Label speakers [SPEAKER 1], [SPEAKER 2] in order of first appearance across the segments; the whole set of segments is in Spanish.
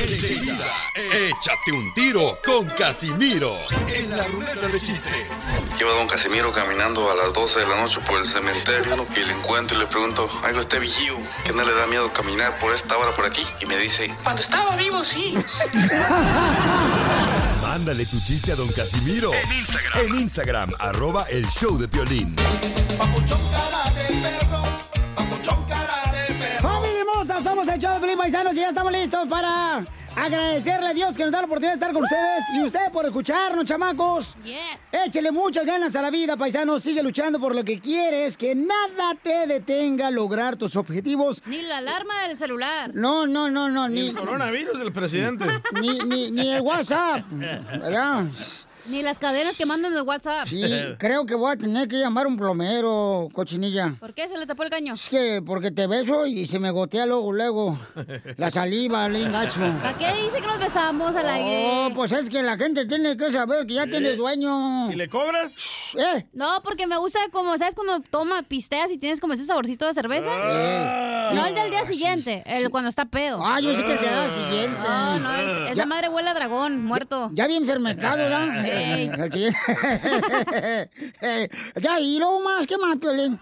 [SPEAKER 1] Enseguida, échate un tiro con Casimiro en la ruleta de chistes.
[SPEAKER 2] Lleva don Casimiro caminando a las 12 de la noche por el cementerio ¿no? y le encuentro y le pregunto, algo este vigío, que no le da miedo caminar por esta hora por aquí? Y me dice,
[SPEAKER 3] Cuando estaba vivo, sí.
[SPEAKER 1] Mándale tu chiste a don Casimiro en Instagram, en Instagram arroba el show de violín.
[SPEAKER 4] ¡Familia hermosa! Somos el show de Felipe Paisanos y ya estamos listos para agradecerle a Dios que nos da la oportunidad de estar con ustedes y ustedes por escucharnos, chamacos. Échele muchas ganas a la vida, paisanos. Sigue luchando por lo que quieres, que nada te detenga a lograr tus objetivos.
[SPEAKER 5] Ni la alarma del celular.
[SPEAKER 4] No, no, no, no. Ni,
[SPEAKER 6] El coronavirus del presidente.
[SPEAKER 4] ni, ni, ni el WhatsApp. ¿verdad?
[SPEAKER 5] Ni las cadenas que mandan de WhatsApp.
[SPEAKER 4] Sí, creo que voy a tener que llamar a un plomero, cochinilla.
[SPEAKER 5] ¿Por qué se le tapó el caño?
[SPEAKER 4] Es que porque te beso y se me gotea luego, luego. La saliva, le engacho.
[SPEAKER 5] ¿Para qué dice que nos besamos al
[SPEAKER 4] Oh,
[SPEAKER 5] aire?
[SPEAKER 4] pues es que la gente tiene que saber que ya tiene dueño.
[SPEAKER 6] ¿Y le cobras?
[SPEAKER 4] ¿Eh?
[SPEAKER 5] No, porque me gusta como, ¿sabes? Cuando toma, pisteas y tienes como ese saborcito de cerveza.
[SPEAKER 6] Ah.
[SPEAKER 5] No el del día siguiente, el cuando está pedo.
[SPEAKER 4] Ah, yo sé que te da la siguiente.
[SPEAKER 5] No, no,
[SPEAKER 6] Ah.
[SPEAKER 5] es- esa
[SPEAKER 4] Ya-
[SPEAKER 5] madre huele a dragón, muerto.
[SPEAKER 4] Ya bien fermentado, ¿verdad?
[SPEAKER 6] Ah.
[SPEAKER 5] Ey.
[SPEAKER 4] El siguiente. Eh, ya, y luego más, ¿qué más, Piolín?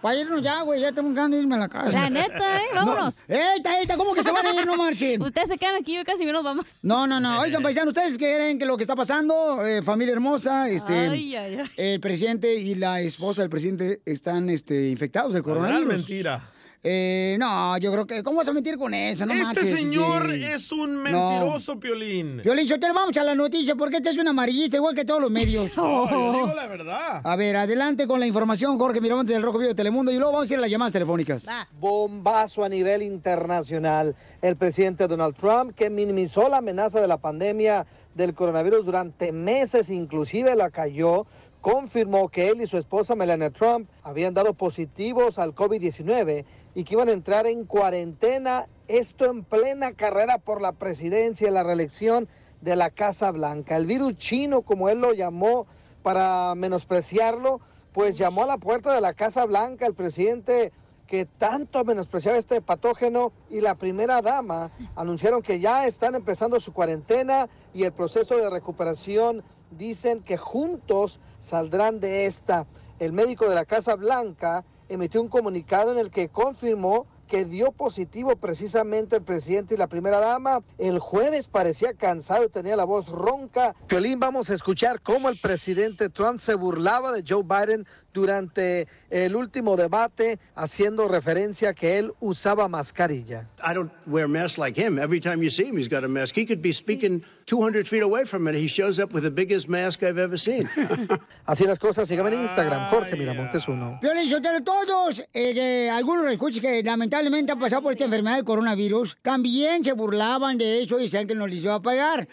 [SPEAKER 4] Para irnos ya, güey, ya tengo ganas de irme a la casa.
[SPEAKER 5] La neta, ¿eh? Vámonos.
[SPEAKER 4] No, Eita, eita, ¿cómo que se van a ir? No marchen.
[SPEAKER 5] Ustedes se quedan aquí, yo casi nos vamos.
[SPEAKER 4] No, no, no. Oigan, paisano, ¿ustedes creen que lo que está pasando, eh, familia hermosa, este,
[SPEAKER 5] Ay, ay, ay.
[SPEAKER 4] el presidente y la esposa del presidente están este, infectados del
[SPEAKER 6] Coronavirus.
[SPEAKER 4] coronavirus?
[SPEAKER 6] mentira.
[SPEAKER 4] Eh, no, yo creo que. ¿Cómo vas a mentir con eso? No
[SPEAKER 6] este
[SPEAKER 4] marches,
[SPEAKER 6] señor
[SPEAKER 4] DJ.
[SPEAKER 6] es un
[SPEAKER 4] No.
[SPEAKER 6] mentiroso, Piolín.
[SPEAKER 4] Piolín, Sotelo, vamos a la noticia porque este es un amarillista, igual que todos los medios.
[SPEAKER 6] No, yo digo la verdad.
[SPEAKER 4] A ver, adelante con la información, Jorge Miramontes del Rojo Vivo de Telemundo. Y luego vamos a ir a las llamadas telefónicas.
[SPEAKER 5] Va.
[SPEAKER 7] bombazo a nivel internacional. El presidente Donald Trump, que minimizó la amenaza de la pandemia del coronavirus durante meses, inclusive la cayó, confirmó que él y su esposa Melania Trump habían dado positivos al COVID-19 y que iban a entrar en cuarentena, esto en plena carrera por la presidencia y la reelección de la Casa Blanca. El virus chino, como él lo llamó, para menospreciarlo, pues llamó a la puerta de la Casa Blanca el presidente que tanto menospreciaba este patógeno y la primera dama anunciaron que ya están empezando su cuarentena y el proceso de recuperación. Dicen que juntos saldrán de esta. El médico de la Casa Blanca emitió un comunicado en el que confirmó que dio positivo precisamente el presidente y la primera dama. El jueves parecía cansado y tenía la voz ronca. Piolín, vamos a escuchar cómo el presidente Trump se burlaba de Joe Biden durante el último debate, haciendo referencia que él usaba mascarilla.
[SPEAKER 8] I don't wear masks like him. Every time you see him, he's got a mask. He could be speaking 200 feet away from it. He shows up with the biggest mask I've ever seen.
[SPEAKER 7] Así las cosas, síganme en Instagram, Jorge
[SPEAKER 6] Ay,
[SPEAKER 7] Miramontes uno.
[SPEAKER 4] Piolín, Sotelo, todos, eh, que algunos escuches que lamentablemente han pasado por esta enfermedad del coronavirus, también se burlaban de eso y decían que no les iba a pagar.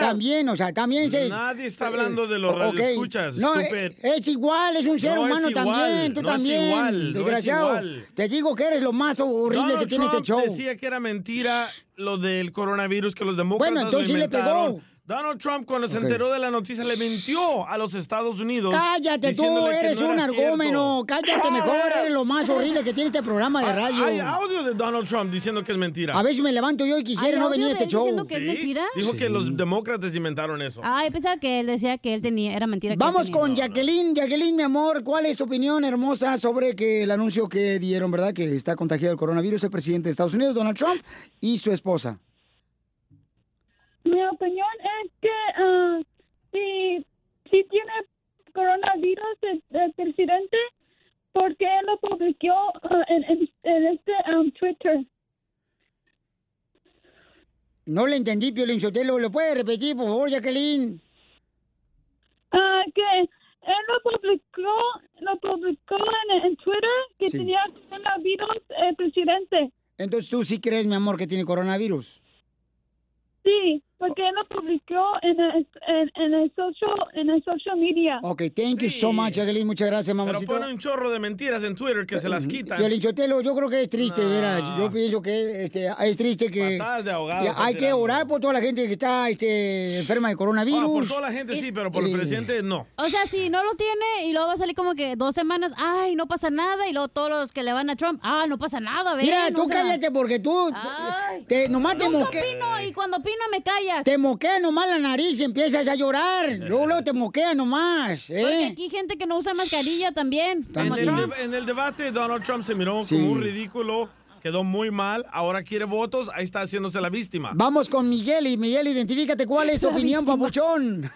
[SPEAKER 4] También, o sea, también se...
[SPEAKER 6] Nadie está hablando de los
[SPEAKER 4] Ok.
[SPEAKER 6] radioescuchas,
[SPEAKER 4] No, eh, es,
[SPEAKER 6] stupid.
[SPEAKER 4] es igual, es un ser
[SPEAKER 6] No es
[SPEAKER 4] humano
[SPEAKER 6] igual,
[SPEAKER 4] también, tú
[SPEAKER 6] no es
[SPEAKER 4] también.
[SPEAKER 6] igual, no es
[SPEAKER 4] desgraciado.
[SPEAKER 6] igual.
[SPEAKER 4] Te digo que eres lo más horrible
[SPEAKER 6] Donald
[SPEAKER 4] que tiene
[SPEAKER 6] Trump
[SPEAKER 4] este show.
[SPEAKER 6] decía que era mentira lo del coronavirus que los demócratas
[SPEAKER 4] Bueno, entonces sí
[SPEAKER 6] lo
[SPEAKER 4] le
[SPEAKER 6] inventaron.
[SPEAKER 4] pegó.
[SPEAKER 6] Donald Trump cuando se
[SPEAKER 4] Ok.
[SPEAKER 6] enteró de la noticia le mintió a los Estados Unidos.
[SPEAKER 4] Cállate tú,
[SPEAKER 6] diciéndole que
[SPEAKER 4] eres
[SPEAKER 6] no
[SPEAKER 4] un
[SPEAKER 6] era
[SPEAKER 4] argómeno. Cállate mejor, eres lo más horrible que tiene este programa de
[SPEAKER 6] cierto.
[SPEAKER 4] radio.
[SPEAKER 6] Ah, Hay audio de Donald Trump diciendo que es mentira.
[SPEAKER 4] A ver si me levanto yo y quisiera
[SPEAKER 5] ¿Hay
[SPEAKER 4] no
[SPEAKER 5] audio
[SPEAKER 4] venir a
[SPEAKER 5] de
[SPEAKER 4] este
[SPEAKER 5] él
[SPEAKER 4] show.
[SPEAKER 5] diciendo que es
[SPEAKER 6] ¿Sí?
[SPEAKER 5] mentira?
[SPEAKER 6] Dijo que los demócratas inventaron eso.
[SPEAKER 5] Ay, pensaba que él decía que él tenía, era mentira. que él
[SPEAKER 4] Vamos
[SPEAKER 5] tenía.
[SPEAKER 4] con Jacqueline. Jacqueline, mi amor, ¿cuál es tu opinión hermosa sobre que el anuncio que dieron, verdad, que está contagiado el coronavirus el presidente de Estados Unidos, Donald Trump, y su esposa?
[SPEAKER 9] Mi opinión es que ah, si, si tiene coronavirus el, el presidente, porque él lo publicó ah, en, en- en este um, Twitter.
[SPEAKER 4] No le entendí, Piolín Sotelo. ¿Lo puede repetir, por favor, Jacqueline?
[SPEAKER 9] Ah, que él lo publicó, lo publicó en, en Twitter que
[SPEAKER 4] Sí.
[SPEAKER 9] tenía coronavirus el presidente.
[SPEAKER 4] Entonces tú sí crees, mi amor, que tiene coronavirus.
[SPEAKER 9] Sí, porque él lo publicó en el, en, en el social en el social media.
[SPEAKER 4] Ok, thank you so much, Jacqueline. Muchas gracias,
[SPEAKER 6] Pero pues,
[SPEAKER 4] mamacito.
[SPEAKER 6] pone un chorro de mentiras en Twitter que se las quitan.
[SPEAKER 4] Piolín Sotelo, yo creo que es triste, verá. Yo pienso que este, es triste que.
[SPEAKER 6] Patadas de ahogado
[SPEAKER 4] Ya,
[SPEAKER 6] están
[SPEAKER 4] Hay que
[SPEAKER 6] tirando.
[SPEAKER 4] orar por toda la gente que está este, enferma de coronavirus.
[SPEAKER 6] Ah, por toda la gente sí, pero por el
[SPEAKER 4] Eh,
[SPEAKER 6] presidente no.
[SPEAKER 5] O sea, si no lo tiene y luego va a salir como que dos semanas, ay, no pasa nada, y luego todos los que le van a Trump, ah, no pasa nada, ven.
[SPEAKER 4] Mira,
[SPEAKER 5] o
[SPEAKER 4] tú
[SPEAKER 5] sea,
[SPEAKER 4] cállate porque tú
[SPEAKER 5] Ay.
[SPEAKER 4] te, nomás ¿eh? te
[SPEAKER 5] Nunca
[SPEAKER 4] moque-
[SPEAKER 5] opino y cuando opino me calla.
[SPEAKER 4] Te moquea nomás la nariz y empiezas a llorar. Luego, luego te moquea nomás,
[SPEAKER 5] Porque
[SPEAKER 4] ¿eh?
[SPEAKER 5] aquí hay gente que no usa mascarilla también,
[SPEAKER 6] En
[SPEAKER 5] como
[SPEAKER 6] el,
[SPEAKER 5] Trump.
[SPEAKER 6] de- en el debate Donald Trump se miró
[SPEAKER 4] Sí.
[SPEAKER 6] como un ridículo, quedó muy mal, ahora quiere votos, ahí está haciéndose la víctima.
[SPEAKER 4] Vamos con Miguel y Miguel, identifícate cuál es tu
[SPEAKER 6] La
[SPEAKER 4] opinión,
[SPEAKER 6] víctima.
[SPEAKER 4] papuchón.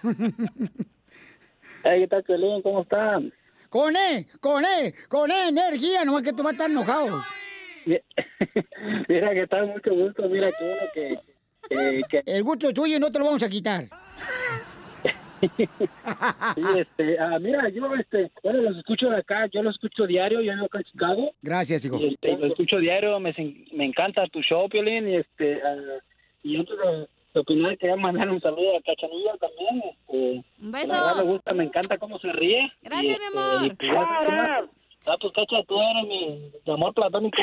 [SPEAKER 10] Hey, ¿qué tal, Piolín? ¿Cómo están?
[SPEAKER 4] Con E, con E, con E, energía, nomás que tú vas a estar enojado.
[SPEAKER 10] Mira, que tal? Mucho gusto. Mira, que uno que... que- que-
[SPEAKER 4] El gusto es tuyo y no te lo vamos a quitar.
[SPEAKER 10] sí, este, ah, mira, yo este, bueno, los escucho de acá, yo los escucho diario, yo vivo acá en Chicago.
[SPEAKER 4] Gracias, hijo.
[SPEAKER 10] Y, este, lo escucho diario, me, sen- me encanta tu show, Piolín, y este, ah, y antes de, de opinar, quería mandar un saludo a Cachanilla también, este,
[SPEAKER 5] Un
[SPEAKER 10] que la verdad me gusta, me encanta cómo se ríe.
[SPEAKER 5] Gracias, mi amor.
[SPEAKER 10] y, pues, ya sé que más- Ah, pues, Cacha, tú eres mi, mi amor platónico.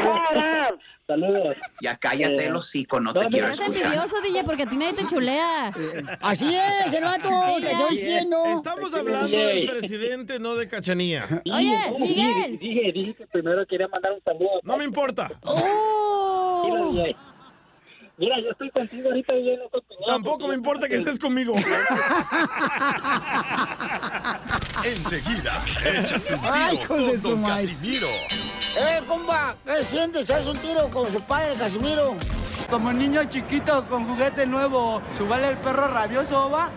[SPEAKER 10] Saludos. Eh,
[SPEAKER 11] Ya cállate el hocico, no te quiero
[SPEAKER 5] Estás
[SPEAKER 11] escuchar.
[SPEAKER 5] envidioso, DJ, porque a ti nadie te chulea.
[SPEAKER 4] Eh, Así es, el vato,
[SPEAKER 5] Así
[SPEAKER 4] te
[SPEAKER 5] es.
[SPEAKER 4] estoy diciendo.
[SPEAKER 6] Estamos hablando del presidente, no de Cachanía.
[SPEAKER 5] Oye, Miguel.
[SPEAKER 10] Dije, dije que primero quería mandar un saludo.
[SPEAKER 6] No me importa.
[SPEAKER 4] Oh.
[SPEAKER 10] Tranquilo, DJ. Mira, yo estoy contigo ahorita y yo no te opinaba,
[SPEAKER 6] Tampoco
[SPEAKER 10] porque
[SPEAKER 6] me
[SPEAKER 10] yo-
[SPEAKER 6] importa que estés conmigo.
[SPEAKER 1] Enseguida, échate un
[SPEAKER 4] Ay,
[SPEAKER 1] tiro
[SPEAKER 4] hijos de
[SPEAKER 1] con
[SPEAKER 4] su
[SPEAKER 1] Don
[SPEAKER 4] madre.
[SPEAKER 1] Casimiro.
[SPEAKER 4] Eh, compa, ¿qué sientes? ¿Haz un tiro con su padre, Casimiro?
[SPEAKER 12] Como niño chiquito con juguete nuevo, ¿subale el perro rabioso va?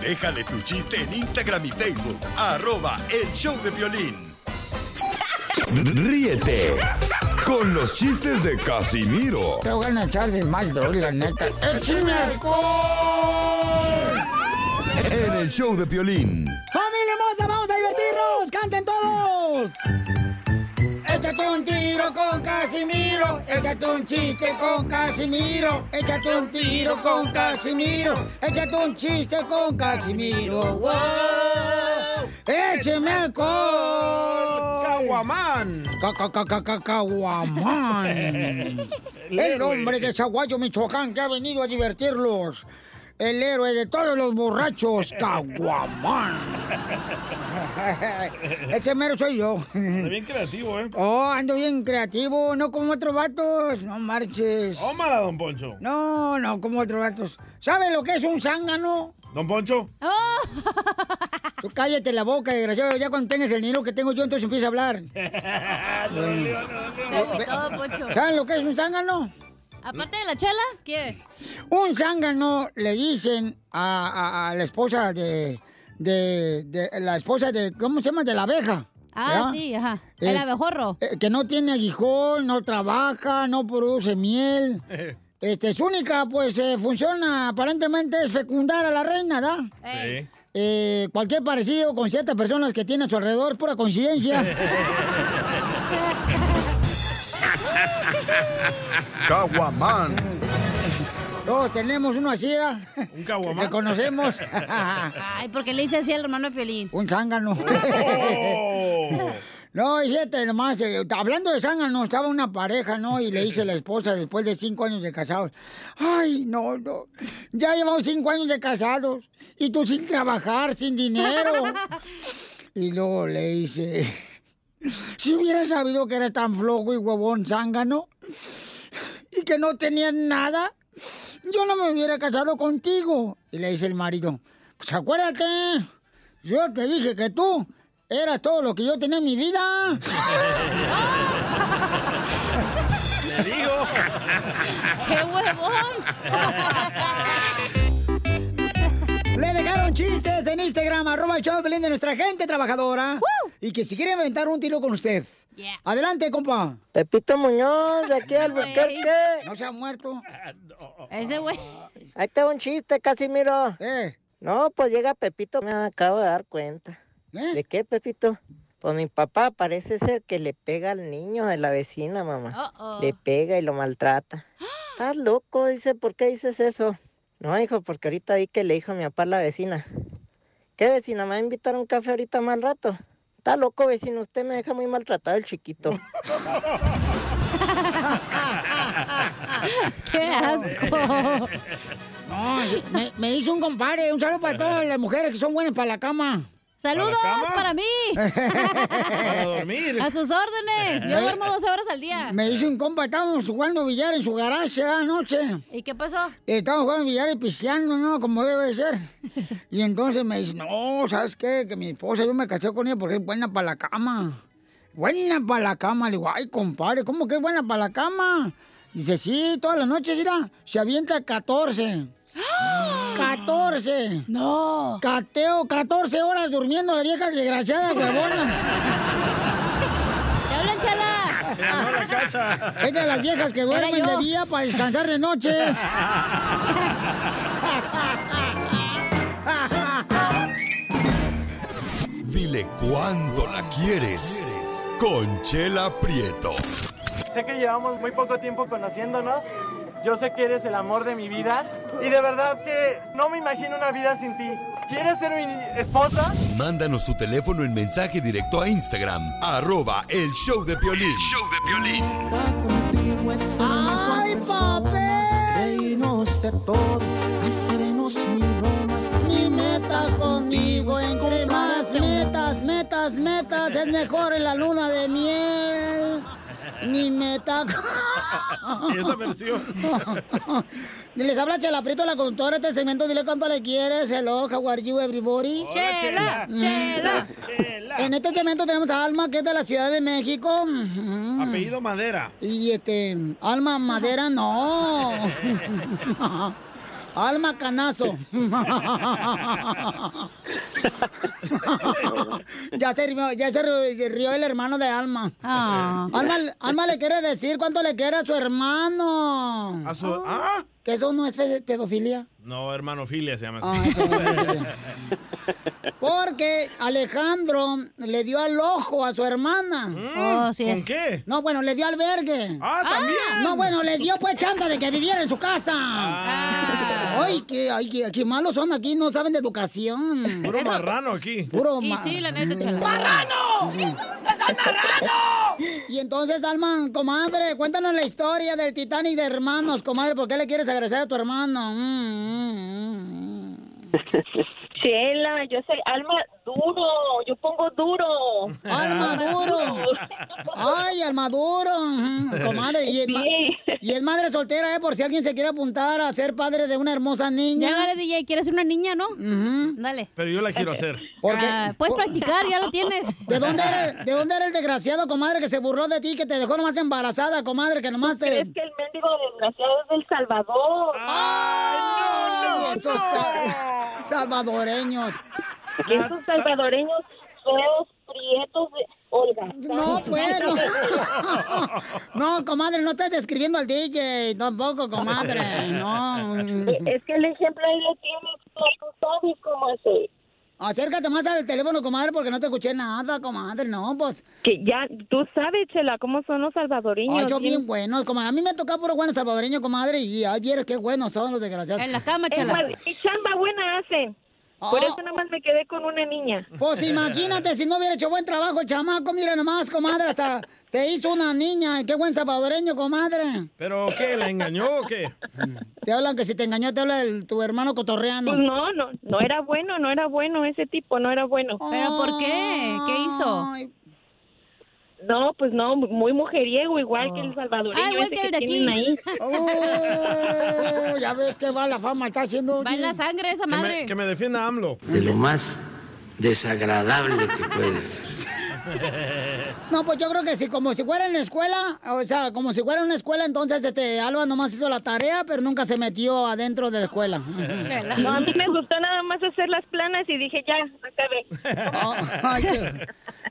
[SPEAKER 1] Déjale tu chiste en Instagram y Facebook, arroba el show de violín.
[SPEAKER 13] Ríete con los chistes de Casimiro
[SPEAKER 4] Te voy a echar de mal, doy, la neta. ¡Échame alcohol!
[SPEAKER 13] en el show de Piolín.
[SPEAKER 4] ¡Familia hermosa, vamos a divertirnos! ¡Canten todos! Échate un tiro con Casimiro, échate un chiste con Casimiro, échate un tiro con Casimiro, échate un chiste con Casimiro. ¡Wow! ¡Écheme alcohol! ¡Caguamán! ¡Caguamán!
[SPEAKER 12] El
[SPEAKER 4] El
[SPEAKER 12] héroe.
[SPEAKER 4] hombre de Zaguayo, Michoacán, que ha venido a divertirlos. El héroe de todos los borrachos, Caguamán. Ese mero soy yo.
[SPEAKER 6] Está bien creativo, ¿eh?
[SPEAKER 4] Oh, ando bien creativo, no como otros vatos, no marches.
[SPEAKER 6] Tómala, Oh, don Poncho.
[SPEAKER 4] No, no como otros vatos. ¿Sabe lo que es un zángano?
[SPEAKER 6] Don Poncho.
[SPEAKER 5] Oh.
[SPEAKER 4] Tú cállate la boca, desgraciado. Ya cuando tengas el dinero que tengo yo, entonces empieza a hablar.
[SPEAKER 5] Se agüitó, Poncho.
[SPEAKER 4] ¿Saben lo que es un zángano?
[SPEAKER 5] Aparte de la chela, ¿qué?
[SPEAKER 4] Un zángano le dicen a, a- a la esposa de, de, de- La esposa de. ¿Cómo se llama? De la abeja.
[SPEAKER 5] Ah,
[SPEAKER 4] ¿verdad?
[SPEAKER 5] sí, ajá.
[SPEAKER 4] Eh,
[SPEAKER 5] El abejorro.
[SPEAKER 4] eh, que no tiene aguijón, no trabaja, no produce miel. Este, su única, pues, eh, función aparentemente es fecundar a la reina, ¿da?
[SPEAKER 6] Sí.
[SPEAKER 4] Eh, cualquier parecido con ciertas personas que tiene a su alrededor, pura coincidencia.
[SPEAKER 13] Caguamán.
[SPEAKER 4] Todos tenemos uno así, ¿da?
[SPEAKER 6] Un
[SPEAKER 5] caguamán.
[SPEAKER 4] Que conocemos.
[SPEAKER 5] Ay, ¿por qué le hice así al hermano de Piolín?
[SPEAKER 4] Un zángano. No, y fíjate nomás, eh, hablando de zángano, estaba una pareja, ¿no? Y le dice la esposa después de cinco años de casados, ay, no, no, ya llevamos cinco años de casados y tú sin trabajar, sin dinero. Y luego le dice, si hubiera sabido que eres tan flojo y huevón zángano y que no tenías nada, yo no me hubiera casado contigo. Y le dice el marido, pues acuérdate, yo te dije que tú eras todo lo que yo tenía en mi vida.
[SPEAKER 12] ¡Qué huevón!
[SPEAKER 4] Instagram, arroba el show de Pelín de nuestra gente trabajadora. Y que si quieren inventar un tiro con usted. Adelante, compa.
[SPEAKER 14] Pepito Muñoz, de aquí al Albuquerque.
[SPEAKER 4] No se ha muerto.
[SPEAKER 5] Ese güey.
[SPEAKER 14] Ahí está un chiste, Casimiro. No, pues llega Pepito, me acabo de dar cuenta. ¿De qué, Pepito? Pues mi papá parece ser que le pega al niño de la vecina, mamá.
[SPEAKER 3] Uh-oh.
[SPEAKER 14] Le pega y lo maltrata. Estás loco, dice, ¿por qué dices eso? No, hijo, porque ahorita vi que le dijo a mi papá la vecina. ¿Qué vecina? ¿Me va a invitar a un café ahorita más rato? Está loco, vecino, usted me deja muy maltratado el chiquito.
[SPEAKER 5] ¡Qué asco!
[SPEAKER 4] No, me, me hizo un compadre. Un saludo para todas las mujeres que son buenas para la cama.
[SPEAKER 5] ¡Saludos para, mí!
[SPEAKER 4] Para dormir.
[SPEAKER 5] ¡A sus órdenes! Yo duermo 12 horas al día.
[SPEAKER 4] Me hizo un compa, estábamos jugando billar en su garaje anoche.
[SPEAKER 5] ¿Y qué pasó?
[SPEAKER 4] Estábamos jugando billar y pisteando, ¿no? Como debe de ser. Y entonces me dice, no, ¿sabes qué? Que mi esposa, yo me casé con ella porque es buena para la cama. Buena para la cama. Le digo, ay, compadre, ¿cómo que es buena para la cama? Dice, sí, todas las noches, mira, se avienta 14. 14.
[SPEAKER 5] No.
[SPEAKER 4] Cateo, 14 horas durmiendo la vieja desgraciada, huevona.
[SPEAKER 5] ¡Te hablan, chala!
[SPEAKER 4] Es de las viejas que duermen
[SPEAKER 5] Era
[SPEAKER 4] de
[SPEAKER 5] yo.
[SPEAKER 4] día para descansar de noche.
[SPEAKER 1] Dile cuándo la quieres. Conchela Prieto.
[SPEAKER 12] Sé que llevamos muy poco tiempo conociéndonos. Yo sé que eres el amor de mi vida. Y de verdad que no me imagino una vida sin ti. ¿Quieres ser mi esposa?
[SPEAKER 1] Mándanos tu teléfono en mensaje directo a Instagram, arroba el show de Piolín. show de Piolín.
[SPEAKER 3] ¡Ay,
[SPEAKER 4] papel!
[SPEAKER 3] todo, hacernos mil bromas.
[SPEAKER 4] Mi meta
[SPEAKER 3] Pues
[SPEAKER 4] conmigo, Pues entre más metas, metas, metas, es mejor en la luna de miel. Mi meta.
[SPEAKER 6] Esa versión.
[SPEAKER 4] Y Les habla Chela Prieto, la conductora de este segmento. Dile cuánto le quieres. Hello, how are you, everybody?
[SPEAKER 3] Chela,
[SPEAKER 4] Mm.
[SPEAKER 3] Chela,
[SPEAKER 4] En este segmento tenemos a Alma, que es de la Ciudad de México. Mm.
[SPEAKER 6] Apellido Madera.
[SPEAKER 4] Y este, Alma Madera, no. Alma Canazo. ya, se, rió- ya se rió- rió el hermano de Alma. Ah. Alma. Alma le quiere decir cuánto le quiere a su hermano.
[SPEAKER 6] ¿A su- ah?
[SPEAKER 4] Que eso no es pe- pedofilia.
[SPEAKER 6] No, hermano Filia se llama
[SPEAKER 4] Ah,
[SPEAKER 6] así.
[SPEAKER 4] eso, Porque Alejandro le dio al ojo a su hermana.
[SPEAKER 5] Oh, sí ¿Con es.
[SPEAKER 6] Mm, qué?
[SPEAKER 4] No, bueno, le dio albergue. Ah, también. No, bueno, le dio pues chance de que viviera en su casa.
[SPEAKER 6] Ah.
[SPEAKER 4] Ay, qué, ay, qué, qué malos son aquí, no saben de educación.
[SPEAKER 6] Puro marrano aquí.
[SPEAKER 4] Puro ma- ¡Marrano! ¡No es marrano! Y entonces, Alma, comadre, cuéntanos la historia del Titanic de hermanos, comadre. ¿Por qué le quieres agradecer a tu hermano? Mm, mm, mm.
[SPEAKER 15] Chela, yo soy alma duro, yo pongo duro.
[SPEAKER 4] Alma duro. Ay, Alma duro. Ujú, Comadre. Y es, ma- y es madre soltera, ¿eh? Por si alguien se quiere apuntar a ser padre de una hermosa niña.
[SPEAKER 5] Llámale, DJ, ¿quieres ser una niña, no? Dale.
[SPEAKER 6] Pero yo la quiero hacer.
[SPEAKER 5] Ah,
[SPEAKER 4] pues-
[SPEAKER 5] puedes practicar, ya lo tienes.
[SPEAKER 4] ¿De dónde, era, el- ¿De dónde era el desgraciado, comadre, que se burló de ti, que te dejó nomás embarazada, comadre, que nomás te... Es
[SPEAKER 15] que el mendigo desgraciado es del Salvador.
[SPEAKER 4] ¡Ay, Oh, esos sa- salvadoreños!
[SPEAKER 15] Esos salvadoreños feos, prietos, de- Olga.
[SPEAKER 4] No, bueno. No, comadre, no estás describiendo al DJ, tampoco, comadre, no.
[SPEAKER 15] Eh, Es que el ejemplo ahí lo tienes, tú, tú sabes cómo es.
[SPEAKER 4] Acércate más al teléfono, comadre, porque no te escuché nada, comadre, no, pues.
[SPEAKER 15] Que ya, tú sabes, Chela, cómo son los salvadoreños.
[SPEAKER 4] Ay, son
[SPEAKER 15] ¿sí?
[SPEAKER 4] bien buenos, comadre. A mí me toca puro bueno salvadoreño, comadre, y ay, vieras qué buenos son los desgraciados. En la cama,
[SPEAKER 15] Es más, mi chamba buena hacen. Por
[SPEAKER 5] Oh.
[SPEAKER 4] Ah.
[SPEAKER 15] eso nada más me quedé con una niña.
[SPEAKER 4] Pues imagínate, si no hubiera hecho buen trabajo el chamaco, mira nomás, comadre, hasta te hizo una niña. Qué buen salvadoreño, comadre.
[SPEAKER 6] ¿Pero qué? ¿La engañó o qué?
[SPEAKER 4] Te hablan que si te engañó, te habla el- tu hermano cotorreando.
[SPEAKER 15] Pues no, no, no era bueno, no era bueno ese tipo, no era bueno.
[SPEAKER 5] ¿Pero por qué? ¿Qué hizo?
[SPEAKER 15] No, pues no, muy mujeriego, igual que el salvadoreño
[SPEAKER 5] Ah, igual
[SPEAKER 15] ese
[SPEAKER 5] que el
[SPEAKER 15] que
[SPEAKER 5] de
[SPEAKER 15] tienen
[SPEAKER 5] aquí.
[SPEAKER 15] ahí.
[SPEAKER 4] Oh, ya ves que va la fama, está haciendo... Va en la
[SPEAKER 5] sangre esa
[SPEAKER 6] Que me, que me defienda AMLO.
[SPEAKER 16] de lo más desagradable que puede.
[SPEAKER 4] No, pues yo creo que sí, como si fuera en la escuela, o sea, como si fuera en una escuela, entonces este Alba nomás hizo la tarea, pero nunca se metió adentro de la escuela.
[SPEAKER 15] No, a mí me gustó nada más hacer las planas y dije, ya, acabé.
[SPEAKER 4] Ay, qué-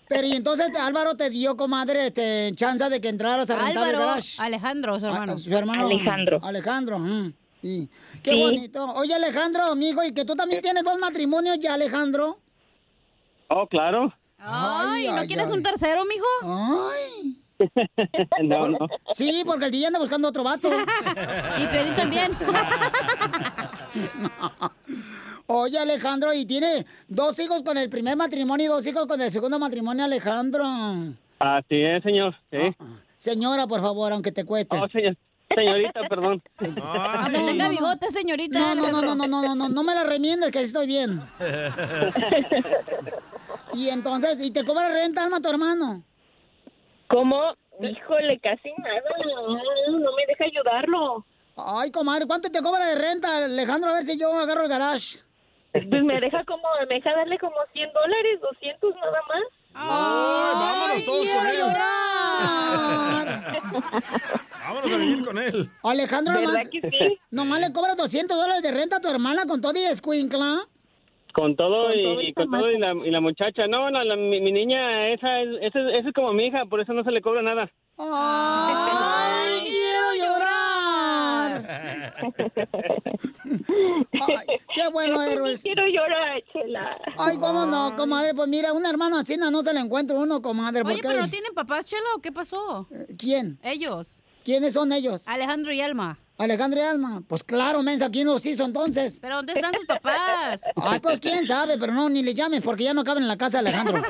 [SPEAKER 4] Pero y entonces Álvaro te dio, comadre, este, chance de que entraras a rentar el
[SPEAKER 5] Álvaro,
[SPEAKER 4] garage.
[SPEAKER 5] Alejandro, su hermano.
[SPEAKER 4] Ah, su hermano. Alejandro. mm, sí. Qué
[SPEAKER 5] Sí.
[SPEAKER 4] bonito. Oye, Alejandro, amigo, y que tú
[SPEAKER 17] Eh.
[SPEAKER 4] también tienes dos matrimonios ya, Alejandro.
[SPEAKER 17] Oh, claro.
[SPEAKER 4] Ay,
[SPEAKER 5] ¿no quieres un
[SPEAKER 4] tercero, mijo? Ay.
[SPEAKER 17] No, no.
[SPEAKER 4] Sí, porque el DJ anda buscando otro vato. y Pelín también. Oye, Alejandro, y tiene dos hijos con el primer matrimonio y dos hijos con el segundo matrimonio, Alejandro.
[SPEAKER 17] Así es, señor. Sí.
[SPEAKER 4] Señora, por favor, aunque te cueste.
[SPEAKER 17] Oh, señor- Señorita, perdón.
[SPEAKER 5] Aunque tenga bigote, señorita.
[SPEAKER 4] No, no, no, no, no, no, no, no, no me la remiendes, que así estoy bien. Y entonces, ¿y te cobra renta, Alma, tu hermano?
[SPEAKER 15] ¿Cómo? Híjole, casi nada. No, no me deja ayudarlo.
[SPEAKER 4] Ay, comadre, ¿cuánto te cobra de renta, Alejandro? A ver si yo agarro el garage.
[SPEAKER 15] Pues me deja como, me deja darle como 100 dólares, 200 nada más.
[SPEAKER 6] vámonos todos con él. Vámonos a vivir con él.
[SPEAKER 4] Alejandro,
[SPEAKER 6] ¿Verdad
[SPEAKER 4] nomás,
[SPEAKER 6] que sí?
[SPEAKER 4] nomás le cobras 200 dólares de renta a tu hermana con todo y escuincla.
[SPEAKER 17] Con todo
[SPEAKER 4] Con
[SPEAKER 17] y,
[SPEAKER 4] todo y
[SPEAKER 17] y con todo y la, y la muchacha. No, no, la- mi, mi niña, esa es, esa, es, esa es como mi hija, por eso no se le cobra nada.
[SPEAKER 4] ¡Ay, quiero llorar! Ay, ¡Qué bueno, Errol!
[SPEAKER 15] Quiero llorar, chela.
[SPEAKER 4] Ay, cómo no, comadre. Pues mira, un hermano así no no se le encuentra uno, comadre.
[SPEAKER 5] Oye,
[SPEAKER 4] porque-
[SPEAKER 5] pero ¿no tienen papás, Chelo? ¿Qué pasó?
[SPEAKER 4] ¿Quién?
[SPEAKER 5] Ellos.
[SPEAKER 4] ¿Quiénes son ellos?
[SPEAKER 5] Alejandro y Alma.
[SPEAKER 4] Alejandro y Alma. Pues claro, mensa, ¿quién los hizo entonces?
[SPEAKER 5] ¿Pero dónde están sus papás?
[SPEAKER 4] Ay, pues quién sabe, pero no, ni le llames porque ya no caben en la casa de Alejandro.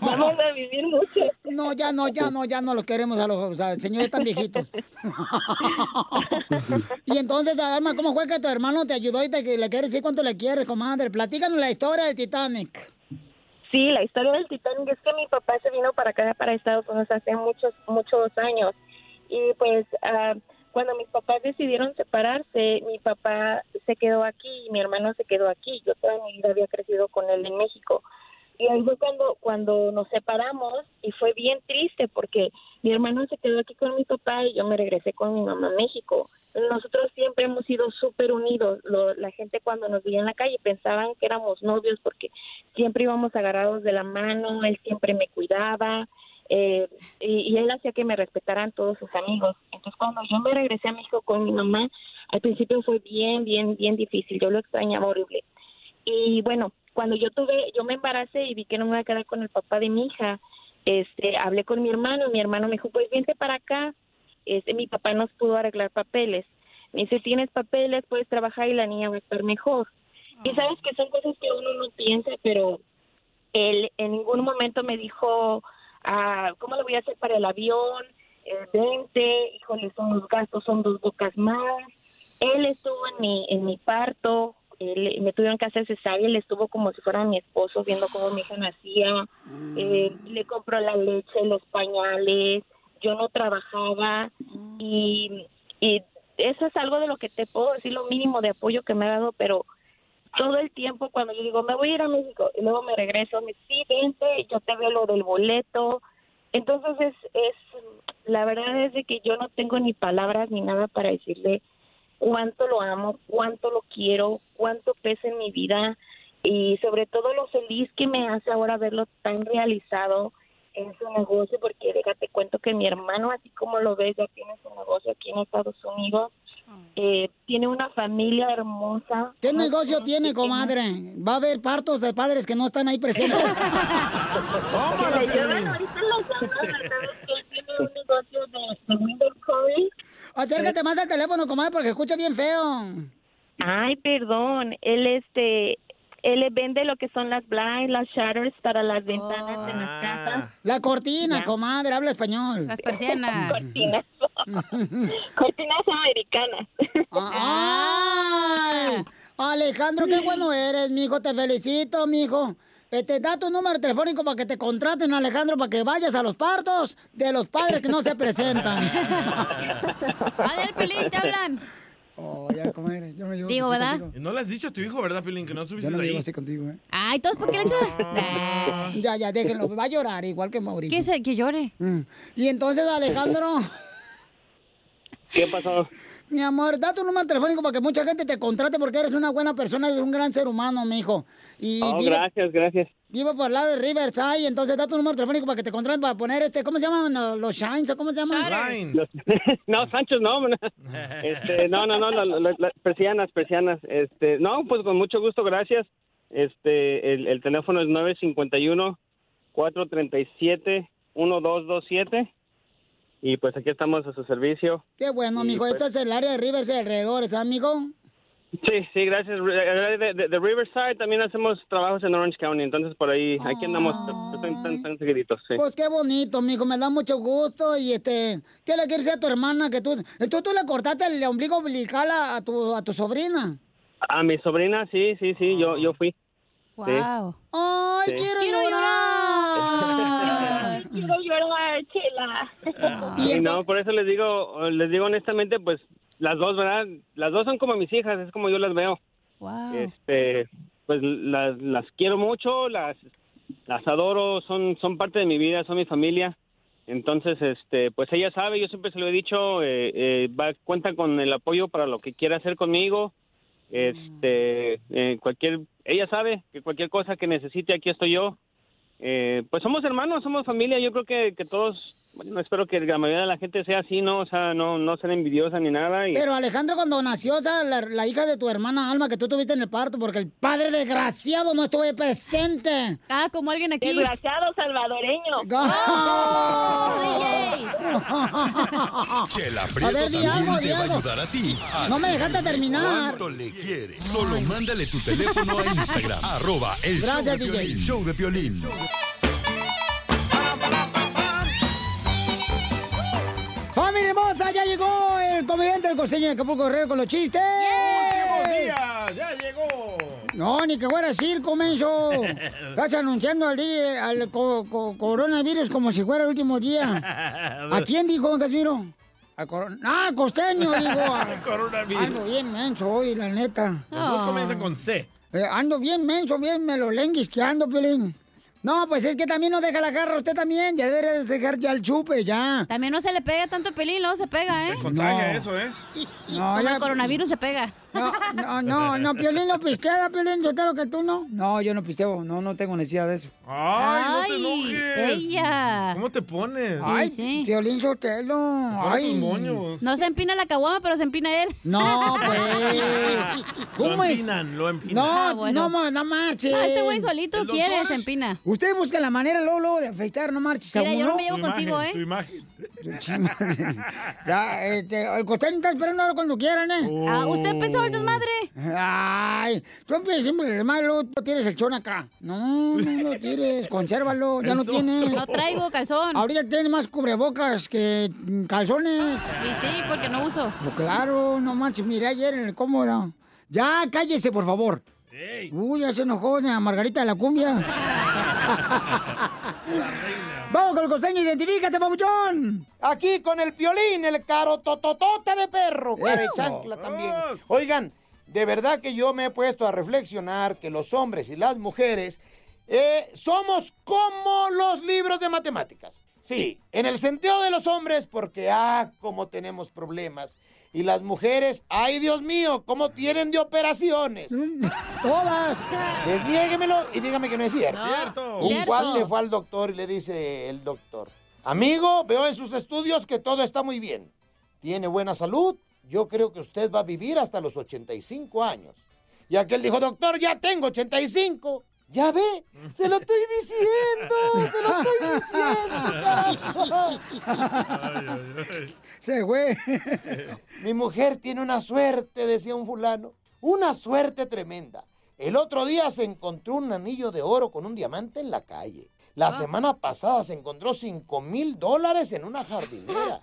[SPEAKER 15] Vamos a vivir mucho.
[SPEAKER 4] No, ya no, ya no, ya no los queremos a los o sea, señores tan viejitos. y entonces, Alma, ¿cómo fue que tu hermano te ayudó y te, que le quieres decir cuánto le quieres, comadre? Platícanos la historia del Titanic.
[SPEAKER 15] Sí, la historia del Titanic es que mi papá se vino para acá, para Estados Unidos, hace muchos, muchos años. Y pues ah, cuando mis papás decidieron separarse, mi papá se quedó aquí y mi hermano se quedó aquí. Yo toda mi vida había crecido con él en México. Y ahí fue cuando, cuando nos separamos y fue bien triste porque mi hermano se quedó aquí con mi papá y yo me regresé con mi mamá a México. Nosotros siempre hemos sido súper unidos. Lo- la gente cuando nos veía en la calle pensaban que éramos novios porque siempre íbamos agarrados de la mano, él siempre me cuidaba eh, y, y él hacía que me respetaran todos sus amigos. Entonces cuando yo me regresé a México con mi mamá, al principio fue bien, bien, bien difícil. Yo lo extrañaba horrible. Y bueno, cuando yo tuve, yo me embaracé y vi que no me iba a quedar con el papá de mi hija, este, hablé con mi hermano, y mi hermano me dijo, pues vente para acá, este, mi papá nos pudo arreglar papeles. Me dice, tienes papeles, puedes trabajar y la niña va a estar mejor. Y sabes que son cosas que uno no piensa, pero él en ningún momento me dijo, ah, ¿cómo lo voy a hacer para el avión? Eh, vente, híjole, son los gastos, son dos bocas más. Él estuvo en mi, en mi parto, él- me tuvieron que hacer cesárea, él estuvo como si fuera mi esposo, viendo cómo mi hija nacía. Eh, le compró la leche, los pañales, yo no trabajaba y, y eso es algo de lo que te puedo decir, lo mínimo de apoyo que me ha dado, pero todo el tiempo cuando yo digo, me voy a ir a México y luego me regreso, me dice, sí, vente, yo te veo lo del boleto. Entonces es, es, la verdad es de que yo no tengo ni palabras ni nada para decirle cuánto lo amo, cuánto lo quiero, cuánto pesa en mi vida y sobre todo lo feliz que me hace ahora verlo tan realizado en su negocio, porque déjate cuento que mi hermano, así como lo ves, ya tiene su negocio aquí en Estados Unidos, eh, tiene una familia hermosa.
[SPEAKER 4] ¿Qué negocio tiene, comadre? ¿Va a haber partos de padres que no están ahí presentes?
[SPEAKER 15] Que le lloran ahorita los ojos, ¿verdad? Que tiene un negocio de, de window coil.
[SPEAKER 4] Acércate más al teléfono, comadre, porque escucha bien feo.
[SPEAKER 15] Ay, perdón, él este, él le vende lo que son las blinds, las shutters para las ventanas en las casas.
[SPEAKER 4] Ah. La cortina, comadre, habla español.
[SPEAKER 15] Ah. Las persianas. Cortinas. Cortinas americanas.
[SPEAKER 4] ¡Ay! Alejandro, qué bueno eres, mijo. Te felicito, mijo. Este, da tu número telefónico para que te contraten, Alejandro, para que vayas a los partos de los padres que no se presentan.
[SPEAKER 5] A ver, Pelín, te hablan.
[SPEAKER 4] Oh, ya, ¿cómo eres? Yo no llevo
[SPEAKER 5] Digo,
[SPEAKER 4] así
[SPEAKER 5] ¿verdad?
[SPEAKER 4] contigo.
[SPEAKER 6] No le has dicho a tu hijo, ¿verdad, Pilín? Que no subiste
[SPEAKER 4] Yo no
[SPEAKER 6] de
[SPEAKER 4] llevo
[SPEAKER 6] ahí.
[SPEAKER 4] así contigo, ¿eh?
[SPEAKER 5] Ay, todos, ¿por qué le echas?
[SPEAKER 4] Ah. Ya, ya, déjenlo. Va a llorar igual que Mauricio.
[SPEAKER 5] Que, que llore.
[SPEAKER 4] Mm. Y entonces, Alejandro,
[SPEAKER 18] ¿Qué pasó?
[SPEAKER 4] mi amor, da tu número telefónico para que mucha gente te contrate porque eres una buena persona y un gran ser humano, mi hijo. Y
[SPEAKER 18] Oh,
[SPEAKER 4] vive-
[SPEAKER 18] gracias, gracias.
[SPEAKER 4] Vivo por el lado de Riverside, entonces da tu número telefónico para que te contraten para poner este, ¿cómo se llaman uh, los shines o cómo se llaman?
[SPEAKER 18] Los- no, Sánchez, no. no. Este, no, no, no, la- la- la- persianas, persianas. Este, no, pues con mucho gusto, gracias. Este, el, el teléfono es 951-437-1227. Y pues aquí estamos a su servicio.
[SPEAKER 4] Qué bueno,
[SPEAKER 18] Sí,
[SPEAKER 4] mijo,
[SPEAKER 18] pues.
[SPEAKER 4] esto es el área de Riverside alrededor, ¿sabes, mijo?
[SPEAKER 18] Sí, sí, gracias. Re- eh, De, de- de Riverside también hacemos trabajos en Orange County, entonces por ahí, aquí andamos tan, tan, tan seguiditos. Sí.
[SPEAKER 4] Pues qué bonito, mijo, me da mucho gusto y este, ¿qué le quieres decir a tu hermana que tú, eh, tú, tú le cortaste el ombligo umbilical a, a tu, a tu sobrina?
[SPEAKER 18] A mi sobrina, sí, sí, sí, yo, yo fui. Sí.
[SPEAKER 4] Ay,
[SPEAKER 18] Sí.
[SPEAKER 4] quiero,
[SPEAKER 18] Quiero
[SPEAKER 4] llorar.
[SPEAKER 3] quiero llorar, chela.
[SPEAKER 18] Y no, por eso les digo, les digo honestamente, pues las dos, ¿verdad? Las dos son como mis hijas, es como yo las veo. Este, pues las, las quiero mucho, las, las adoro, son, son parte de mi vida, son mi familia. Entonces, este, pues ella sabe, yo siempre se lo he dicho, eh, eh, va, cuenta con el apoyo para lo que quiera hacer conmigo. Este, eh, cualquier, ella sabe que cualquier cosa que necesite, aquí estoy yo. Eh, pues somos hermanos, somos familia. Yo creo que, que todos, bueno, espero que la mayoría de la gente sea así, ¿no? O sea, no, no ser envidiosa ni nada. Y,
[SPEAKER 4] Pero Alejandro, cuando nació o sea, la, la hija de tu hermana Alma que tú tuviste en el parto, porque el padre desgraciado no estuvo ahí presente.
[SPEAKER 5] Ah, como alguien aquí.
[SPEAKER 3] Desgraciado salvadoreño.
[SPEAKER 4] Oh, ¡Ah!
[SPEAKER 1] Chela
[SPEAKER 4] A
[SPEAKER 1] Prieto
[SPEAKER 4] ver, di
[SPEAKER 1] también
[SPEAKER 4] algo, di
[SPEAKER 1] te va a
[SPEAKER 4] algo.
[SPEAKER 1] ayudar a ti. a
[SPEAKER 4] No me dejaste
[SPEAKER 1] decirle
[SPEAKER 4] terminar.
[SPEAKER 1] cuánto le quieres. Solo mándale tu teléfono a Instagram. arroba el show de
[SPEAKER 4] Gracias, DJ.
[SPEAKER 1] Piolín. Show de Piolín.
[SPEAKER 4] ¡Familia hermosa! ¡Ya llegó el comediante del costeño de Acapulco Guerrero con los chistes!
[SPEAKER 6] ¡Ya llegó!
[SPEAKER 4] No, ni que fuera circo, menso. Estás anunciando al, día, al co- co- coronavirus como si fuera el último día. ¿A quién dijo, Casimiro? A coron- ¡Ah, costeño, digo! a-
[SPEAKER 6] Coronavirus.
[SPEAKER 4] Ando bien menso hoy, la neta. Ah.
[SPEAKER 6] Los dos comienzan con C.
[SPEAKER 4] Eh, ando bien menso, bien melolenguis que ando, Pelín. No, pues es que también no deja la garra usted también. Ya debería de dejar ya el chupe, ya.
[SPEAKER 5] También no se le pega tanto pelín, luego se pega, ¿eh?
[SPEAKER 4] contagia No.
[SPEAKER 6] eso, ¿eh?
[SPEAKER 4] No,
[SPEAKER 5] Como
[SPEAKER 4] ya-
[SPEAKER 5] el coronavirus se pega.
[SPEAKER 4] No, no, no, no, Piolín no pistea, Piolín, yo lo que tú no. No, yo no pisteo, no, no tengo necesidad de eso.
[SPEAKER 6] ¡Ay, no
[SPEAKER 5] Ay,
[SPEAKER 6] te enojes!
[SPEAKER 5] ella.
[SPEAKER 6] ¿Cómo te pones?
[SPEAKER 4] Ay, Piolín Sotelo,
[SPEAKER 6] Ponle
[SPEAKER 4] ay.
[SPEAKER 6] tus moños.
[SPEAKER 5] No se empina la caguama, pero se empina él.
[SPEAKER 4] No, pues. ¿Cómo
[SPEAKER 6] lo
[SPEAKER 4] es?
[SPEAKER 6] empinan, lo empinan.
[SPEAKER 4] No, no, ma- no marches.
[SPEAKER 5] No, Ah, este güey solito ¿El quiere, doctor? se empina.
[SPEAKER 4] Usted busca la manera, Lolo, de afeitar, no marches.
[SPEAKER 5] Mira, yo no me llevo
[SPEAKER 4] llevo
[SPEAKER 5] Tu contigo, imagen, ¿eh? tu
[SPEAKER 6] imagen.
[SPEAKER 4] ya, este, el costeño está esperando ahora cuando quieran, ¿eh?
[SPEAKER 5] Ah, usted empezó el desmadre.
[SPEAKER 4] Ay, tú empiezas siempre el desmadre, luego tú tienes el chón acá. No, no lo tires, consérvalo, ya no
[SPEAKER 5] Eso.
[SPEAKER 4] tienes.
[SPEAKER 5] No traigo calzón.
[SPEAKER 4] Ahorita tienes más cubrebocas que mm, calzones.
[SPEAKER 5] Y sí, porque no uso.
[SPEAKER 4] Pues claro, no manches, miré ayer en el cómodo. Ya, cállese, por favor. Uy, ya se enojó la Margarita de la cumbia. Vamos con el costeño, identifícate, papuchón.
[SPEAKER 13] Aquí con el piolín, el caro tototote de perro, cara de
[SPEAKER 4] Eso.
[SPEAKER 13] chancla también. Oigan, de verdad que yo me he puesto a reflexionar que los hombres y las mujeres eh, somos como los libros de matemáticas. Sí, en el sentido de los hombres, porque ah, cómo tenemos problemas. Y las mujeres, ay Dios mío, cómo tienen de operaciones.
[SPEAKER 4] Mm, Todas.
[SPEAKER 13] Desniéguemelo y dígame que no es cierto.
[SPEAKER 19] No, Cierto.
[SPEAKER 13] Un
[SPEAKER 19] cierto.
[SPEAKER 13] cual le fue al doctor y le dice el doctor, amigo, veo en sus estudios que todo está muy bien. Tiene buena salud. Yo creo que usted va a vivir hasta los 85 años. Y aquel dijo, doctor, ya tengo 85. Ya ve, se lo estoy diciendo, se lo estoy diciendo.
[SPEAKER 4] Se güey.
[SPEAKER 13] Mi mujer tiene una suerte, decía un fulano. Una suerte tremenda. El otro día se encontró un anillo de oro con un diamante en la calle. La semana pasada se encontró 5 mil dólares en una jardinera.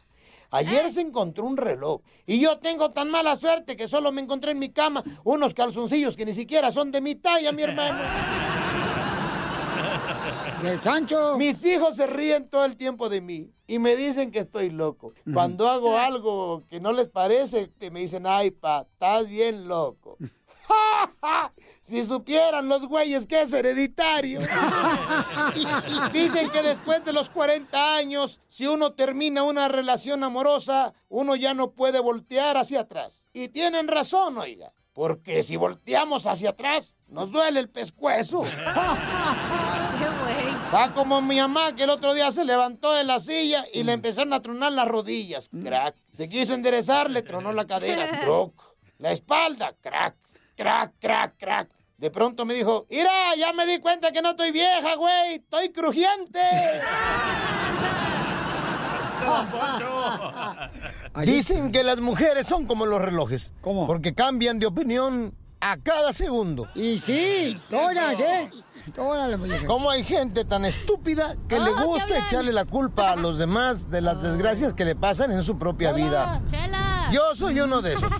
[SPEAKER 13] Ayer se encontró un reloj. Y yo tengo tan mala suerte que solo me encontré en mi cama unos calzoncillos que ni siquiera son de mi talla, mi hermano.
[SPEAKER 4] Del Sancho.
[SPEAKER 3] Mis hijos se ríen todo el tiempo de mí y me dicen que estoy loco. Cuando hago algo que no les parece, te- me dicen, ay, pa, estás bien loco. si supieran los güeyes que es hereditario. Dicen que después de los 40 años, si uno termina una relación amorosa, uno ya no puede voltear hacia atrás. Y tienen razón, oiga. Porque si volteamos hacia atrás, nos duele el pescuezo. Está como mi mamá que el otro día se levantó de la silla y le empezaron a tronar las rodillas. Crack. Se quiso enderezar, le tronó la cadera. Croc. La espalda. Crack. Crack, crack, crack. De pronto me dijo, ¡Ira! Ya me di cuenta que no estoy vieja, güey. Estoy crujiente.
[SPEAKER 13] Dicen que las mujeres son como los relojes. ¿Cómo? Porque cambian de opinión a cada segundo.
[SPEAKER 4] Y sí, todas, ¿eh?
[SPEAKER 13] ¿Cómo hay gente tan estúpida que
[SPEAKER 4] Ah,
[SPEAKER 13] le gusta echarle la culpa a los demás de las desgracias que le pasan en su propia vida? Yo soy uno de esos.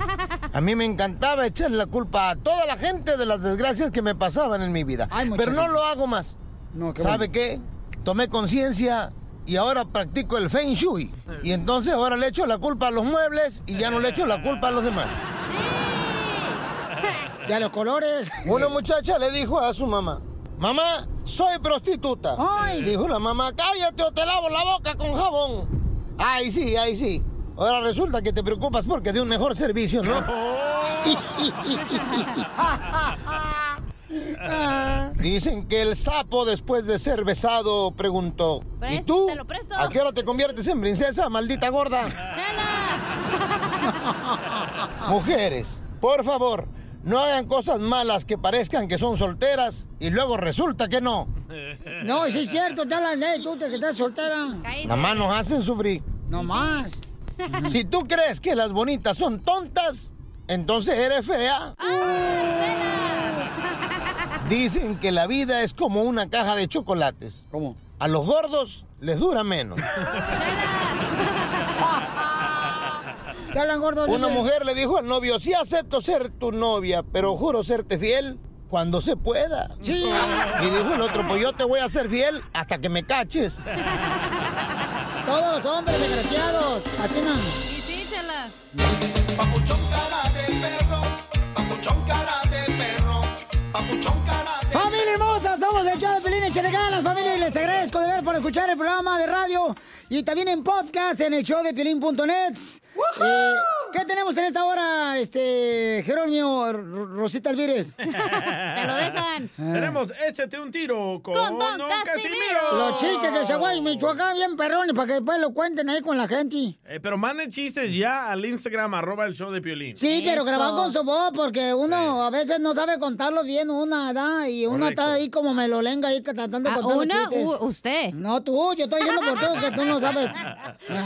[SPEAKER 13] A mí me encantaba echarle la culpa a toda la gente de las desgracias que me pasaban en mi vida. Pero no lo hago más.
[SPEAKER 4] qué
[SPEAKER 13] ¿Sabe
[SPEAKER 4] bueno.
[SPEAKER 13] qué? Tomé conciencia y ahora practico el Feng Shui. Y entonces ahora le echo la culpa a los muebles y ya no le echo la culpa a los demás.
[SPEAKER 4] Y a los colores.
[SPEAKER 13] Una muchacha le dijo a su mamá, mamá, soy prostituta. Dijo la mamá, cállate o te lavo la boca con jabón. Ay, sí, ay, sí. Ahora resulta que te preocupas porque de un mejor servicio, ¿no?
[SPEAKER 4] Oh.
[SPEAKER 13] Dicen que el sapo después de ser besado preguntó, ¿y tú? ¿A qué hora te conviertes en princesa, maldita gorda? Mujeres, por favor, no hagan cosas malas que parezcan que son solteras y luego resulta que no.
[SPEAKER 4] No, sí es cierto, está la ley, tú te que estás soltera.
[SPEAKER 13] Nada más nos hacen sufrir.
[SPEAKER 4] No más.
[SPEAKER 13] Si tú crees que las bonitas son tontas, entonces eres fea. Dicen que la vida es como una caja de chocolates.
[SPEAKER 4] ¿Cómo?
[SPEAKER 13] A los gordos les dura menos.
[SPEAKER 4] ¿Te hablan gordo?
[SPEAKER 13] Una
[SPEAKER 4] dice?
[SPEAKER 13] mujer le dijo al novio, sí acepto ser tu novia, pero juro serte fiel cuando se pueda. Y dijo el otro, pues yo te voy a ser fiel hasta que me caches.
[SPEAKER 4] Todos los hombres desgraciados. Así no.
[SPEAKER 5] Y sí, chela.
[SPEAKER 4] ¡Familia hermosa! Somos el show de Pelín Échale ganas, familia. Y les agradezco de ver por escuchar el programa de radio y también en podcast en el show de Piolín.net. Eh, ¿Qué tenemos en esta hora, este, Jerónimo R- Rosita Alvírez? Ah. Te
[SPEAKER 6] lo
[SPEAKER 4] dejan.
[SPEAKER 6] Tenemos Échate un tiro con,
[SPEAKER 4] Don
[SPEAKER 6] Don Casimiro.
[SPEAKER 4] Los chistes de Chihuahua Michoacán, bien perrones, para que después lo cuenten ahí con la gente.
[SPEAKER 6] Eh, pero manden chistes ya al Instagram, arroba el show de Piolín.
[SPEAKER 4] Sí, pero grabado con su voz, porque uno a veces no sabe contarlos bien, una, ¿verdad? Y uno
[SPEAKER 6] Correcto.
[SPEAKER 4] está ahí como melolenga ahí tratando de
[SPEAKER 5] Ah,
[SPEAKER 4] contar los
[SPEAKER 5] una,
[SPEAKER 4] chistes.
[SPEAKER 5] u- usted.
[SPEAKER 4] No, tú, yo estoy diciendo por tú, que tú no sabes.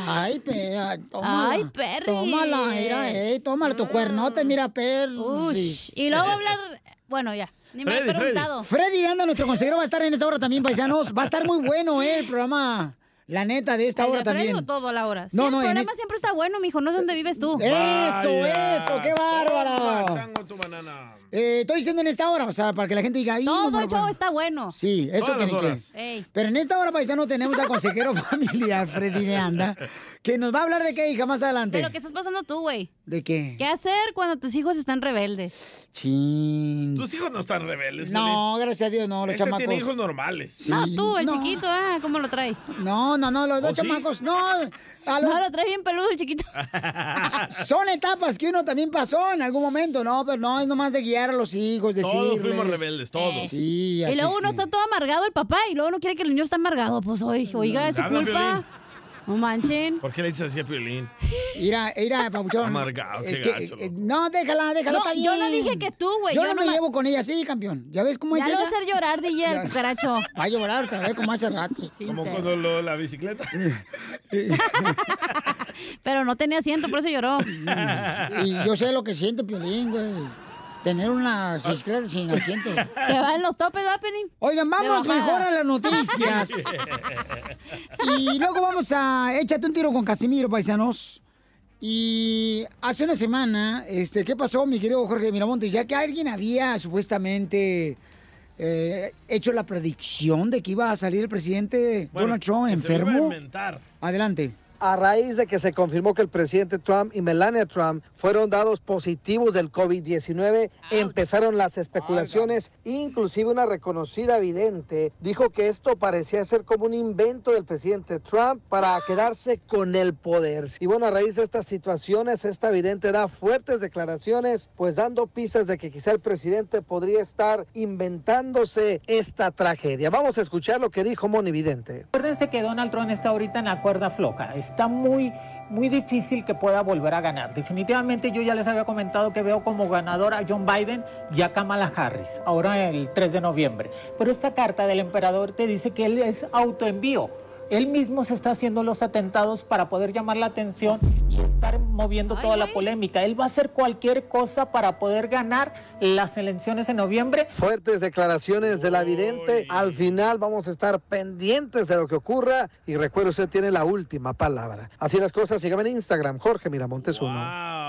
[SPEAKER 4] Ay, pe, ay, tómala.
[SPEAKER 5] Ay, perris.
[SPEAKER 4] Tómala, mira, ey, tómala, tu cuernote, mira, perris. Eh,
[SPEAKER 5] Ush, y luego va a hablar. Bueno, ya. Ni me lo he preguntado.
[SPEAKER 4] Freddy anda, nuestro consejero, va a estar en esta hora también, paisanos. Va a estar muy bueno, eh, el programa. La neta, de esta
[SPEAKER 5] El
[SPEAKER 4] hora
[SPEAKER 5] de Freddy
[SPEAKER 4] también.
[SPEAKER 5] o todo la hora. Sí,
[SPEAKER 4] No,
[SPEAKER 5] el
[SPEAKER 4] no, en
[SPEAKER 5] programa
[SPEAKER 4] este-
[SPEAKER 5] siempre está bueno, mijo. No sé dónde vives tú.
[SPEAKER 4] Eso, eso, qué bárbaro. Eh, estoy diciendo en esta hora, o sea, para que la gente diga. Todo el show está
[SPEAKER 5] bueno.
[SPEAKER 4] Sí, eso
[SPEAKER 5] Todas
[SPEAKER 4] que
[SPEAKER 5] las
[SPEAKER 4] ni qué.
[SPEAKER 5] horas. Ey.
[SPEAKER 4] Pero en esta hora, paisano, tenemos al consejero familiar Freddy de Anda, que nos va a hablar de qué, hija, más adelante.
[SPEAKER 5] De lo que estás pasando tú, güey.
[SPEAKER 4] ¿De qué?
[SPEAKER 5] ¿Qué hacer cuando tus hijos están rebeldes?
[SPEAKER 4] Chin.
[SPEAKER 6] Tus hijos no están rebeldes.
[SPEAKER 4] No, gracias a Dios, no, los
[SPEAKER 6] Este
[SPEAKER 4] chamacos.
[SPEAKER 6] tiene hijos normales.
[SPEAKER 5] No, tú, el chiquito, ah, ¿cómo lo trae?
[SPEAKER 4] No, no, no, los dos
[SPEAKER 6] ¿Oh, sí?
[SPEAKER 4] chamacos, no. A
[SPEAKER 5] No, lo trae bien peludo el chiquito.
[SPEAKER 4] Son etapas que uno también pasó en algún momento, no, pero no, es nomás de guiar a los hijos, decirles.
[SPEAKER 6] Todos fuimos rebeldes, todos.
[SPEAKER 4] Sí,
[SPEAKER 5] Y
[SPEAKER 4] así
[SPEAKER 5] luego
[SPEAKER 4] es
[SPEAKER 5] uno
[SPEAKER 4] que-
[SPEAKER 5] está todo amargado el papá y luego uno quiere que el niño está amargado. Pues oye, oiga, es su
[SPEAKER 6] Habla,
[SPEAKER 5] culpa.
[SPEAKER 6] Piolín.
[SPEAKER 5] No manchen.
[SPEAKER 6] ¿Por qué le dices así a Piolín?
[SPEAKER 4] Mira, mira, papuchón.
[SPEAKER 6] Amargado,
[SPEAKER 4] Es
[SPEAKER 6] qué
[SPEAKER 4] que,
[SPEAKER 6] gacho,
[SPEAKER 4] eh, no, déjala, déjala.
[SPEAKER 5] No,
[SPEAKER 4] está
[SPEAKER 5] yo no
[SPEAKER 4] bien.
[SPEAKER 5] dije que tú, güey,
[SPEAKER 4] Yo,
[SPEAKER 5] yo
[SPEAKER 4] no me
[SPEAKER 5] nomás-
[SPEAKER 4] llevo con ella así, campeón. Ya ves cómo es
[SPEAKER 5] Ya lo
[SPEAKER 4] ella.
[SPEAKER 5] va a hacer llorar, DJ, el cucaracho.
[SPEAKER 4] Va a llorar otra vez como hace rato.
[SPEAKER 6] Como cuando lo- la bicicleta.
[SPEAKER 5] Pero no tenía asiento, por eso lloró.
[SPEAKER 4] Y yo sé lo que siente Piolín, güey. Tener
[SPEAKER 6] Ah.
[SPEAKER 4] una bicicleta sin asiento.
[SPEAKER 5] Se van los topes, ¿verdad, Pelín?
[SPEAKER 4] Oigan, vamos
[SPEAKER 5] De bajada.
[SPEAKER 4] mejor a las noticias. Y luego vamos a échate un tiro con Casimiro, paisanos. Y hace una semana, este, ¿qué pasó, mi querido Jorge Miramontes? Ya que alguien había supuestamente eh, hecho la predicción de que iba a salir el presidente
[SPEAKER 7] Bueno,
[SPEAKER 4] Donald Trump
[SPEAKER 7] que se lo iba a
[SPEAKER 4] enfermo?
[SPEAKER 7] inventar.
[SPEAKER 4] Adelante.
[SPEAKER 7] a raíz de que se confirmó que el presidente Trump y Melania Trump fueron dados positivos del COVID-19, empezaron las especulaciones, inclusive una reconocida vidente dijo que esto parecía ser como un invento del presidente Trump para quedarse con el poder. Y bueno, a raíz de estas situaciones, esta vidente da fuertes declaraciones, pues dando pistas de que quizá el presidente podría estar inventándose esta tragedia. Vamos a escuchar lo que dijo Moni Vidente.
[SPEAKER 20] Acuérdense que Donald Trump está ahorita en la cuerda floja. Está muy, muy difícil que pueda volver a ganar. Definitivamente yo ya les había comentado que veo como ganador a John Biden y a Kamala Harris, ahora el 3 de noviembre. Pero esta carta del emperador te dice que él es autoenvío. Él mismo se está haciendo los atentados para poder llamar la atención y estar moviendo toda la polémica. Él va a hacer cualquier cosa para poder ganar las elecciones en noviembre.
[SPEAKER 7] Fuertes declaraciones de la vidente. Al final vamos a estar pendientes de lo que ocurra. Y recuerde, usted tiene la última palabra. Así las cosas, síganme en Instagram, Jorge Miramontes uno. Eh.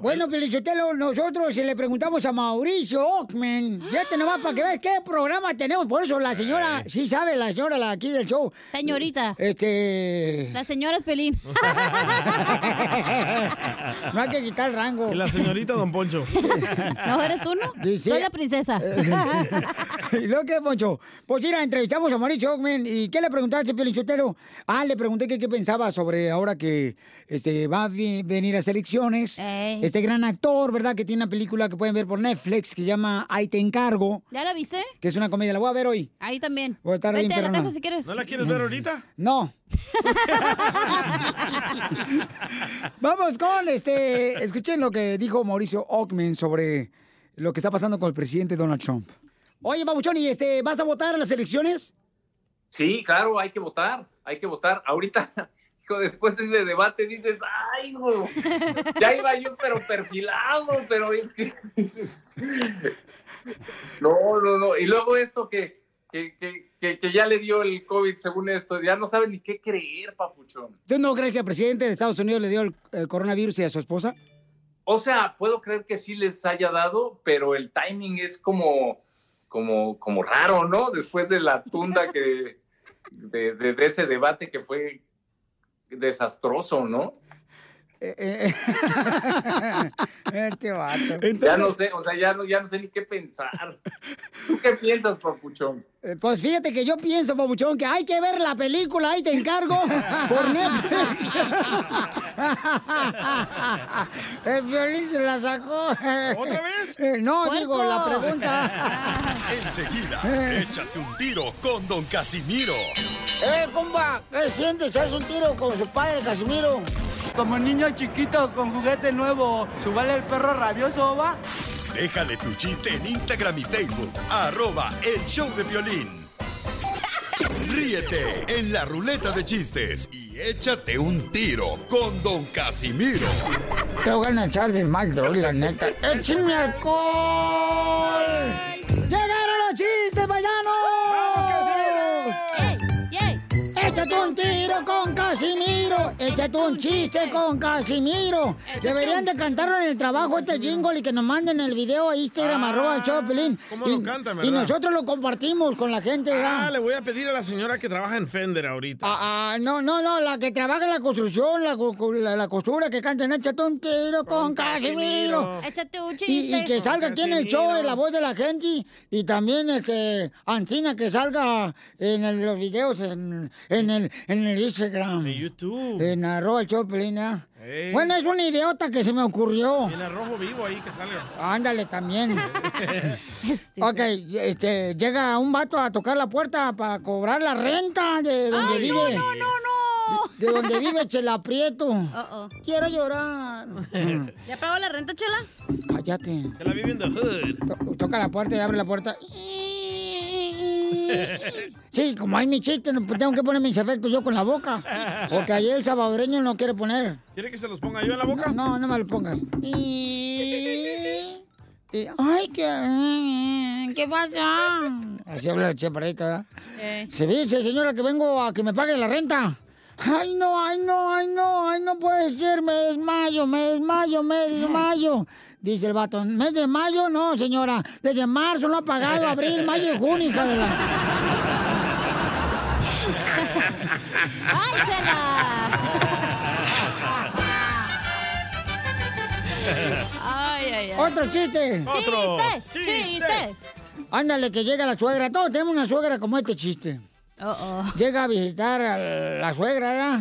[SPEAKER 4] Bueno, Pelichotelo, nosotros le preguntamos a Mauricio Ockman. Fíjate nomás para que veas qué programa tenemos. Por eso la
[SPEAKER 7] Eh.
[SPEAKER 4] señora, sí sabe, la señora la aquí del show. Señorita. Este. La señora es Pelín. no hay que quitar el rango.
[SPEAKER 6] Y la señorita Don Poncho.
[SPEAKER 5] ¿No eres tú, no?
[SPEAKER 4] Dice-
[SPEAKER 5] Soy la princesa.
[SPEAKER 4] Eh, ¿Y luego qué, Poncho? Pues mira, entrevistamos a Mauricio Ockman. ¿Y qué le preguntaste, Pelichotelo? Ah, le pregunté que qué pensaba sobre ahora que este, va a vi- venir a selecciones. Este gran actor, ¿verdad? Que tiene una película que pueden ver por Netflix que se llama Ahí te encargo,
[SPEAKER 5] ¿Ya la viste?
[SPEAKER 4] que es una comedia. La voy a ver hoy.
[SPEAKER 5] Ahí también.
[SPEAKER 4] Voy a estar
[SPEAKER 5] Vete
[SPEAKER 4] bien
[SPEAKER 5] a la
[SPEAKER 4] perrona.
[SPEAKER 5] casa si quieres.
[SPEAKER 6] ¿No la quieres ver ahorita?
[SPEAKER 4] No. Vamos con este. Escuchen lo que dijo Mauricio Ockman sobre lo que está pasando con el presidente Donald Trump. Oye, Mabuchón, ¿y este, vas a votar en las elecciones?
[SPEAKER 21] Sí, claro, hay que votar, hay que votar. Ahorita, hijo, después de ese debate dices, ay, hijo, ya iba yo, pero perfilado, pero es que dices, no, no, no. Y luego esto que, que, que, que- que ya le dio el COVID, según esto, ya no saben ni qué creer, papuchón.
[SPEAKER 4] ¿Tú no crees que al presidente de Estados Unidos le dio el, el coronavirus y a su esposa?
[SPEAKER 21] O sea, puedo creer que sí les haya dado, pero el timing es como, como, como raro, ¿no? Después de la tunda que, de, de- de ese debate que fue desastroso, ¿no?
[SPEAKER 4] Eh, eh, este vato.
[SPEAKER 21] ya no sé, o sea, ya no, ya no sé ni qué pensar. ¿Tú qué piensas, papuchón?
[SPEAKER 4] Eh, Pues fíjate que yo pienso, Pabuchón, que hay que ver la película, ahí te encargo, por Netflix. El violín se la sacó. ¿Otra vez? No, digo, la pregunta.
[SPEAKER 1] Enseguida, échate un tiro con Don Casimiro.
[SPEAKER 4] Eh, compa, ¿qué sientes? ¿Haz un tiro con su padre, Casimiro?
[SPEAKER 12] Como niño chiquito con juguete nuevo, ¿subale el perro rabioso va?
[SPEAKER 1] Déjale tu chiste en Instagram y Facebook, arroba el show de violín. Ríete en la ruleta de chistes y échate un tiro con Don Casimiro.
[SPEAKER 4] Te voy a echar de mal, droga, la neta. ¡Échame alcohol! ¡Llegaron los chistes, paisanos! Échate un tiro con Casimiro, échate un chiste con Casimiro. Deberían de cantarlo en el trabajo este jingle y que nos manden el video a Instagram,
[SPEAKER 6] Ah,
[SPEAKER 4] arroba el show de Piolín.
[SPEAKER 6] ¿cómo
[SPEAKER 4] y,
[SPEAKER 6] lo cantan,
[SPEAKER 4] Y
[SPEAKER 6] verdad?
[SPEAKER 4] nosotros lo compartimos con la gente, ¿verdad?
[SPEAKER 6] Ah, le voy a pedir a la señora que trabaja en Fender ahorita.
[SPEAKER 4] Ah, ah, no, no, no, la que trabaja en la construcción, la, cu- cu- la, la costura, que canten, échate un tiro con, Casimiro.
[SPEAKER 5] Échate un chiste.
[SPEAKER 4] Y, y que salga aquí en el show en la voz de la gente y también este Ancina que salga en el- los videos en, en el, en el Instagram. En
[SPEAKER 6] YouTube.
[SPEAKER 4] En arroba el show de Piolín, ¿ah?
[SPEAKER 6] Ey.
[SPEAKER 4] Bueno, es un idiota que se me ocurrió.
[SPEAKER 6] Tiene rojo vivo ahí que salga.
[SPEAKER 4] Ándale también. ok, este, llega un vato a tocar la puerta para cobrar la renta de donde
[SPEAKER 3] Ay,
[SPEAKER 4] vive.
[SPEAKER 3] no,
[SPEAKER 4] no, no, no. De donde vive Chelaprieto. Quiero llorar.
[SPEAKER 5] ¿Ya pagó la renta, Chela?
[SPEAKER 4] Cállate.
[SPEAKER 6] Se la vive en the hood.
[SPEAKER 4] Toca la puerta y abre la puerta. Eh, Sí, como hay mi chiste, no, pues tengo que poner mis efectos yo con la boca. Porque ayer el salvadoreño no quiere poner.
[SPEAKER 6] ¿Quiere que se los ponga yo en la boca?
[SPEAKER 4] No, no, no me lo pongas. Y- y- ay, eh, qué, qué pasa. Así habla el chaparrito, ¿verdad? Se dice, señora, que vengo a que me pague la renta. Ay, no, ay, no, ay, no, ay, no puede ser, me desmayo, me desmayo, me desmayo. Dice el vato, mes de mayo no, señora. Desde marzo no ha pagado, abril, mayo y junio, hija de la...
[SPEAKER 3] ¡Ay, chela!
[SPEAKER 5] Ay, ay, ay.
[SPEAKER 4] Otro chiste.
[SPEAKER 5] Otro. Chiste, chiste.
[SPEAKER 4] Ándale, que llega la suegra. Todos tenemos una suegra como este chiste. Llega a visitar a la suegra, ¿verdad?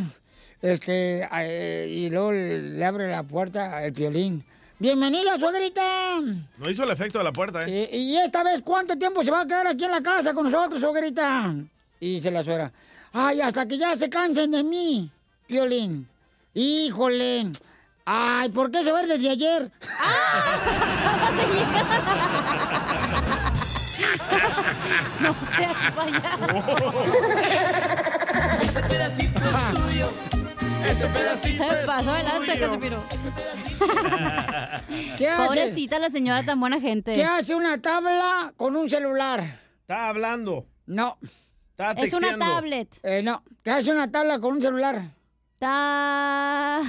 [SPEAKER 4] Este, a- eh, y luego le abre la puerta al violín. Bienvenida, suegrita.
[SPEAKER 6] No hizo el efecto de la puerta, ¿eh?
[SPEAKER 4] Y, y esta vez cuánto tiempo se va a quedar aquí en la casa con nosotros, suegrita? Y dice la suegra, ay, hasta que ya se cansen de mí, Piolín. Híjole, ay, ¿por qué se va desde ayer?
[SPEAKER 3] No seas payaso. Este pedacito es tuyo. Este pedacito
[SPEAKER 5] Se
[SPEAKER 3] es
[SPEAKER 5] pasó
[SPEAKER 4] Este
[SPEAKER 5] adelante,
[SPEAKER 3] tuyo.
[SPEAKER 5] Casimiro.
[SPEAKER 4] ¿Qué hace?
[SPEAKER 5] Pobrecita la señora, tan buena gente.
[SPEAKER 4] ¿Qué hace una tabla con un celular?
[SPEAKER 6] Está hablando.
[SPEAKER 4] No.
[SPEAKER 6] Está
[SPEAKER 5] Es una texteando. tablet.
[SPEAKER 4] Eh, no. ¿Qué hace una tabla con un celular?
[SPEAKER 5] Está...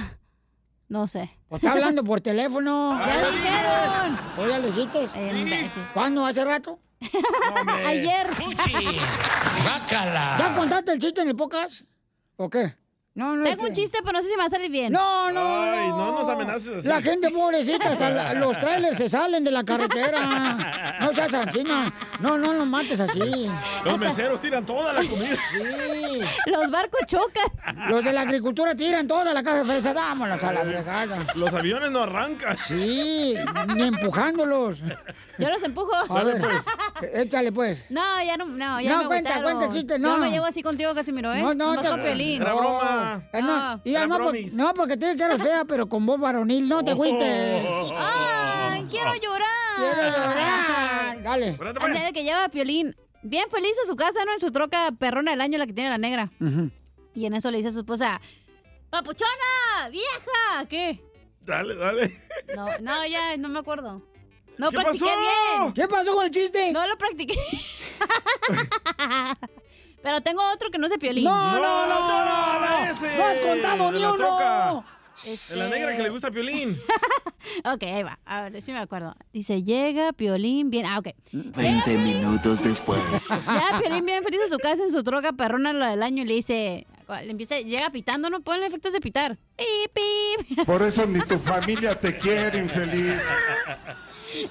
[SPEAKER 5] No sé.
[SPEAKER 4] O está hablando por teléfono.
[SPEAKER 5] ¡Ya lo dijeron!
[SPEAKER 4] ¿O ya lo dijiste? ¿Cuándo? ¿Hace rato?
[SPEAKER 5] Ayer.
[SPEAKER 3] ¡Bácala!
[SPEAKER 4] ¿Ya contaste el chiste en el podcast? ¿O qué? No, no.
[SPEAKER 5] Tengo un chiste, pero no sé si me va a salir bien.
[SPEAKER 4] No, no.
[SPEAKER 6] Ay, no nos amenaces así.
[SPEAKER 4] La gente pobrecita, hasta la- los trailers se salen de la carretera. No seas así, no. No, no los mates así.
[SPEAKER 6] Los meseros tiran toda la comida.
[SPEAKER 4] Los barcos chocan. Los de la agricultura tiran toda la caja de fresa. Dámonos a la fregada.
[SPEAKER 6] Los aviones no arrancan.
[SPEAKER 4] Sí, ni empujándolos.
[SPEAKER 5] Yo los empujo.
[SPEAKER 4] A ver, échale pues.
[SPEAKER 5] No, ya no, no, ya
[SPEAKER 4] No,
[SPEAKER 5] me
[SPEAKER 4] cuenta,
[SPEAKER 5] agüitaron.
[SPEAKER 4] cuenta el chiste, no.
[SPEAKER 5] Yo me llevo así contigo, Casimiro, ¿eh?
[SPEAKER 4] No, no,
[SPEAKER 5] Nomás
[SPEAKER 4] te-
[SPEAKER 5] con Ah. Piolín.
[SPEAKER 4] No, eh, No, y ya no, por- no, porque te que eres fea, pero con voz varonil, no te agüites.
[SPEAKER 6] Ah.
[SPEAKER 5] ¡Ay, quiero llorar!
[SPEAKER 4] Quiero llorar. Dale.
[SPEAKER 5] El día de que lleva a Piolín, bien feliz a su casa, ¿no? En su troca perrona del año, la que tiene la negra. Y en eso le dice a su esposa, ¡Papuchona, vieja! ¿Qué?
[SPEAKER 6] Dale, dale.
[SPEAKER 5] No, no, ya no me acuerdo. No
[SPEAKER 6] ¿Qué
[SPEAKER 5] practiqué
[SPEAKER 6] pasó?
[SPEAKER 5] bien.
[SPEAKER 4] ¿Qué pasó con el chiste?
[SPEAKER 5] No lo practiqué. Pero tengo otro que no es de Piolín.
[SPEAKER 4] No, no, no, no, no, no.
[SPEAKER 6] ese.
[SPEAKER 4] No has contado
[SPEAKER 6] De
[SPEAKER 4] ni
[SPEAKER 6] la
[SPEAKER 4] uno.
[SPEAKER 6] troca.
[SPEAKER 5] Este-
[SPEAKER 6] En la negra que le gusta a Piolín.
[SPEAKER 5] Ok, ahí va. A ver, sí me acuerdo. Dice, llega Piolín bien... Ah, ok.
[SPEAKER 22] 20 minutos después.
[SPEAKER 5] Ya, Piolín bien feliz a su casa en su troca perrona lo del año y le dice... Le empieza, llega pitando, no ponen efectos de pitar. Pip, pip.
[SPEAKER 23] Por eso ni tu familia te quiere, infeliz.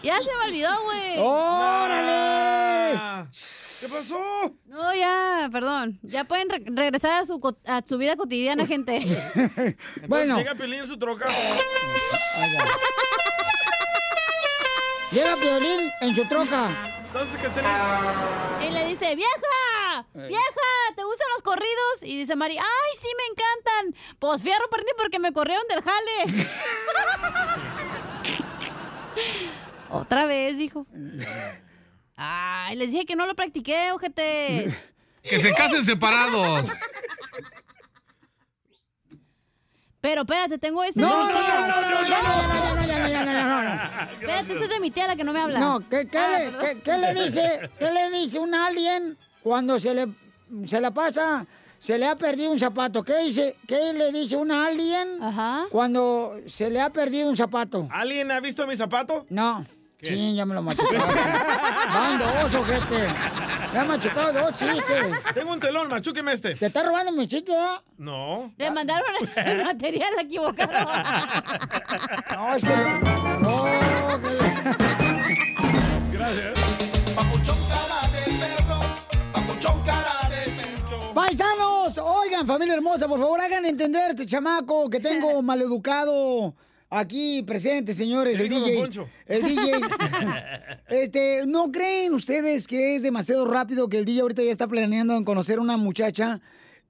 [SPEAKER 5] Ya se me olvidó, güey.
[SPEAKER 23] ¡Órale!
[SPEAKER 6] ¿Qué pasó?
[SPEAKER 5] No, ya, perdón. Ya pueden re- regresar a su, co- a su vida cotidiana, gente.
[SPEAKER 6] Bueno. Llega Piolín en su troca.
[SPEAKER 4] Llega Piolín en su troca.
[SPEAKER 6] Entonces, Cachanilla.
[SPEAKER 5] Y le dice, vieja,
[SPEAKER 4] Eh.
[SPEAKER 5] vieja, ¿te gustan los corridos? Y dice Mari, ay, sí, me encantan. Pues fierro perdí porque me corrieron del jale. Otra vez, dijo. Ay, les dije que no lo practiqué, ojete.
[SPEAKER 24] Que se casen separados.
[SPEAKER 5] Pero espérate, tengo este.
[SPEAKER 4] No,
[SPEAKER 5] de mi
[SPEAKER 4] no,
[SPEAKER 5] tía.
[SPEAKER 4] no, no, no, no, ya, ya, ya, ya, ya, ya, ya, ya, ya, ya.
[SPEAKER 5] Espérate, este es de mi tía la que no me habla.
[SPEAKER 4] No, ¿qué, qué,
[SPEAKER 5] Ah,
[SPEAKER 4] le-
[SPEAKER 5] perdón.
[SPEAKER 4] qué- qué le dice, qué le dice un alien cuando se le se la pasa, se le ha perdido un zapato? ¿Qué dice, qué le dice un alien cuando se le ha perdido un zapato?
[SPEAKER 6] ¿Alguien ha visto mi zapato?
[SPEAKER 4] No. Sí, ya me lo machucaron. Van dos, ojete. Me ha machucado dos chistes.
[SPEAKER 6] Tengo un telón, machúqueme este.
[SPEAKER 4] Te está robando mi ¿eh? chiste, ¿verdad?
[SPEAKER 6] No.
[SPEAKER 5] Le mandaron el material equivocado.
[SPEAKER 4] No, es que... No,
[SPEAKER 6] Gracias.
[SPEAKER 4] Paisanos, oigan, familia hermosa, por favor, hagan entender este chamaco que tengo maleducado aquí presente, señores,
[SPEAKER 3] ¿Qué
[SPEAKER 4] el
[SPEAKER 3] dijo
[SPEAKER 4] DJ.
[SPEAKER 3] don Poncho?
[SPEAKER 4] El DJ. este, ¿no creen ustedes que es demasiado rápido que el DJ ahorita ya está planeando en conocer una muchacha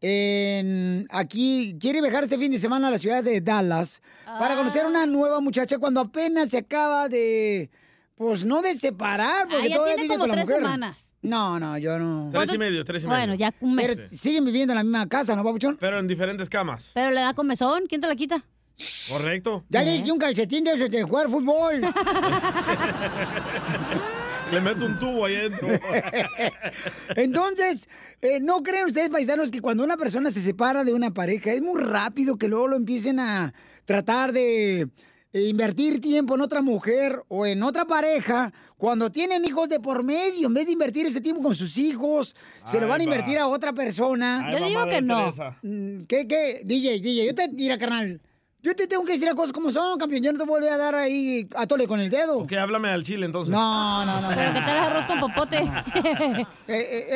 [SPEAKER 4] en aquí quiere viajar este fin de semana a la ciudad de Dallas para conocer
[SPEAKER 5] Ah.
[SPEAKER 4] una nueva muchacha cuando apenas se acaba de pues no de separar porque
[SPEAKER 5] Ah, ya
[SPEAKER 4] todavía
[SPEAKER 5] tiene
[SPEAKER 4] vive
[SPEAKER 5] como
[SPEAKER 4] con la
[SPEAKER 5] tres
[SPEAKER 4] mujer.
[SPEAKER 5] semanas.
[SPEAKER 4] No, no, yo no.
[SPEAKER 6] Tres y medio, tres y medio.
[SPEAKER 5] Bueno, ya un mes.
[SPEAKER 4] Pero siguen viviendo en la misma casa, ¿no, papuchón?
[SPEAKER 6] Pero en diferentes camas.
[SPEAKER 5] Pero le da comezón, ¿quién te la quita?
[SPEAKER 6] ¿Correcto?
[SPEAKER 4] Ya le dije un calcetín de esos de jugar fútbol.
[SPEAKER 6] Le meto un tubo ahí adentro.
[SPEAKER 4] Entonces, eh, ¿no creen ustedes, paisanos, que cuando una persona se separa de una pareja es muy rápido que luego lo empiecen a tratar de invertir tiempo en otra mujer o en otra pareja cuando tienen hijos de por medio. En vez de invertir ese tiempo con sus hijos, se lo
[SPEAKER 5] Ahí
[SPEAKER 4] van a
[SPEAKER 5] va.
[SPEAKER 4] invertir a otra persona.
[SPEAKER 5] Ahí Yo va digo Madre que no. Teresa.
[SPEAKER 4] Mm, ¿Qué, qué? DJ, DJ, yo te diré, carnal. Yo te tengo que decir las cosas como son, campeón. Yo no te voy a dar ahí a tole con el dedo.
[SPEAKER 6] Que háblame al chile entonces.
[SPEAKER 4] No, no, no. Pero que te hagas arroz con popote. Eh,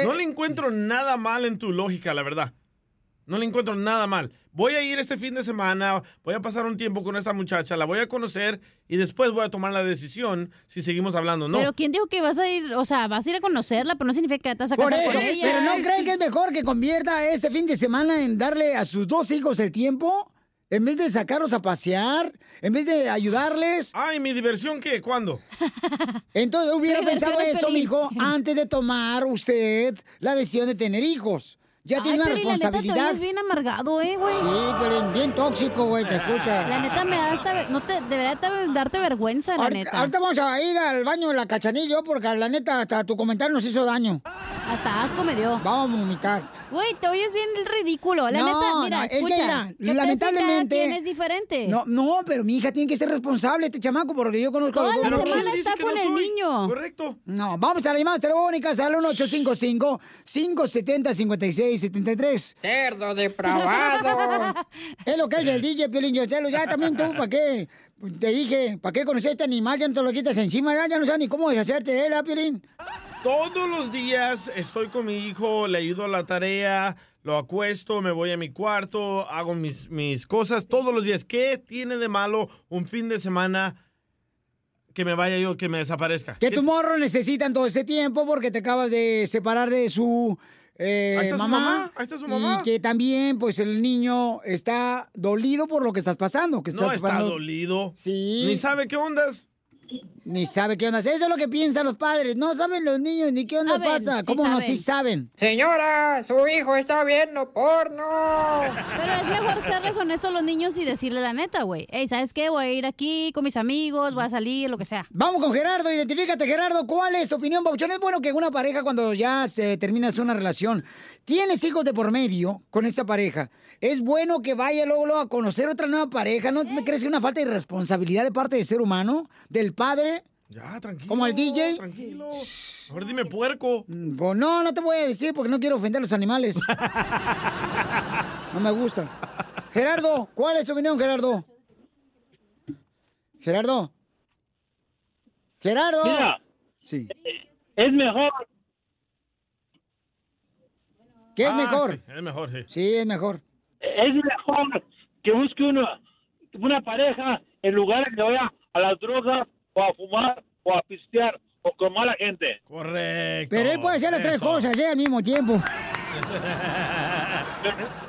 [SPEAKER 6] no le encuentro nada mal en tu lógica, la verdad. No le encuentro nada mal. Voy a ir este fin de semana, voy a pasar un tiempo con esta muchacha, la voy a conocer y después voy a tomar la decisión si seguimos hablando o no.
[SPEAKER 5] Pero ¿quién dijo que vas a ir? O sea, vas a ir a conocerla, pero no significa que te vas a
[SPEAKER 4] Por
[SPEAKER 5] casar
[SPEAKER 4] eso,
[SPEAKER 5] con ella.
[SPEAKER 4] pero ¿no creen que es mejor que convierta este fin de semana en darle a sus dos hijos el tiempo? En vez de sacarlos a pasear, en vez de ayudarles.
[SPEAKER 6] Ay, mi diversión, ¿qué? ¿Cuándo?
[SPEAKER 4] Entonces hubiera
[SPEAKER 6] Tu diversión
[SPEAKER 4] pensado
[SPEAKER 6] es
[SPEAKER 4] eso,
[SPEAKER 6] pedir.
[SPEAKER 4] mijo, antes de tomar usted la decisión de tener hijos. Ya tiene una
[SPEAKER 5] Ay, Piolín, La neta,
[SPEAKER 4] responsabilidad.
[SPEAKER 5] te oyes bien amargado, eh, güey.
[SPEAKER 4] Sí, pero bien tóxico, güey, te escucha.
[SPEAKER 5] La neta me da hasta... No te... Debería te- darte vergüenza, la
[SPEAKER 4] ahorita,
[SPEAKER 5] neta.
[SPEAKER 4] ahorita vamos a ir al baño de la cachanillo porque la neta hasta tu comentario nos hizo daño.
[SPEAKER 5] Hasta asco me dio.
[SPEAKER 4] Vamos a vomitar.
[SPEAKER 5] Güey, te oyes bien ridículo. La
[SPEAKER 4] No,
[SPEAKER 5] neta, mira,
[SPEAKER 4] no, es que
[SPEAKER 5] escucha.
[SPEAKER 4] mira,
[SPEAKER 5] ¿qué tal si cada
[SPEAKER 4] lamentablemente-
[SPEAKER 5] quien es diferente.
[SPEAKER 4] No, no, pero mi hija tiene que ser responsable, este chamaco, porque yo conozco
[SPEAKER 5] Toda
[SPEAKER 4] los
[SPEAKER 5] la
[SPEAKER 4] dos.
[SPEAKER 5] semana ¿Quién pues dice está que no con el soy? niño.
[SPEAKER 6] Correcto.
[SPEAKER 4] No, vamos a las llamadas telefónicas al 1-855-570-5673.
[SPEAKER 25] Cerdo depravado.
[SPEAKER 4] es lo que es el DJ, Piolín Yotelo. Ya también tú, ¿para qué? Pues Te dije, ¿para qué conoces este animal? Ya no te lo quitas encima, ya, ya no sabes ni cómo deshacerte de él, ¿ah, Piolín?
[SPEAKER 6] Todos los días estoy con mi hijo, le ayudo a la tarea, lo acuesto, me voy a mi cuarto, hago mis, mis cosas todos los días. ¿Qué tiene de malo un fin de semana que me vaya yo, que me desaparezca?
[SPEAKER 4] Que tu morro necesitan todo ese tiempo porque te acabas de separar de su eh,
[SPEAKER 6] Ahí está su
[SPEAKER 4] mamá.
[SPEAKER 6] mamá, ahí está su mamá.
[SPEAKER 4] Y que también, pues, el niño está dolido por lo que estás pasando. Que
[SPEAKER 6] No
[SPEAKER 4] estás
[SPEAKER 6] está
[SPEAKER 4] separando-
[SPEAKER 6] dolido.
[SPEAKER 4] Sí.
[SPEAKER 6] Ni sabe qué ondas.
[SPEAKER 4] Ni sabe qué onda. Eso es lo que piensan los padres. No saben los niños ni qué onda
[SPEAKER 25] Saben,
[SPEAKER 4] pasa.
[SPEAKER 25] sí
[SPEAKER 4] ¿Cómo no?
[SPEAKER 25] saben.
[SPEAKER 4] Sí saben.
[SPEAKER 25] Señora, su hijo está viendo porno.
[SPEAKER 5] Pero es mejor serles honestos a los niños y decirle la neta, güey. Ey, ¿sabes qué? Voy a ir aquí con mis amigos, voy a salir, lo que sea.
[SPEAKER 4] Vamos con Gerardo. Identifícate, Gerardo. ¿Cuál es tu opinión, Bauchón? Es bueno que una pareja, cuando ya se termina una relación, tienes hijos de por medio con esa pareja. Es bueno que vaya luego, luego a conocer otra nueva pareja. ¿No te crees que es una falta de responsabilidad de parte del ser humano, del padre?
[SPEAKER 6] Ya, tranquilo.
[SPEAKER 4] ¿Como el DJ?
[SPEAKER 6] Tranquilo. Ahora dime puerco.
[SPEAKER 4] Pues no, no te voy a decir porque no quiero ofender a los animales. No me gusta. Gerardo, ¿cuál es tu opinión, Gerardo? Gerardo. Gerardo.
[SPEAKER 3] Mira.
[SPEAKER 4] Sí.
[SPEAKER 25] Es mejor.
[SPEAKER 4] ¿Qué es
[SPEAKER 25] Ah,
[SPEAKER 4] mejor?
[SPEAKER 25] sí,
[SPEAKER 6] es mejor, sí.
[SPEAKER 4] es mejor.
[SPEAKER 25] Es mejor que busque una, una pareja en lugar de que vaya a las drogas o a fumar o a pistear o con mala gente.
[SPEAKER 6] Correcto.
[SPEAKER 4] Pero él puede hacer las tres
[SPEAKER 25] eso.
[SPEAKER 4] cosas ¿eh? al mismo tiempo.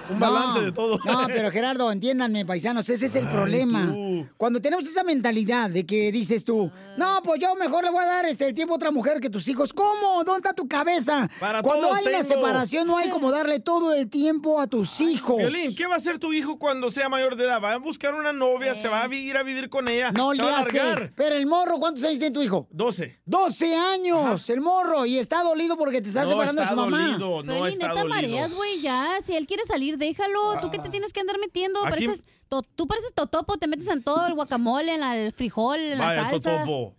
[SPEAKER 6] Un balance de todo.
[SPEAKER 4] No, pero Gerardo, entiéndanme, paisanos, ese es el problema. Cuando tenemos esa mentalidad de que dices tú, no, pues yo mejor le voy a dar este, el tiempo a otra mujer que tus hijos. ¿Cómo? ¿Dónde está tu cabeza?
[SPEAKER 6] Para
[SPEAKER 4] Cuando
[SPEAKER 6] todos
[SPEAKER 4] hay una
[SPEAKER 6] tengo.
[SPEAKER 4] separación no hay como darle todo el tiempo a tus hijos.
[SPEAKER 6] Violín, ¿qué va a hacer tu hijo cuando sea mayor de edad? Va a buscar una novia, se va a vi- ir a vivir con ella.
[SPEAKER 4] No
[SPEAKER 6] se
[SPEAKER 4] le
[SPEAKER 6] va a
[SPEAKER 4] hace.
[SPEAKER 6] largar.
[SPEAKER 4] Pero el morro, ¿cuántos años tiene tu hijo?
[SPEAKER 6] 12.
[SPEAKER 4] 12 años, el morro. Y está dolido porque te está
[SPEAKER 6] No,
[SPEAKER 4] separando de
[SPEAKER 6] está
[SPEAKER 4] su mamá.
[SPEAKER 6] dolido, no
[SPEAKER 5] Piolín,
[SPEAKER 6] está
[SPEAKER 5] neta
[SPEAKER 6] dolido.
[SPEAKER 5] mareas, güey, ya. Si él quiere salir, déjalo. ¿Tú
[SPEAKER 6] Ah.
[SPEAKER 5] qué te tienes que andar metiendo?
[SPEAKER 6] Aquí-
[SPEAKER 5] Pareces to- tú pareces totopo, te metes en todo, el guacamole, en la- el frijol, en la
[SPEAKER 6] Vaya,
[SPEAKER 5] salsa.
[SPEAKER 6] Totopo.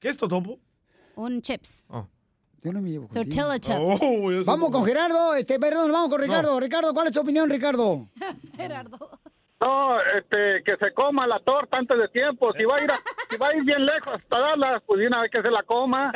[SPEAKER 6] ¿Qué es Totopo?
[SPEAKER 5] Un chips.
[SPEAKER 4] Yo no me llevo
[SPEAKER 5] contigo. Tortilla chips.
[SPEAKER 6] Oh, eso-
[SPEAKER 4] Vamos con Gerardo, este, perdón, vamos con Ricardo.
[SPEAKER 11] No.
[SPEAKER 4] Ricardo, ¿cuál es tu opinión, Ricardo?
[SPEAKER 11] No, este, que se coma la torta antes de tiempo. Si va a ir, a- si va a ir bien lejos hasta Dallas, pues de una vez que se la coma.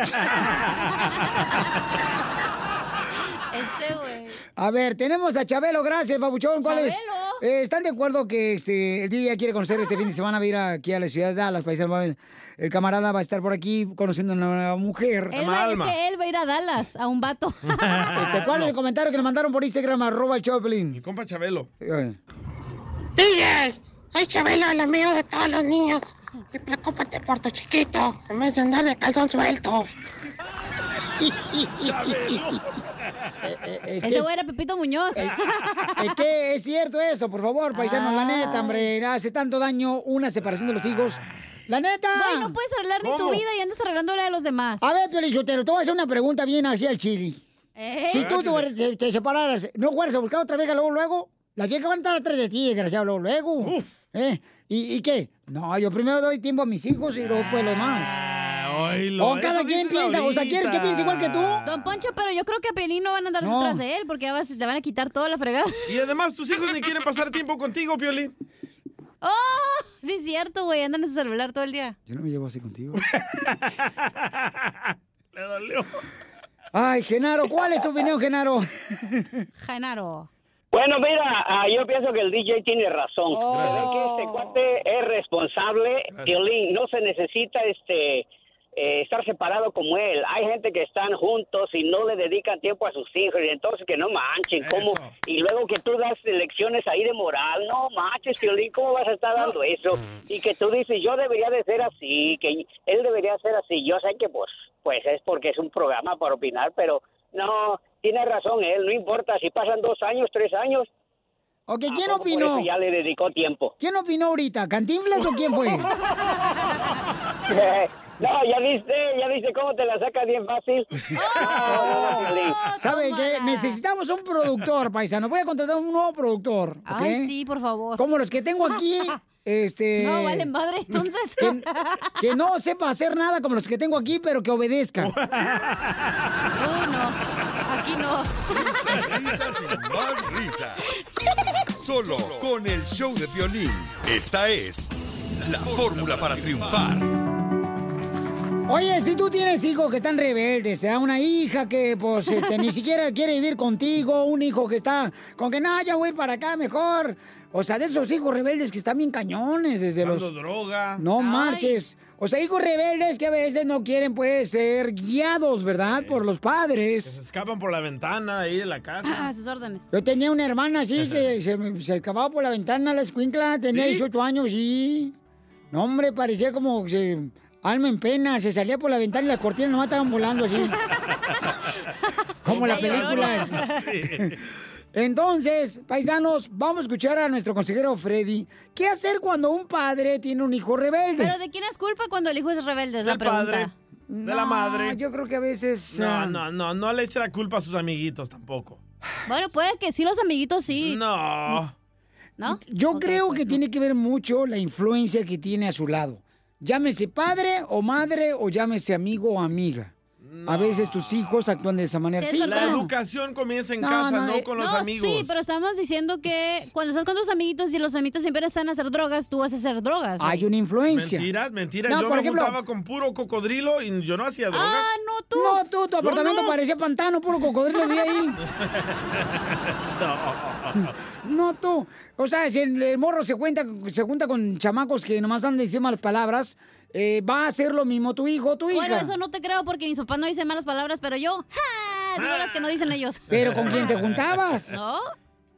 [SPEAKER 5] Este, güey.
[SPEAKER 4] A ver, tenemos a Chabelo, gracias, Babuchón. ¿Cuál es?
[SPEAKER 5] Chabelo.
[SPEAKER 4] Eh, ¿Están de acuerdo que este, el DJ quiere conocer este fin de semana? Va a ir aquí a la ciudad de Dallas, paisanos. Va a- El camarada va a estar por aquí conociendo a una nueva mujer.
[SPEAKER 5] Él va, es que él va a ir a Dallas, a un vato.
[SPEAKER 4] Este, ¿Cuál es el comentario que nos mandaron por Instagram, arroba el Choplin? El
[SPEAKER 6] compa Chabelo.
[SPEAKER 13] DJ, soy Chabelo, el amigo de todos los niños. Y preocúpate por tu chiquito, en vez de andar de calzón suelto.
[SPEAKER 4] Eh,
[SPEAKER 5] Ese güey era Pepito Muñoz.
[SPEAKER 4] Es que es cierto eso, por favor, paisanos, la
[SPEAKER 5] Ah.
[SPEAKER 4] neta, hombre, hace tanto daño una separación de los hijos. La neta.
[SPEAKER 5] Güey, no puedes arreglar ni tu
[SPEAKER 4] ¿Cómo?
[SPEAKER 5] vida y andas arreglando la de los demás.
[SPEAKER 4] A ver, Piolichotero, te voy a hacer una pregunta bien así al chili.
[SPEAKER 5] Ey.
[SPEAKER 4] Si tú te, te- te separaras, ¿no fueras a buscar otra vieja luego, luego? Las viejas van a estar atrás de ti, desgraciado, luego. luego. ¿Eh? ¿Y, y qué? No, yo primero doy tiempo a mis hijos y luego pues lo más.
[SPEAKER 6] Oílo,
[SPEAKER 4] O cada
[SPEAKER 6] eso
[SPEAKER 4] quien
[SPEAKER 6] dices
[SPEAKER 4] piensa, o sea, ¿quieres que
[SPEAKER 6] ahorita.
[SPEAKER 4] piense igual que tú?
[SPEAKER 5] Don Poncho, pero yo creo que a Pelín no van a andar
[SPEAKER 6] No.
[SPEAKER 5] detrás de él porque ya vas- le van a quitar toda la fregada.
[SPEAKER 6] Y además tus hijos ni quieren pasar tiempo contigo, Piolín.
[SPEAKER 5] ¡Oh! Sí, es cierto, güey. Andan en su celular todo el día.
[SPEAKER 4] Yo no me llevo así contigo.
[SPEAKER 6] Le dolió.
[SPEAKER 4] Ay, Genaro, ¿cuál es tu opinión, Genaro?
[SPEAKER 5] Janaro.
[SPEAKER 26] Bueno, mira, ah, yo pienso que el DJ tiene razón. Se ve que este cuate es responsable. Piolín, no se necesita este eh, estar separado como él. Hay gente que están juntos y no le dedican tiempo a sus hijos. Y entonces que no manchen. ¿cómo? Y luego que tú das lecciones ahí de moral. No manches, Piolín, ¿cómo vas a estar dando eso?
[SPEAKER 4] Mm.
[SPEAKER 26] Y que tú dices, yo debería de ser así, que él debería ser así. Yo sé que pues, pues es porque es un programa para opinar, pero no, tiene razón él. No importa si pasan dos años, tres años. Ah,
[SPEAKER 4] Ok,
[SPEAKER 26] ¿quién
[SPEAKER 4] opinó?
[SPEAKER 26] ya le dedicó tiempo.
[SPEAKER 4] ¿Quién opinó ahorita? ¿Cantinflas o quién fue?
[SPEAKER 26] no, ya viste, ya viste cómo te la saca bien fácil. No, no, no, Piolín.
[SPEAKER 4] ¿Saben qué? Necesitamos un productor, paisano. Voy a contratar un nuevo productor. ¿ok?
[SPEAKER 5] Ay, sí, por favor.
[SPEAKER 4] Como los que tengo aquí. Este,
[SPEAKER 5] No, vale madre, entonces.
[SPEAKER 4] Que, que no sepa hacer nada como los que tengo aquí, pero que obedezca.
[SPEAKER 5] Aquí no.
[SPEAKER 1] Risas y más risas. Solo con el show de violín. Esta es la fórmula para triunfar.
[SPEAKER 4] Oye, si tú tienes hijos que están rebeldes, sea una hija que pues este, ni siquiera quiere vivir contigo, un hijo que está con que nada, ya voy a ir para acá mejor. O sea, de esos hijos rebeldes que están bien cañones desde
[SPEAKER 6] Dando
[SPEAKER 4] los...
[SPEAKER 6] droga.
[SPEAKER 4] No marches. O sea, hijos rebeldes que a veces no quieren pues ser guiados, ¿verdad? Por los padres.
[SPEAKER 6] Escapan por la ventana ahí de la casa.
[SPEAKER 5] Ah, sus órdenes.
[SPEAKER 4] Yo tenía una hermana así que se, me- se acababa por la ventana la escuincla, tenía
[SPEAKER 6] ¿Sí?
[SPEAKER 4] 18 años y... No, hombre, parecía como que se- alma en pena, se salía por la ventana y las cortinas nomás estaban volando así. como las películas. Entonces, paisanos, vamos a escuchar a nuestro consejero Freddy. ¿Qué hacer cuando un padre tiene un hijo rebelde?
[SPEAKER 5] Pero ¿de quién es culpa cuando el hijo es rebelde? Es la
[SPEAKER 6] Del padre,
[SPEAKER 5] pregunta.
[SPEAKER 6] de la madre.
[SPEAKER 4] Yo creo que a veces.
[SPEAKER 6] No,
[SPEAKER 4] ah,
[SPEAKER 6] no, no, no le eche la culpa a sus amiguitos tampoco.
[SPEAKER 5] Bueno, puede que sí, los amiguitos sí.
[SPEAKER 6] No.
[SPEAKER 5] ¿No?
[SPEAKER 4] Yo creo que tiene que ver mucho la influencia que tiene a su lado. Llámese padre o madre o llámese amigo o amiga. A veces tus hijos actúan de esa manera. Sí,
[SPEAKER 6] la
[SPEAKER 4] claro.
[SPEAKER 6] educación comienza en
[SPEAKER 4] No,
[SPEAKER 6] casa,
[SPEAKER 4] no,
[SPEAKER 6] no,
[SPEAKER 4] eh,
[SPEAKER 6] con los
[SPEAKER 5] no,
[SPEAKER 6] amigos.
[SPEAKER 5] sí, pues, pero estamos diciendo que cuando estás con tus amiguitos y los amiguitos siempre están a hacer drogas, tú vas a hacer drogas. güey.
[SPEAKER 4] Hay una influencia.
[SPEAKER 6] Mentiras, mentiras.
[SPEAKER 4] No,
[SPEAKER 6] yo
[SPEAKER 4] por
[SPEAKER 6] me
[SPEAKER 4] ejemplo-
[SPEAKER 6] juntaba con puro cocodrilo y yo no hacía droga.
[SPEAKER 5] Ah, no tú.
[SPEAKER 4] No, tú, tu
[SPEAKER 6] Yo
[SPEAKER 4] apartamento
[SPEAKER 6] no.
[SPEAKER 4] parecía pantano, puro cocodrilo vi ahí. No tú. O sea, si el, el morro se cuenta, se junta con chamacos que nomás andan diciendo malas palabras, eh, va a hacer lo mismo tu hijo o tu hija.
[SPEAKER 5] Bueno, eso no te creo porque mis papás no dicen malas palabras, pero yo ¡ja! digo las que no dicen ellos.
[SPEAKER 4] Pero ¿con quién te juntabas?
[SPEAKER 5] ¿No?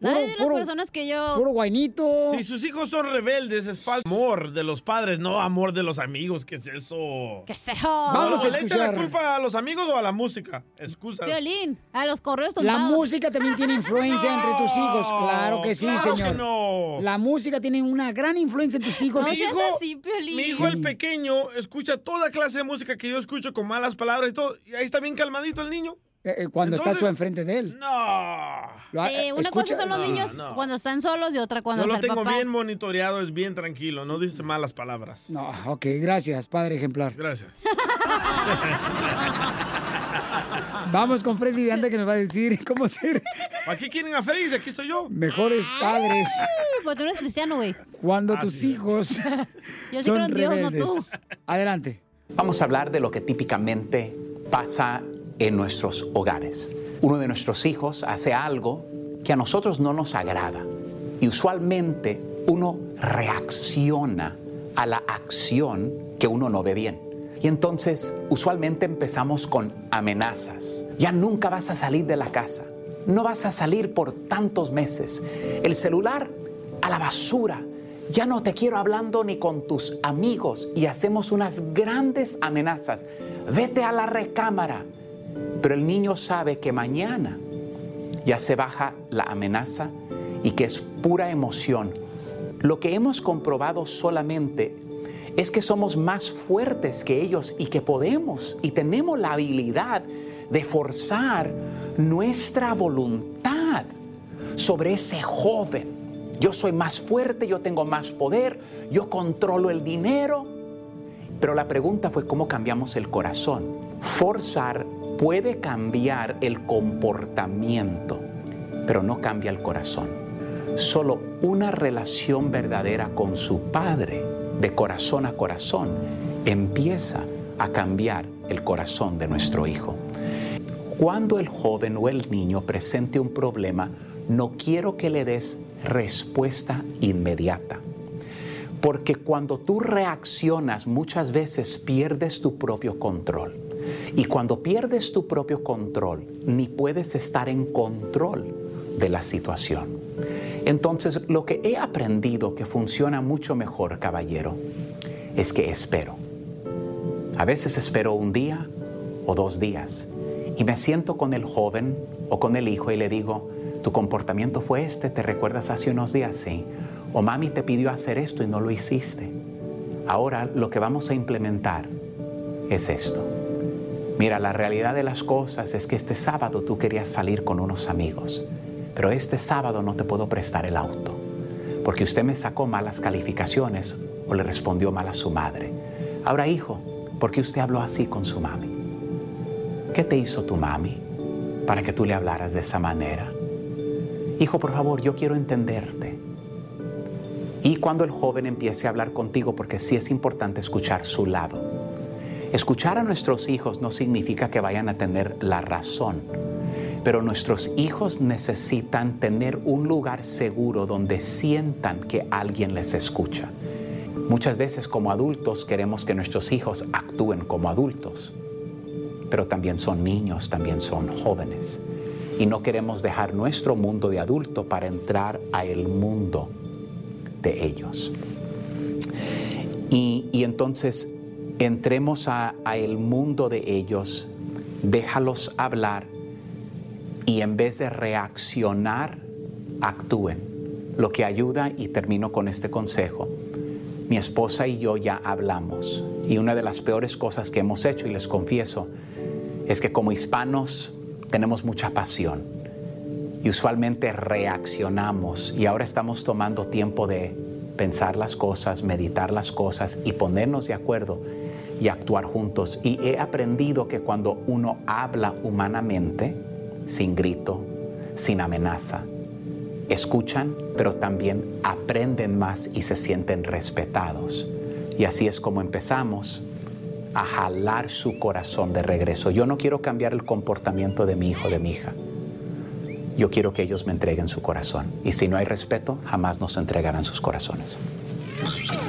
[SPEAKER 4] Puro-
[SPEAKER 5] Nadie de las
[SPEAKER 4] puro-
[SPEAKER 5] personas que yo...
[SPEAKER 4] Puro guainito.
[SPEAKER 6] Si sus hijos son rebeldes, es falso amor de los padres, no amor de los amigos. ¿Qué es eso?
[SPEAKER 5] ¿Qué es eso? Vamos
[SPEAKER 6] O
[SPEAKER 5] a
[SPEAKER 6] le echan la
[SPEAKER 5] escuchar.
[SPEAKER 6] culpa a los amigos o a la música? Excusa.
[SPEAKER 5] Violín, a los correos
[SPEAKER 4] La
[SPEAKER 5] tumbados.
[SPEAKER 4] música también tiene influencia entre tus hijos. Claro que sí,
[SPEAKER 6] claro que
[SPEAKER 4] señor.
[SPEAKER 6] no.
[SPEAKER 4] La música tiene una gran influencia en tus hijos.
[SPEAKER 6] mi hijo, mi hijo el pequeño escucha toda clase de música que yo escucho con malas palabras y todo, y ahí está bien calmadito el niño.
[SPEAKER 4] Eh, eh, cuando estás tú
[SPEAKER 6] Entonces-
[SPEAKER 4] enfrente de él.
[SPEAKER 6] No.
[SPEAKER 4] Lo ha- eh,
[SPEAKER 5] Sí, una
[SPEAKER 4] Ah, escucha-
[SPEAKER 5] cosa son los
[SPEAKER 6] No,
[SPEAKER 5] niños
[SPEAKER 6] no.
[SPEAKER 5] cuando están solos y otra cuando
[SPEAKER 6] yo lo
[SPEAKER 5] está el
[SPEAKER 6] tengo
[SPEAKER 5] papá.
[SPEAKER 6] bien monitoreado, es bien tranquilo, no dice malas palabras.
[SPEAKER 4] No, ok, gracias, padre ejemplar.
[SPEAKER 6] Gracias.
[SPEAKER 4] Vamos con Freddy de Anda que nos va a decir cómo ser
[SPEAKER 6] ¿Para qué quieren a Freddy? Si Aquí estoy yo.
[SPEAKER 4] mejores padres
[SPEAKER 5] Ay, Porque tú no eres cristiano, güey.
[SPEAKER 3] Ah,
[SPEAKER 4] cuando tus hijos
[SPEAKER 5] Yo sí
[SPEAKER 4] son
[SPEAKER 5] creo en Dios, no
[SPEAKER 4] rebeldes.
[SPEAKER 5] tú.
[SPEAKER 4] Adelante.
[SPEAKER 27] Vamos a hablar de lo que típicamente pasa en nuestros hogares. Uno de nuestros hijos hace algo que a nosotros no nos agrada y usualmente uno reacciona a la acción que uno no ve bien. Y entonces usualmente empezamos con amenazas. Ya nunca vas a salir de la casa. No vas a salir por tantos meses. El celular a la basura. Ya no te quiero hablando ni con tus amigos y hacemos unas grandes amenazas. Vete a la recámara. Pero el niño sabe que mañana ya se baja la amenaza y que es pura emoción. Lo que hemos comprobado solamente es que somos más fuertes que ellos y que podemos y tenemos la habilidad de forzar nuestra voluntad. sobre ese joven. Yo soy más fuerte, yo tengo más poder, yo controlo el dinero. Pero la pregunta fue cómo cambiamos el corazón. Forzar puede cambiar el comportamiento, pero no cambia el corazón. Solo una relación verdadera con su padre, de corazón a corazón, empieza a cambiar el corazón de nuestro hijo. Cuando el joven o el niño presente un problema, no quiero que le des respuesta inmediata. Porque cuando tú reaccionas muchas veces pierdes tu propio control. Y cuando pierdes tu propio control, ni puedes estar en control de la situación. Entonces, lo que he aprendido que funciona mucho mejor, caballero, es que espero. A veces espero un día o dos días y me siento con el joven o con el hijo y le digo, tu comportamiento fue este, te recuerdas hace unos días, sí. O mami te pidió hacer esto y no lo hiciste. Ahora lo que vamos a implementar es esto. Mira, la realidad de las cosas es que este sábado tú querías salir con unos amigos, pero este sábado no te puedo prestar el auto, porque usted me sacó malas calificaciones o le respondió mal a su madre. Ahora, hijo, ¿por qué usted habló así con su mami? ¿Qué te hizo tu mami para que tú le hablaras de esa manera? Hijo, por favor, yo quiero entenderte. Y cuando el joven empiece a hablar contigo, porque sí es importante escuchar su lado. Escuchar a nuestros hijos no significa que vayan a tener la razón, pero nuestros hijos necesitan tener un lugar seguro donde sientan que alguien les escucha. Muchas veces como adultos queremos que nuestros hijos actúen como adultos, pero también son niños, también son jóvenes y no queremos dejar nuestro mundo de adulto para entrar a el mundo de ellos. Y, y entonces entremos a, a, el mundo de ellos, déjalos hablar y en vez de reaccionar, actúen. Lo que ayuda, y termino con este consejo, mi esposa y yo ya hablamos. Y una de las peores cosas que hemos hecho, y les confieso, es que como hispanos tenemos mucha pasión y usualmente reaccionamos y ahora estamos tomando tiempo de pensar las cosas, meditar las cosas y ponernos de acuerdo y actuar juntos. Y he aprendido que cuando uno habla humanamente, sin grito, sin amenaza, escuchan, pero también aprenden más y se sienten respetados. Y así es como empezamos a jalar su corazón de regreso. Yo no quiero cambiar el comportamiento de mi hijo, de mi hija. Yo quiero que ellos me entreguen su corazón. Y si no hay respeto, jamás nos entregarán sus corazones.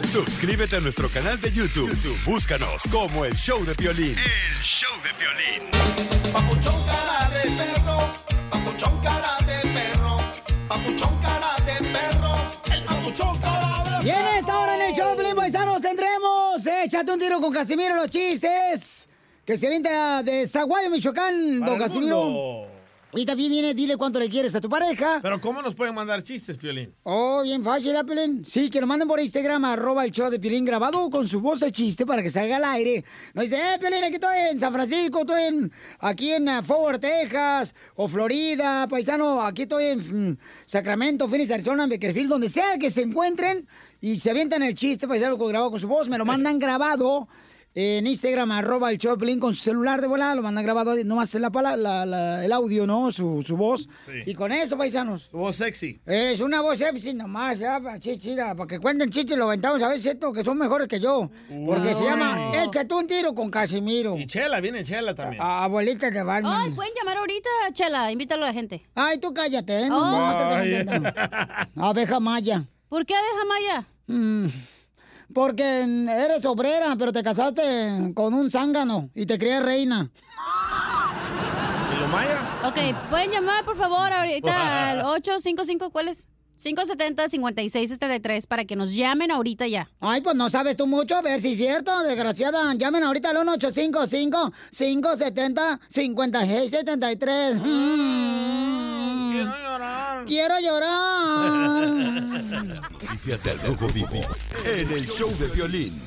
[SPEAKER 1] Suscríbete a nuestro canal de YouTube. YouTube búscanos como el show de violín. El show de violín.
[SPEAKER 3] Papuchón cara de perro, papuchón cara de perro, papuchón cara de perro, el papuchón cara de perro.
[SPEAKER 4] Y en esta hora en el show, Pelín Paisanos, tendremos eh, Échate un tiro con Casimiro los chistes. Que se venta de Zaguayo, Michoacán,
[SPEAKER 6] Para
[SPEAKER 4] don
[SPEAKER 6] el
[SPEAKER 4] Casimiro.
[SPEAKER 6] mundo.
[SPEAKER 4] Y también viene, dile cuánto le quieres a tu pareja.
[SPEAKER 6] Pero ¿cómo nos pueden mandar chistes, Piolín?
[SPEAKER 4] Oh, bien fácil, ¿eh, Pelín? Sí, que lo manden por Instagram, arroba el show de Pelín grabado con su voz de chiste para que salga al aire. No dice, eh, Pelín, aquí estoy en San Francisco, estoy en, aquí en ah, Fort Worth, Texas, o Florida, paisano, aquí estoy en mm, Sacramento, Phoenix, Arizona, en Beckerfield, donde sea que se encuentren y se avientan el chiste, paisano, con- grabado con su voz, me lo mandan grabado. En Instagram, arroba el show de Pelín con su celular de volada, lo mandan grabado, nomás la, pala- la- la- el audio, ¿no? Su, su voz.
[SPEAKER 6] Sí.
[SPEAKER 4] Y con eso, paisanos.
[SPEAKER 6] Su voz sexy.
[SPEAKER 4] Es una voz sexy nomás, ya, pa- chi- chida, para que cuenten chistes y lo aventamos a ver si esto, que son mejores que yo. Porque se
[SPEAKER 6] Uy.
[SPEAKER 4] llama Échate un tiro con Casimiro.
[SPEAKER 6] Y Chela, viene Chela también.
[SPEAKER 4] A- abuelita de Batman.
[SPEAKER 5] Ay, pueden llamar ahorita, Chela. Invítalo a la gente.
[SPEAKER 4] Ay, tú cállate, ¿eh?
[SPEAKER 5] Oh, no te
[SPEAKER 4] Ay.
[SPEAKER 5] interrumpiendo.
[SPEAKER 4] Abeja Maya.
[SPEAKER 5] ¿Por qué deja Maya?
[SPEAKER 4] Mm, porque mm, eres obrera, pero te casaste con un zángano y te crees reina.
[SPEAKER 6] ¿Y lo Maya?
[SPEAKER 5] Ok, pueden llamar, por favor, ahorita al 855, ¿cuál es? 570-5673 para que nos llamen ahorita ya.
[SPEAKER 4] Ay, pues no sabes tú mucho, a ver si es cierto, desgraciada. Llamen ahorita al 1-855-570-5673. Mm. Quiero llorar. Mm. Quiero llorar.
[SPEAKER 1] Las noticias del rojo vivo en el show de violín.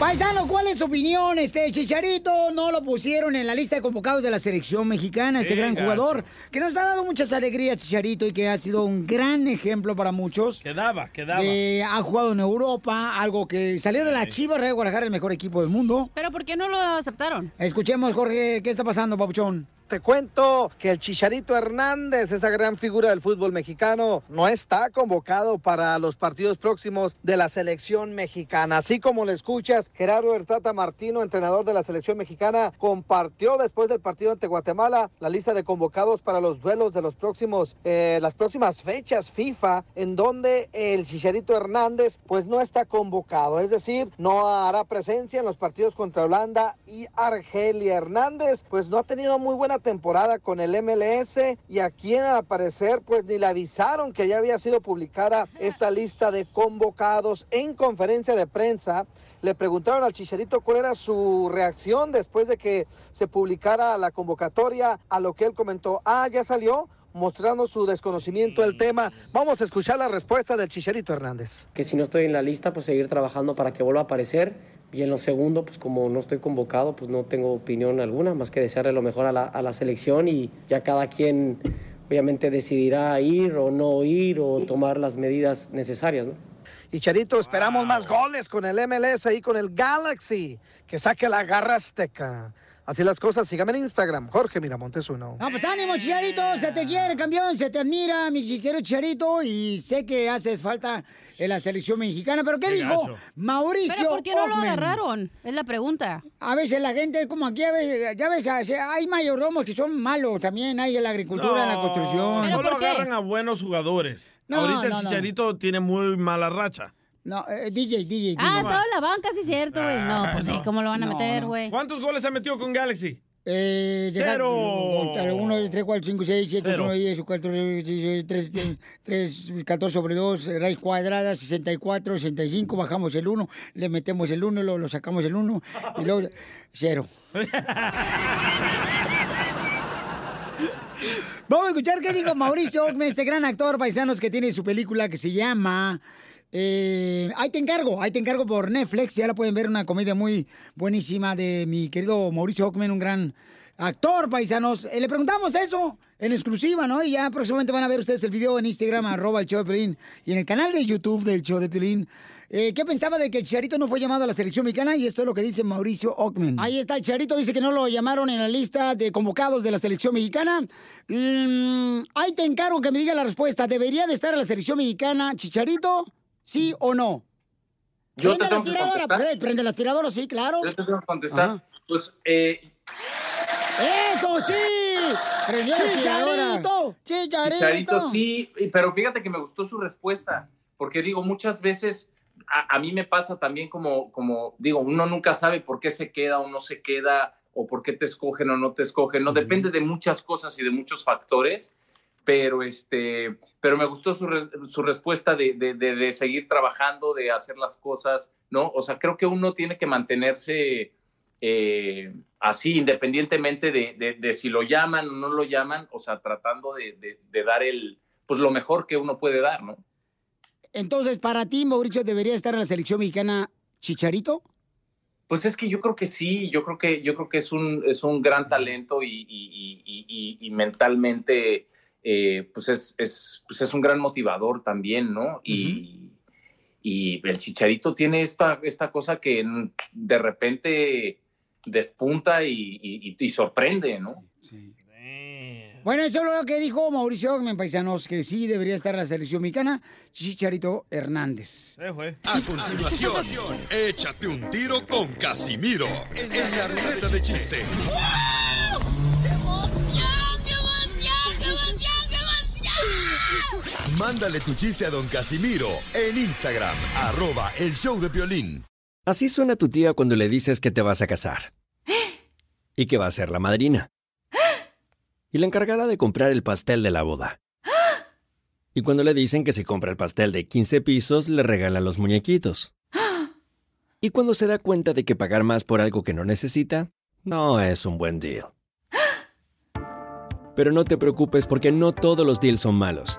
[SPEAKER 4] Paisano, ¿cuál es tu opinión? Este Chicharito no lo pusieron en la lista de convocados de la selección mexicana, este
[SPEAKER 16] Sí,
[SPEAKER 4] gran
[SPEAKER 16] gacho.
[SPEAKER 4] jugador, que nos ha dado muchas alegrías, Chicharito, y que ha sido un gran ejemplo para muchos.
[SPEAKER 6] Quedaba, quedaba.
[SPEAKER 4] Eh, ha jugado en Europa, algo que salió de la Chivas Real Guadalajara, el mejor equipo del mundo.
[SPEAKER 5] ¿Pero por qué no lo aceptaron?
[SPEAKER 4] Escuchemos, Jorge, ¿qué está pasando, Papuchón?
[SPEAKER 7] Te cuento que el Chicharito Hernández, esa gran figura del fútbol mexicano, no está convocado para los partidos próximos de la selección mexicana. Así como lo escuchas, Gerardo Erzata Martino, entrenador de la selección mexicana, compartió después del partido ante Guatemala la lista de convocados para los duelos de los próximos, eh, las próximas fechas FIFA, en donde el Chicharito Hernández pues no está convocado. Es decir, no hará presencia en los partidos contra Holanda y Argelia. Hernández pues no ha tenido muy buena temporada con el MLS y a quien al parecer pues ni le avisaron que ya había sido publicada esta lista de convocados en conferencia de prensa. Le preguntaron al Chicharito cuál era su reacción después de que se publicara la convocatoria, a lo que él comentó, ah, ya salió, mostrando su desconocimiento del tema. Vamos a escuchar la respuesta del Chicharito Hernández.
[SPEAKER 10] pues, que si no estoy en la lista, pues seguir trabajando para que vuelva a aparecer. Y en lo segundo, pues como no estoy convocado, pues no tengo opinión alguna, más que desearle lo mejor a la, a la selección y ya cada quien obviamente decidirá ir o no ir o tomar las medidas necesarias, ¿no?
[SPEAKER 7] Y Charito, esperamos más goles con el MLS y con el Galaxy, que saque la garra azteca. Así las cosas, sígame en Instagram, Jorge Miramontes uno.
[SPEAKER 4] No, pues ánimo, Chicharito, se te quiere, campeón, se te admira, mi chiquero Chicharito, y sé que haces falta en la selección mexicana, pero ¿qué
[SPEAKER 5] Qué
[SPEAKER 4] dijo
[SPEAKER 5] gacho.
[SPEAKER 4] Mauricio
[SPEAKER 5] ¿Pero por qué no lo
[SPEAKER 4] Ockman?
[SPEAKER 5] agarraron? Es la pregunta.
[SPEAKER 4] A veces la gente es como aquí, a veces, ya ves, hay mayordomos que son malos también, hay en la agricultura, en la construcción.
[SPEAKER 6] Solo agarran a buenos jugadores.
[SPEAKER 4] No,
[SPEAKER 6] Ahorita
[SPEAKER 4] no, no.
[SPEAKER 6] el Chicharito tiene muy mala racha.
[SPEAKER 4] No, eh, DJ, DJ.
[SPEAKER 5] Ah,
[SPEAKER 6] digo.
[SPEAKER 5] estaba en la banca, sí, cierto, güey. No, pues
[SPEAKER 22] Ah,
[SPEAKER 5] sí, ¿cómo lo van a
[SPEAKER 6] No,
[SPEAKER 5] meter,
[SPEAKER 6] no.
[SPEAKER 5] güey?
[SPEAKER 6] ¿Cuántos goles ha metido con Galaxy?
[SPEAKER 4] Eh, deja-
[SPEAKER 6] Cero.
[SPEAKER 4] no, 1, 2, 3, 4, 5, 6, 7,
[SPEAKER 6] Cero.
[SPEAKER 4] 9, 10, 4, 3, 3, 14 sobre 2, raíz cuadrada, 64, 65, bajamos el 1, le metemos el 1, lo, lo sacamos el 1 y luego 0. Vamos a escuchar qué dijo Mauricio Ockman, este gran actor paisanos que tiene su película que se llama... eh, ahí te encargo, ahí te encargo por Netflix. Ya la pueden ver, una comedia muy buenísima de mi querido Mauricio Ockman, un gran actor, paisanos. Eh, le preguntamos eso en exclusiva, ¿no? Y ya próximamente van a ver ustedes el video en Instagram, arroba el show de Pelín, y en el canal de YouTube del show de Pelín. Eh, ¿Qué pensaba de que el Charito no fue llamado a la selección mexicana? Y esto es lo que dice Mauricio Ockman. Ahí está, el Charito dice que no lo llamaron en la lista de convocados de la selección mexicana. Mm, ahí te encargo que me diga la respuesta. ¿Debería de estar en la selección mexicana Chicharito? ¿Sí o no?
[SPEAKER 21] Yo te
[SPEAKER 4] prende la
[SPEAKER 21] tengo que
[SPEAKER 4] aspiradora, Eh,
[SPEAKER 21] contestar.
[SPEAKER 4] prende la aspiradora, sí, claro.
[SPEAKER 21] Yo te tengo que contestar. Pues eh,
[SPEAKER 4] ¡Eso sí! Prendió la ¡Chicharito! ¡Chicharito!
[SPEAKER 21] Chicharito sí, y- pero fíjate que me gustó su respuesta, porque digo, muchas veces a, a mí me pasa también como, como, digo, uno nunca sabe por qué se queda o no se queda, o por qué te escogen o no te escogen, no, depende de muchas cosas y de muchos factores, pero este, pero me gustó su, res- su respuesta de, de- de- de seguir trabajando, de hacer las cosas, ¿no? O sea, creo que uno tiene que mantenerse eh, así, independientemente de, de- de si lo llaman o no lo llaman, o sea, tratando de, de- de dar el, pues lo mejor que uno puede dar, ¿no?
[SPEAKER 4] Entonces, para ti, Mauricio, ¿debería estar en la selección mexicana Chicharito?
[SPEAKER 21] Pues es que yo creo que sí, yo creo que, yo creo que es un, es un gran talento y, y- y- y- y mentalmente, eh, pues, es, es- pues es un gran motivador también, ¿no? Y, y el chicharito tiene esta, esta cosa que mm, de repente despunta y, y- y- y sorprende, ¿no?
[SPEAKER 4] Bueno, eso es lo que dijo Mauricio Ogmen, paisanos, que sí debería estar en la selección mexicana, Chicharito Hernández.
[SPEAKER 1] A continuación, échate un tiro con Casimiro en la ruleta de chiste. Mándale tu chiste a don Casimiro en Instagram, arroba el show de violín.
[SPEAKER 15] Así suena tu tía cuando le dices que te vas a casar. Y que va a ser la madrina. Y la encargada de comprar el pastel de la boda. Y cuando le dicen que si compra el pastel de 15 pisos, le regalan los muñequitos. Y cuando se da cuenta de que pagar más por algo que no necesita, no es un buen deal. Pero no te preocupes porque no todos los deals son malos.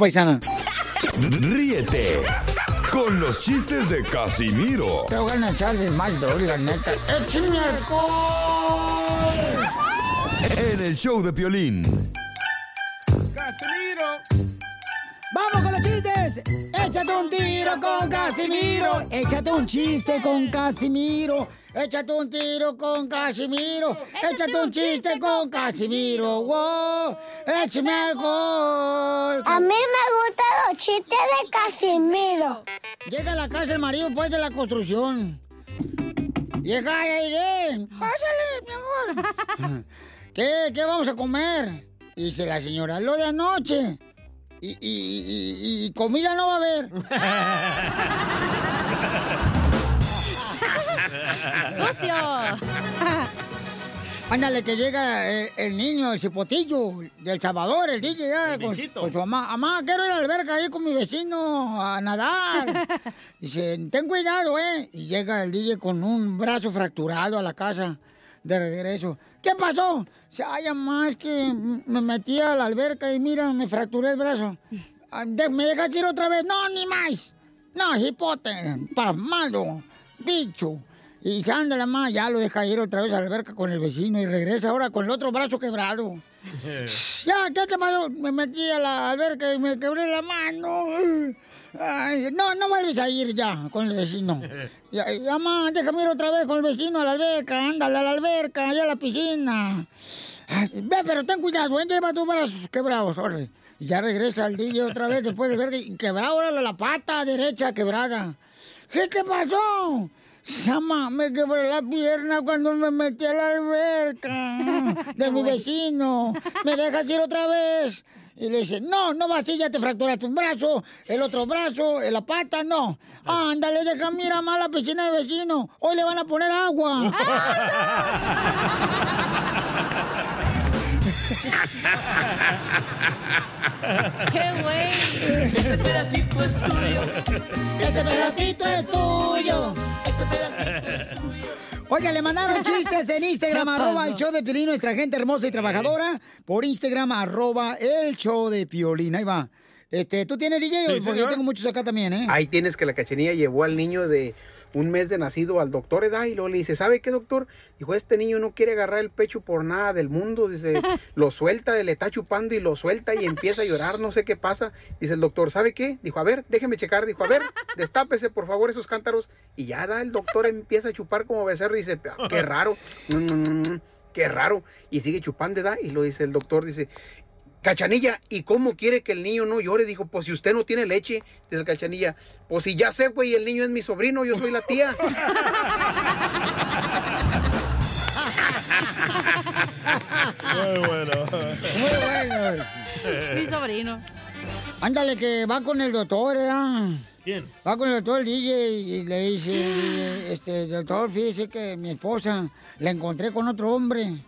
[SPEAKER 4] paisana.
[SPEAKER 1] Ríete con los chistes de Casimiro
[SPEAKER 4] Te voy a echar de mal, la neta. ¡Eh, ¡Échame alcohol!
[SPEAKER 1] en el show de Piolín.
[SPEAKER 4] ¡Vamos con los chistes! ¡Échate un tiro con Casimiro! ¡Échate un chiste con Casimiro! ¡Échate un tiro con Casimiro! ¡Échate un chiste con Casimiro! ¡Wow! ¡Échame alcohol!
[SPEAKER 28] A mí me gustan los chistes de Casimiro.
[SPEAKER 4] Llega a la casa el marido pues de la construcción. eh. Llega, ya llegué. Pásale, mi amor. ¿Qué, ¿Qué vamos a comer? Dice la señora, lo de anoche. Y, y- y- y- y comida no va a haber.
[SPEAKER 3] ¡Socio!
[SPEAKER 4] Ándale, que llega eh, el, niño, el cipotillo del Salvador, el DJ, ya, con, con su mamá. Mamá, quiero ir a la alberca ahí con mi vecino a nadar. Dice, ten cuidado, ¿eh? Y llega el DJ con un brazo fracturado a la casa de regreso. ¿Qué pasó? Dice, ay, más que me metí a la alberca y mira, me fracturé el brazo. Ah, de- ¿Me dejas ir otra vez? No, ni más. No, hipote, para malo, bicho. Y dice, ándale, más, ya lo deja ir otra vez a la alberca con el vecino y regresa ahora con el otro brazo quebrado. Ya, ¿qué te pasó? Me metí a la alberca y me quebré la mano. Ay, no, no vuelves a ir ya con el vecino. Ya, ya, ma, déjame ir otra vez con el vecino a la alberca. Ándale a la alberca, allá a la piscina. Ay, ve, pero ten cuidado, ¿eh? lleva tus brazos quebrados, órale. Y ya regresa el DJ otra vez después de ver que- quebrado ahora la pata derecha quebrada. ¿Qué te pasó? Sama, me quebré la pierna cuando me metí a la alberca de mi vecino. ¿Me dejas ir otra vez? Y le dice, no, no vas a ir, ya te fracturaste un brazo, el otro brazo, eh, la pata, no. Ándale, deja, mira más la piscina de vecino. Hoy le van a poner agua.
[SPEAKER 3] Ah. ¡Qué güey! Este pedacito es tuyo.
[SPEAKER 4] Este pedacito es tuyo. Oiga, le mandaron chistes en Instagram,
[SPEAKER 3] Ya
[SPEAKER 4] arroba
[SPEAKER 3] pasó.
[SPEAKER 4] el show de Piolín, nuestra gente hermosa y trabajadora. Por Instagram, arroba el show de Piolín. Ahí va. Este, ¿Tú tienes DJ?
[SPEAKER 20] Sí,
[SPEAKER 4] Porque yo
[SPEAKER 20] señor.
[SPEAKER 4] tengo muchos acá también, ¿eh?
[SPEAKER 20] Ahí tienes que la cachenilla llevó al niño de un mes de nacido al doctor Edad y luego le dice, ¿sabe qué doctor? Dijo, este niño no quiere agarrar el pecho por nada del mundo. Dice, lo suelta, le está chupando y lo suelta y empieza a llorar, no sé qué pasa. Dice el doctor, ¿sabe qué? Dijo, a ver, déjeme checar. Dijo, a ver, destápese por favor esos cántaros. Y ya da, el doctor empieza a chupar como becerro y dice, "Ah, qué raro, mm, qué raro. Y sigue chupando Edad y lo dice el doctor, dice, Cachanilla, ¿y cómo quiere que el niño no llore? Dijo, pues si usted no tiene leche. Dice el Cachanilla, pues si ya sé, güey, el niño es mi sobrino, yo soy la tía.
[SPEAKER 6] Muy bueno.
[SPEAKER 4] Muy bueno.
[SPEAKER 5] Mi sobrino.
[SPEAKER 4] Ándale, que va con el doctor, ¿eh?
[SPEAKER 6] ¿Quién?
[SPEAKER 4] Va con el doctor el DJ y le dice, eh, este, doctor, fíjese que mi esposa la encontré con otro hombre.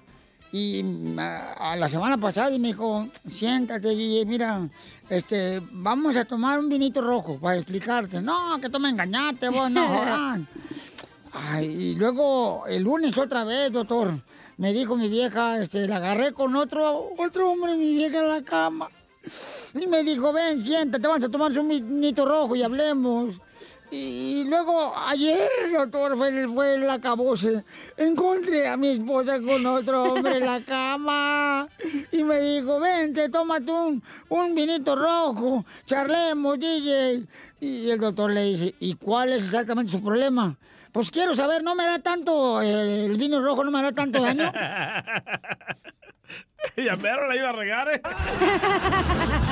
[SPEAKER 4] Y mm, a, a la semana pasada y me dijo, siéntate, DJ, mira, este, vamos a tomar un vinito rojo para explicarte. No, que tú me engañaste, vos, no, ah. jodan. Ay, y luego el lunes otra vez, doctor, me dijo mi vieja, este, la agarré con otro, otro hombre, mi vieja en la cama. Y me dijo, ven, siéntate, vamos a tomar un vinito rojo y hablemos. Y, y luego ayer, doctor, fue, el- fue el acabose. Encontré a mi esposa con otro hombre en la cama. Y me dijo, vente, tómate un, un vinito rojo, charlemos, DJ. Y el doctor le dice, ¿y cuál es exactamente su problema? Pues quiero saber, ¿no me hará tanto, eh, el vino rojo no me hará tanto daño?
[SPEAKER 6] Ya pero la iba a regar, ¿eh?
[SPEAKER 5] Ah.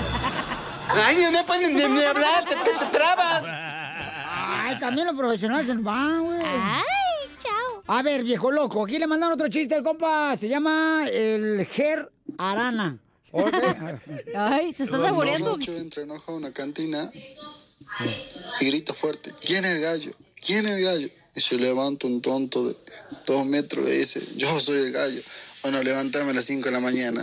[SPEAKER 4] Ay, no pueden ni, hablar, te, trabas. Ay, también los profesionales se nos van, güey. Ay, chao. A ver, viejo loco, aquí le mandan otro chiste al compa. Se llama el Ger Arana. Ok.
[SPEAKER 5] Ay, te estás aburriendo.
[SPEAKER 22] Yo entro enojado a una cantina y grito fuerte, ¿quién es el gallo? ¿Quién es el gallo? Y se levanta un tonto de dos metros y le dice, yo soy el gallo. Bueno, levántame a las 5 de la mañana.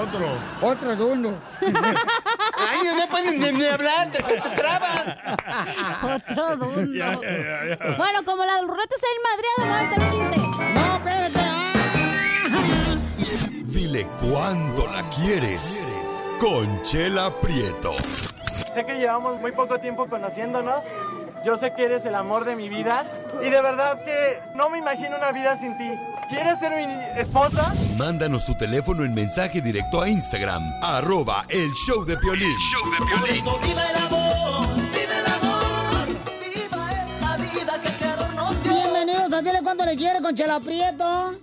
[SPEAKER 6] otro.
[SPEAKER 4] Otro segundo.
[SPEAKER 22] Ay, no pueden ni, hablar, te,
[SPEAKER 5] Otro dundo. Bueno, como la ruleta está en Madrid, adelante el chiste.
[SPEAKER 4] No, espérate.
[SPEAKER 5] ah,
[SPEAKER 1] Dile cuándo la quieres. Conchela Prieto.
[SPEAKER 12] Sé que llevamos muy poco tiempo conociéndonos. Yo sé que eres el amor de mi vida. Y de verdad que no me imagino una vida sin ti. ¿Quieres ser mi esposa?
[SPEAKER 1] Mándanos tu teléfono en mensaje directo a Instagram, arroba el show de Piolín.
[SPEAKER 3] ¡Viva el amor! ¡Viva el amor! ¡Viva esta vida que quedó nos dio!
[SPEAKER 4] Bienvenidos a Dile Cuánto Le Quiere con Chela Prieto.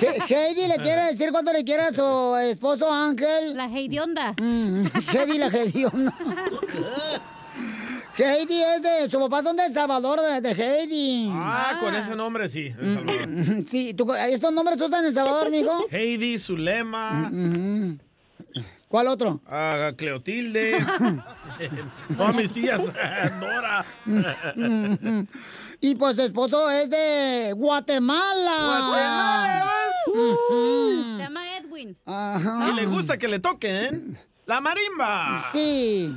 [SPEAKER 4] He- Heidi le quiere decir cuánto le quiere a su esposo Ángel. La Heidionda. Heidi la Heidionda. Heidi es de... Su papá son de El Salvador, de, de Heidi.
[SPEAKER 6] Ah, con ese nombre sí. El Salvador.
[SPEAKER 4] Sí, ¿tú- ¿estos nombres se usan en El Salvador, mijo? Mm-hmm.
[SPEAKER 6] Heidi, Zulema,
[SPEAKER 4] ¿Cuál otro?
[SPEAKER 6] ah, Cleotilde, todas mis tías, Dora.
[SPEAKER 4] Mm. Y pues su esposo es de Guatemala.
[SPEAKER 5] Se llama Edwin.
[SPEAKER 6] Y le gusta que le toquen la marimba.
[SPEAKER 4] Sí.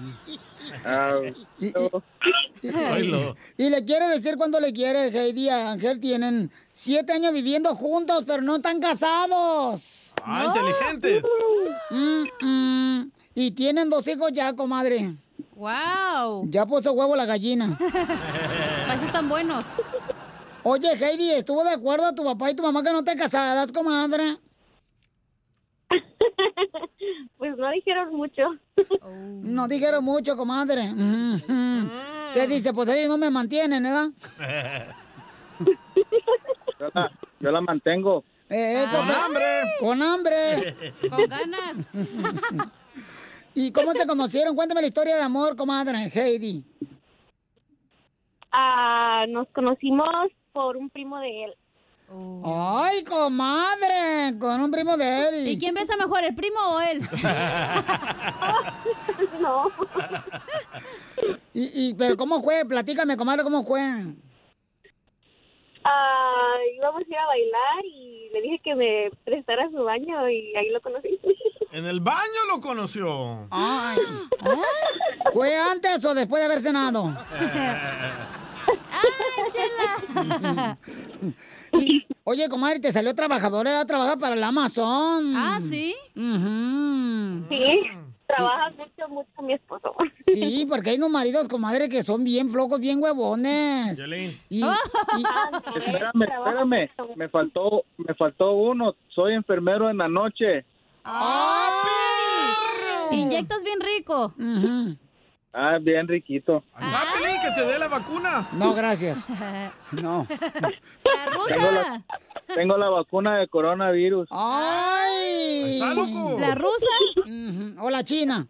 [SPEAKER 23] Ah.
[SPEAKER 4] Y, y-
[SPEAKER 6] Oilo.
[SPEAKER 4] y le quiere decir cuando le quiere, Heidi y Ángel tienen siete años viviendo juntos, pero no están casados.
[SPEAKER 6] Ah,
[SPEAKER 4] No.
[SPEAKER 6] inteligentes.
[SPEAKER 4] Mm, mm. Y tienen dos hijos ya, comadre. ¡Wow! Ya puso huevo la gallina.
[SPEAKER 5] Para eso están buenos.
[SPEAKER 4] Oye, Heidi, ¿estuvo de acuerdo tu papá y tu mamá que no te casarás, comadre?
[SPEAKER 29] Pues no dijeron mucho.
[SPEAKER 4] No dijeron mucho, comadre. Mm, Ujú. ¿Qué dice? Pues ellos no me mantienen, ¿verdad?
[SPEAKER 22] Yo la, yo la mantengo.
[SPEAKER 4] Eh, eso,
[SPEAKER 22] Con
[SPEAKER 4] pe-
[SPEAKER 22] hambre.
[SPEAKER 4] Con hambre.
[SPEAKER 22] Con
[SPEAKER 4] ganas. ¿Y cómo se conocieron? Cuéntame la historia de amor, comadre, Heidi.
[SPEAKER 29] Ah, nos conocimos por un primo de él.
[SPEAKER 4] ¡Ay, comadre! Con un primo de él.
[SPEAKER 5] ¿Y quién besa mejor, el primo o él?
[SPEAKER 29] no.
[SPEAKER 4] ¿Y, y- pero cómo fue? Platícame, comadre, cómo fue.
[SPEAKER 29] Ah, íbamos a ir a bailar y le dije que me prestara su baño y ahí lo conocí.
[SPEAKER 6] En el baño lo conoció.
[SPEAKER 4] Ay. ¿Fue antes o después de haber cenado?
[SPEAKER 6] Eh,
[SPEAKER 4] Y, oye, comadre, te salió trabajadora, a trabajar para el Amazon.
[SPEAKER 5] Ah, ¿sí?
[SPEAKER 4] Sí,
[SPEAKER 29] Trabaja mucho, mucho mi esposo.
[SPEAKER 4] Sí, porque hay unos maridos, comadre, que son bien flocos, bien huevones. Y, y-
[SPEAKER 23] Espérame, espérame. Me faltó, me faltó uno. Soy enfermero en la noche.
[SPEAKER 5] Inyectas bien rico.
[SPEAKER 4] Mm.
[SPEAKER 23] Ah, bien riquito.
[SPEAKER 6] ¡Ah, Pelín, que te dé la vacuna!
[SPEAKER 4] No, gracias. No.
[SPEAKER 23] Tengo la, tengo la vacuna de coronavirus.
[SPEAKER 4] Ah. ¡Ay!
[SPEAKER 23] Está loco.
[SPEAKER 5] ¿La rusa?
[SPEAKER 4] Ujú, O la china.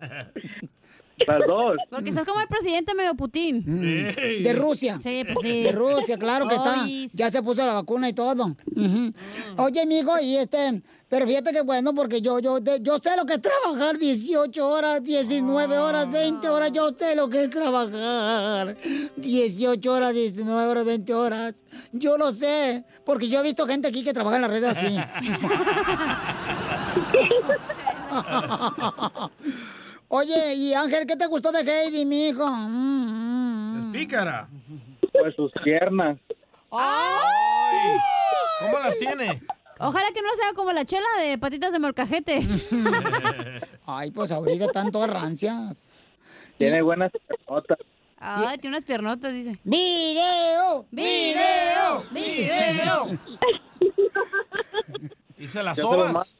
[SPEAKER 23] Las dos.
[SPEAKER 5] Porque sos como el presidente medio Putin.
[SPEAKER 4] Mm. De Rusia.
[SPEAKER 5] Sí, pues sí.
[SPEAKER 4] De Rusia, claro que está.
[SPEAKER 5] Ay, sí.
[SPEAKER 4] Ya se puso la vacuna y todo. Ujú. Oye, amigo, y este, pero fíjate que bueno, porque yo, yo, de- yo sé lo que es trabajar 18 horas, 19 horas, 20 horas, yo sé lo que es trabajar 18 horas, 19 horas, 20 horas. Yo lo sé, porque yo he visto gente aquí que trabaja en la red así. Oye, y Ángel, ¿qué te gustó de Heidi, mijo? Mm.
[SPEAKER 6] Pícara.
[SPEAKER 23] Pues sus piernas.
[SPEAKER 6] ¿Cómo las tiene?
[SPEAKER 5] Ah. Ojalá que no sea como la chela de patitas de molcajete.
[SPEAKER 4] Ay, pues ahorita están todas rancias.
[SPEAKER 23] Tiene buenas notas.
[SPEAKER 5] Ay, tiene unas piernotas, dice.
[SPEAKER 4] ¡Video!
[SPEAKER 5] ¡Video!
[SPEAKER 4] ¡Video!
[SPEAKER 6] Y se las
[SPEAKER 23] Yo te lo ma-
[SPEAKER 6] sobas.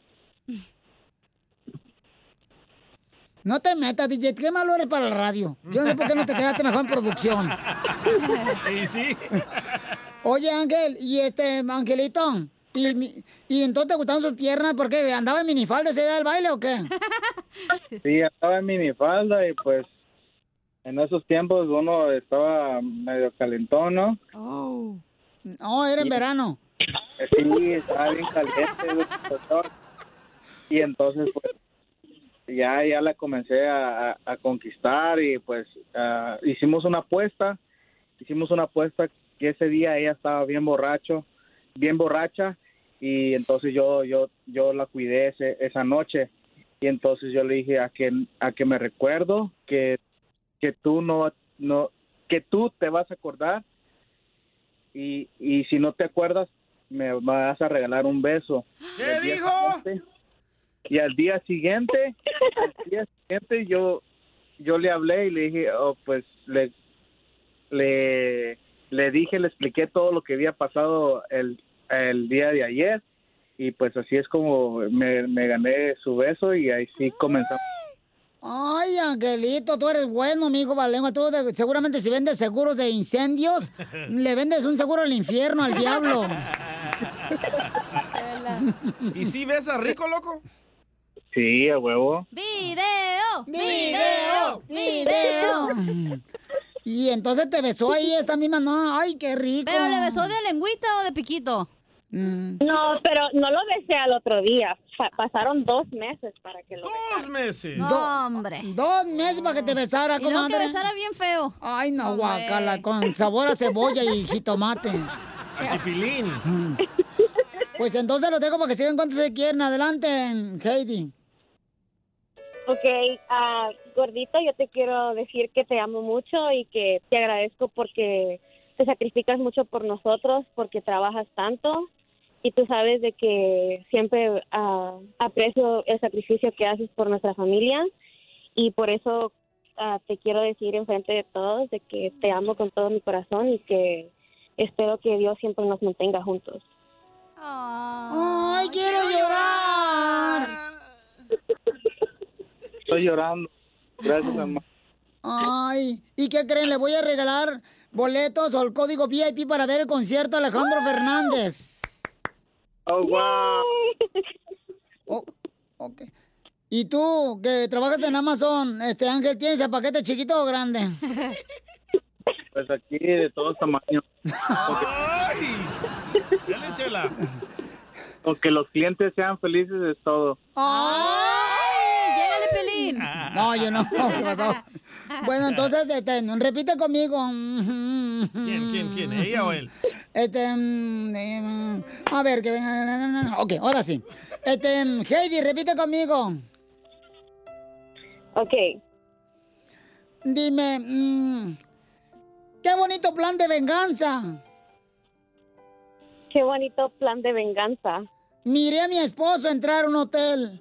[SPEAKER 4] No te metas, DJ. Qué malo eres para la radio. Yo no sé por qué no te quedaste mejor en producción.
[SPEAKER 6] Y sí.
[SPEAKER 4] Oye, Ángel, y este, Angelito, y, mi- y entonces te gustaban sus piernas porque andaba en minifalda ese día del baile o qué?
[SPEAKER 23] Sí, estaba en minifalda y pues en esos tiempos uno estaba medio calentón, ¿no?
[SPEAKER 4] Oh. No, era en verano.
[SPEAKER 23] Sí, estaba bien caliente. güey, doctor. Y entonces, pues, ya, ya la comencé a, a- a conquistar y pues ah, hicimos una apuesta. Hicimos una apuesta que ese día ella estaba bien borracho, bien borracha y entonces yo yo yo la cuidé ese- esa noche y entonces yo le dije a que a que me recuerdo que que tú no no que tú te vas a acordar y, y si no te acuerdas me vas a regalar un beso.
[SPEAKER 3] ¿Qué dijo?
[SPEAKER 23] Y al día siguiente, al día siguiente yo, yo le hablé y le dije, oh, pues le, le, le dije, le expliqué todo lo que había pasado el, el día de ayer y pues así es como me, me gané su beso y ahí sí comenzamos.
[SPEAKER 4] Ay, Angelito, tú eres bueno, amigo Valengua. Tú de- seguramente si vendes seguros de incendios, le vendes un seguro al infierno, al diablo.
[SPEAKER 6] ¿Y si besa rico, loco?
[SPEAKER 23] Sí, a huevo.
[SPEAKER 5] ¡Video!
[SPEAKER 4] ¡Video! ¡Video! Y entonces te besó ahí esta misma, no, ay, qué rico.
[SPEAKER 5] ¿Pero le besó de
[SPEAKER 4] Oh.
[SPEAKER 5] lengüita o de piquito?
[SPEAKER 4] Mm.
[SPEAKER 29] No, pero no lo besé al otro día. Fa- pasaron dos meses para que lo
[SPEAKER 6] Dos meses.
[SPEAKER 4] hombre. Dos meses para que te besara,
[SPEAKER 5] Y no, que
[SPEAKER 4] comadre.
[SPEAKER 5] besara bien feo.
[SPEAKER 4] Ay, no,
[SPEAKER 5] Hombre.
[SPEAKER 4] guacala, con sabor a cebolla y jitomate.
[SPEAKER 6] Chifilín.
[SPEAKER 4] Pues entonces los dejo para que sigan cuando se quieren. Adelante, Heidi.
[SPEAKER 29] Ok, ah, gordito, yo te quiero decir que te amo mucho y que te agradezco porque te sacrificas mucho por nosotros, porque trabajas tanto y tú sabes de que siempre ah, aprecio el sacrificio que haces por nuestra familia y por eso ah, te quiero decir enfrente de todos de que te amo con todo mi corazón y que espero que Dios siempre nos mantenga juntos.
[SPEAKER 5] Ah.
[SPEAKER 4] Ay, quiero llorar.
[SPEAKER 23] Estoy llorando. Gracias, mamá.
[SPEAKER 4] Ay, ¿y qué creen? Le voy a regalar boletos o el código VIP para ver el concierto de Alejandro Fernández.
[SPEAKER 23] Oh, wow.
[SPEAKER 4] Oh, Y tú, que trabajas en Amazon, este Ángel, ¿tienes el paquete chiquito o grande?
[SPEAKER 23] Pues aquí de todos tamaños.
[SPEAKER 6] ¡Ay! Dale, chela.
[SPEAKER 23] Con que los clientes sean felices es todo.
[SPEAKER 4] ¡Ay!
[SPEAKER 5] ¡Llégale, Pelín!
[SPEAKER 4] No, yo no. ¿qué pasó? Bueno, entonces, este, repite conmigo.
[SPEAKER 6] ¿Quién, quién, quién? ¿Ella o él?
[SPEAKER 4] Este, mm, em, a ver, que venga. Ok, ahora sí. Este, em, Heidi, repite conmigo.
[SPEAKER 29] Ok.
[SPEAKER 4] Dime, mm, qué bonito plan de venganza.
[SPEAKER 29] Qué bonito plan de venganza.
[SPEAKER 4] Miré a mi esposo entrar a un hotel.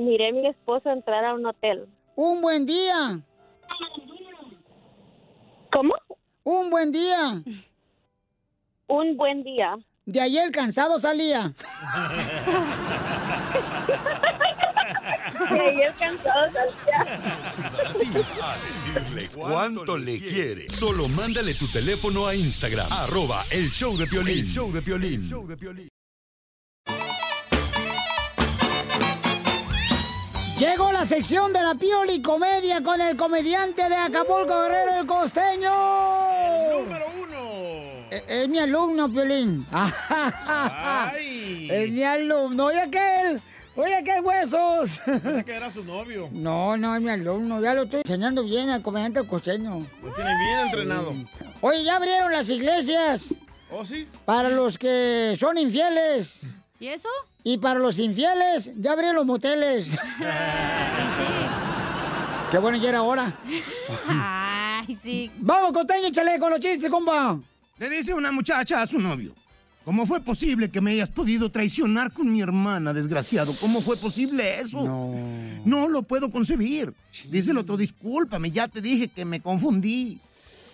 [SPEAKER 29] Miré a mi esposo entrar a un hotel.
[SPEAKER 4] Un buen día.
[SPEAKER 29] ¿Cómo?
[SPEAKER 4] Un buen día.
[SPEAKER 29] Un buen día.
[SPEAKER 4] De ayer cansado salía.
[SPEAKER 29] De ayer cansado salía.
[SPEAKER 1] A decirle cuánto le quiere. Solo mándale tu teléfono a Instagram. Arroba el show de Piolín.
[SPEAKER 3] El
[SPEAKER 1] show de Piolín.
[SPEAKER 4] Llegó la sección de la Pioli Comedia con el comediante de Acapulco Guerrero el Costeño. número uno. Es, Eh, es mi alumno, Piolín.
[SPEAKER 6] Ay.
[SPEAKER 4] Es mi alumno. Oye aquel. Oye aquel huesos.
[SPEAKER 6] Pensé que era su novio.
[SPEAKER 4] No, no, es mi alumno. Ya lo estoy enseñando bien al comediante el costeño.
[SPEAKER 6] Lo tiene bien entrenado.
[SPEAKER 4] Oye, ya abrieron las iglesias.
[SPEAKER 6] ¿Oh, sí?
[SPEAKER 4] Para los que son infieles.
[SPEAKER 5] ¿Y eso?
[SPEAKER 4] Y para los infieles, ya abrieron los moteles. Qué bueno ya era hora.
[SPEAKER 5] Ay, sí.
[SPEAKER 4] Vamos, costeño, chale con los chistes, compa.
[SPEAKER 13] Le dice una muchacha a su novio. ¿Cómo fue posible que me hayas podido traicionar con mi hermana, desgraciado? ¿Cómo fue posible eso? No. lo puedo concebir. Dice el otro, discúlpame, ya te dije que me confundí.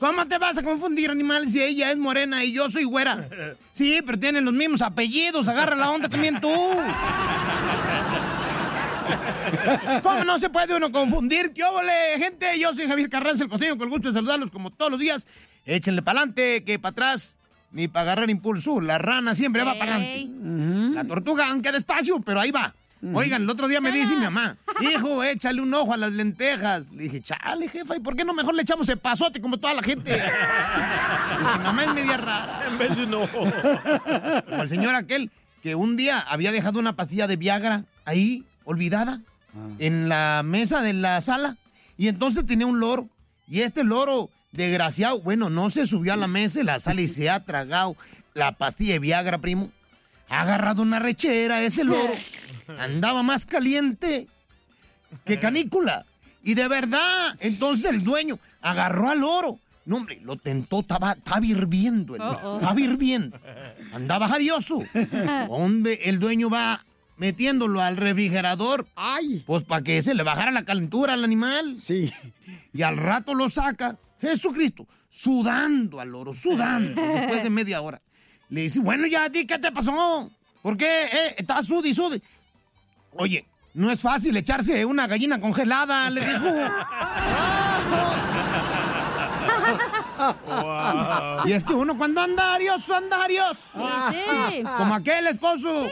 [SPEAKER 13] ¿Cómo te vas a confundir, animal, si ella es morena y yo soy güera? Sí, pero tienen los mismos apellidos, agarra la onda también tú. ¿Cómo no se puede uno confundir? ¿Qué óvole, gente? Yo soy Javier Carranza, el costeño, con el gusto de saludarlos como todos los días. Échenle para adelante, que para atrás, ni para agarrar impulso. La rana siempre va para adelante. La tortuga, aunque despacio, pero ahí va. Oigan, el otro día me dice mi mamá, hijo, échale un ojo a las lentejas. Le dije, chale, jefa, ¿y por qué no mejor le echamos el pasote como toda la gente? Dice, mamá es media rara. En vez de un ojo. Como el señor aquel que un día había dejado una pastilla de Viagra ahí, olvidada, en la mesa de la sala. Y entonces tenía un loro. Y este loro, desgraciado, bueno, no se subió a la mesa de la sala y se ha tragado la pastilla de Viagra, primo. Ha agarrado una rechera ese loro. Andaba más caliente que canícula. Y de verdad, entonces el dueño agarró al loro. No, hombre, lo tentó, estaba, estaba hirviendo, el loro,
[SPEAKER 3] Uh-oh.
[SPEAKER 13] estaba hirviendo. Andaba jarioso. Hombre, el dueño va metiéndolo al refrigerador.
[SPEAKER 4] ¡Ay!
[SPEAKER 13] Pues para que se le bajara la calentura al animal. Sí. Y al rato lo saca Jesucristo, sudando al loro, sudando, después de media hora. Le dice, bueno, ya a ti, ¿qué te pasó? ¿Por qué? Eh, estás sudi, sudi. Oye, no es fácil echarse una gallina congelada, le dijo. Y es que uno cuando anda arioso, anda arioso.
[SPEAKER 3] Sí, sí.
[SPEAKER 13] Como aquel esposo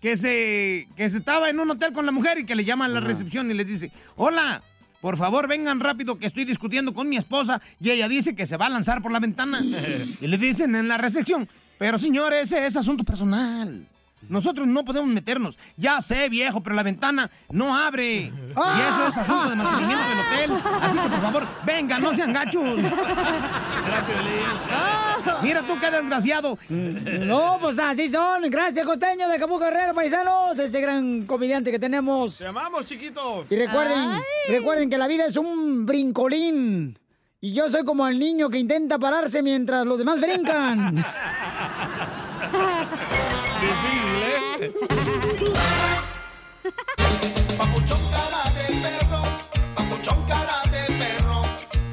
[SPEAKER 13] que se que se estaba en un hotel con la mujer y que le llama a la recepción y les dice, hola, por favor vengan rápido que estoy discutiendo con mi esposa y ella dice que se va a lanzar por la ventana. y le dicen en la recepción, pero señor, ese es asunto personal. Nosotros no podemos meternos. Ya sé, viejo, pero la ventana no abre. Y eso es asunto de mantenimiento del hotel. Así que, por favor, vengan, no sean gachos. Mira tú qué desgraciado.
[SPEAKER 4] No, pues así son. Gracias, costeño de Acapulco Guerrero, paisanos. Ese gran comediante que tenemos.
[SPEAKER 6] Te amamos, chiquito.
[SPEAKER 4] Y recuerden,
[SPEAKER 6] Ay.
[SPEAKER 4] recuerden que la vida es un brincolín. Y yo soy como el niño que intenta pararse mientras los demás brincan.
[SPEAKER 6] ¿eh?
[SPEAKER 3] Papuchón cara de perro, papuchón cara de perro,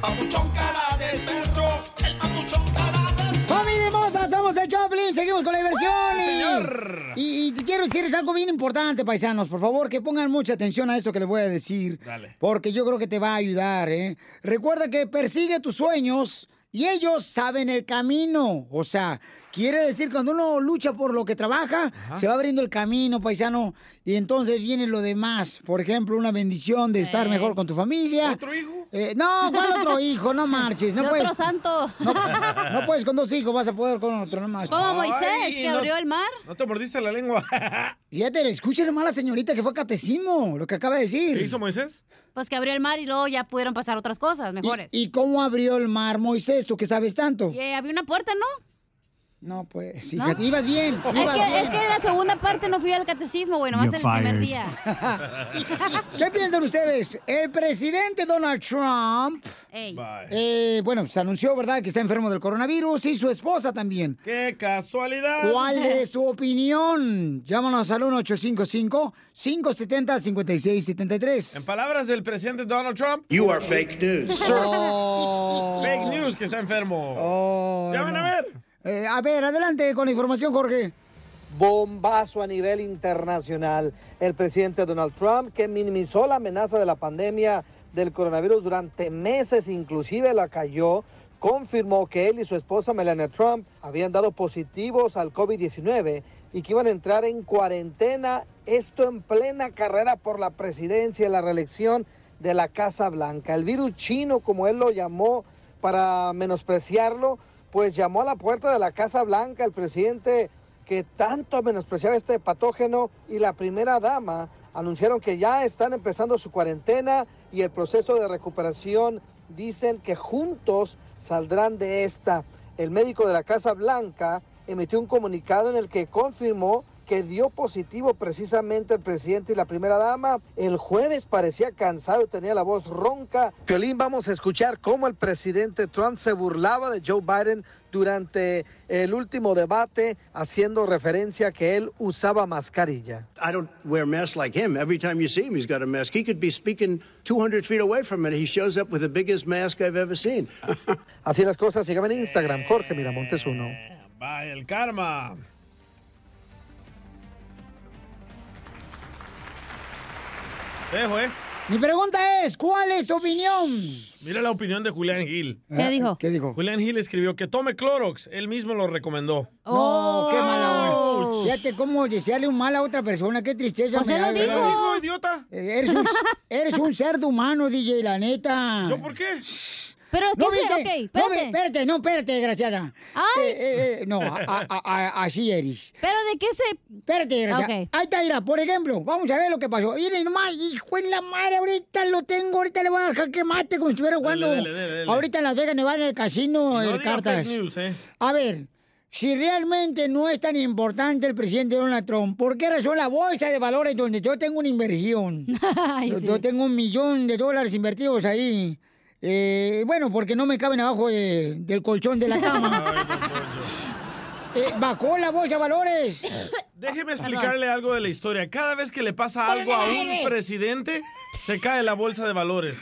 [SPEAKER 3] el papuchón
[SPEAKER 4] es algo bien importante, paisanos. Por favor, que pongan mucha atención a eso que les voy a decir.
[SPEAKER 6] Dale.
[SPEAKER 4] Porque yo creo que te va a ayudar, ¿eh? Recuerda que persigue tus sueños y ellos saben el camino. O sea, quiere decir, cuando uno lucha por lo que trabaja, se va abriendo el camino, paisano. Y entonces viene lo demás. Por ejemplo, una bendición de
[SPEAKER 5] Eh.
[SPEAKER 4] estar mejor con tu familia. ¿Otro hijo? no, ¿cuál otro hijo? No marches. No
[SPEAKER 5] De
[SPEAKER 4] puedes,
[SPEAKER 5] otro santo.
[SPEAKER 4] No, no puedes con dos hijos, vas a poder con otro, no marches.
[SPEAKER 5] Como Moisés, que abrió el mar.
[SPEAKER 6] ¿No te mordiste la lengua?
[SPEAKER 4] Fíjate, escúchale mal a la señorita que fue a catecismo, lo que acaba de decir.
[SPEAKER 6] ¿Qué hizo Moisés?
[SPEAKER 5] Pues que abrió el mar y luego ya pudieron pasar otras cosas mejores.
[SPEAKER 4] ¿Y cómo abrió el mar Moisés, tú que sabes tanto?
[SPEAKER 5] Eh, había una puerta, ¿no?
[SPEAKER 4] No, pues,
[SPEAKER 5] ¿No?
[SPEAKER 4] fíjate, ibas bien.
[SPEAKER 5] Es
[SPEAKER 4] ibas bien.
[SPEAKER 5] que, es que la segunda parte no fui al catecismo, güey, nomás en el
[SPEAKER 4] You're
[SPEAKER 5] primer
[SPEAKER 4] fired.
[SPEAKER 5] día.
[SPEAKER 4] ¿Qué piensan ustedes? El presidente Donald Trump,
[SPEAKER 5] Ey.
[SPEAKER 4] eh, bueno, se anunció, ¿verdad?, que está enfermo del coronavirus y su esposa también.
[SPEAKER 6] ¡Qué casualidad!
[SPEAKER 4] ¿Cuál es su opinión? Llámanos al 1-855-570-5673.
[SPEAKER 6] En palabras del presidente Donald Trump.
[SPEAKER 4] You are fake news.
[SPEAKER 6] Sir.
[SPEAKER 4] Oh.
[SPEAKER 6] Fake news que está enfermo.
[SPEAKER 4] Oh,
[SPEAKER 6] ya van
[SPEAKER 4] no.
[SPEAKER 6] a ver.
[SPEAKER 4] Eh, a ver, adelante con la información, Jorge.
[SPEAKER 7] bombazo a nivel internacional. El presidente Donald Trump, que minimizó la amenaza de la pandemia del coronavirus durante meses, inclusive la cayó, confirmó que él y su esposa Melania Trump habían dado positivos al COVID-19 y que iban a entrar en cuarentena, esto en plena carrera por la presidencia y la reelección de la Casa Blanca. El virus chino, como él lo llamó, para menospreciarlo, pues llamó a la puerta de la Casa Blanca el presidente que tanto menospreciaba este patógeno y la primera dama anunciaron que ya están empezando su cuarentena y el proceso de recuperación. Dicen que juntos saldrán de esta. El médico de la Casa Blanca emitió un comunicado en el que confirmó que dio positivo precisamente el presidente y la primera dama. El jueves parecía cansado, tenía la voz ronca. Piolín, vamos a escuchar cómo el presidente Trump se burlaba de Joe Biden durante el último debate, haciendo referencia a que él usaba mascarilla.
[SPEAKER 26] I don't wear masks like him. Every time you see him, he's got a mask. He could be speaking 200 feet away from it. He shows up with the biggest mask I've ever seen.
[SPEAKER 7] Así las cosas, síganme en Instagram, Jorge Miramontes uno.
[SPEAKER 6] Vaya, el karma. Dejo, ¿eh?
[SPEAKER 4] Mi pregunta es, ¿cuál es tu opinión?
[SPEAKER 6] Mira la opinión de Julián Gil.
[SPEAKER 4] ¿Qué dijo? ¿Eh? ¿Qué dijo?
[SPEAKER 6] Julián Gil escribió que tome Clorox. Él mismo lo recomendó.
[SPEAKER 5] Oh,
[SPEAKER 4] No, qué mala hora. Fíjate cómo desearle un mal a otra persona, qué tristeza.
[SPEAKER 6] Pues
[SPEAKER 4] me
[SPEAKER 6] él lo
[SPEAKER 4] da,
[SPEAKER 6] dijo.
[SPEAKER 4] ¿verdad?
[SPEAKER 6] Él lo dijo, idiota.
[SPEAKER 4] Eh, Eres un, eres un cerdo humano, DJ, la neta.
[SPEAKER 6] ¿Yo por qué?
[SPEAKER 5] Pero es que
[SPEAKER 4] no,
[SPEAKER 5] se-
[SPEAKER 4] viste?
[SPEAKER 5] ok,
[SPEAKER 4] No,
[SPEAKER 5] espérate.
[SPEAKER 4] ve- espérate, no, espérate, desgraciada.
[SPEAKER 5] Ay.
[SPEAKER 4] Eh, eh, eh, no, a- a- a- así eres.
[SPEAKER 5] ¿Pero de qué se...?
[SPEAKER 4] Espérate, desgraciada.
[SPEAKER 5] Ok.
[SPEAKER 4] Ahí está, mira, por ejemplo, vamos a ver lo que pasó. Miren nomás, hijo en la madre, ahorita lo tengo, ahorita le voy a dejar que mate como si estuviera jugando.
[SPEAKER 6] dale, dale, dale.
[SPEAKER 4] Ahorita en Las Vegas, Nevada, en el casino,
[SPEAKER 6] No
[SPEAKER 4] el
[SPEAKER 6] diga
[SPEAKER 4] cartas.
[SPEAKER 6] fake news, ¿eh?
[SPEAKER 4] A ver, si realmente no es tan importante el presidente Donald Trump, ¿por qué razón la bolsa de valores donde yo tengo una inversión? yo,
[SPEAKER 5] sí.
[SPEAKER 4] yo tengo un millón de dólares invertidos ahí. Eh, bueno, porque no me caben abajo de- del colchón de la cama. Eh, bajó la bolsa de valores.
[SPEAKER 6] Déjeme explicarle algo de la historia. Cada vez que le pasa
[SPEAKER 4] Pero
[SPEAKER 6] algo
[SPEAKER 4] no
[SPEAKER 6] a
[SPEAKER 4] eres.
[SPEAKER 6] un presidente, se cae la bolsa de valores.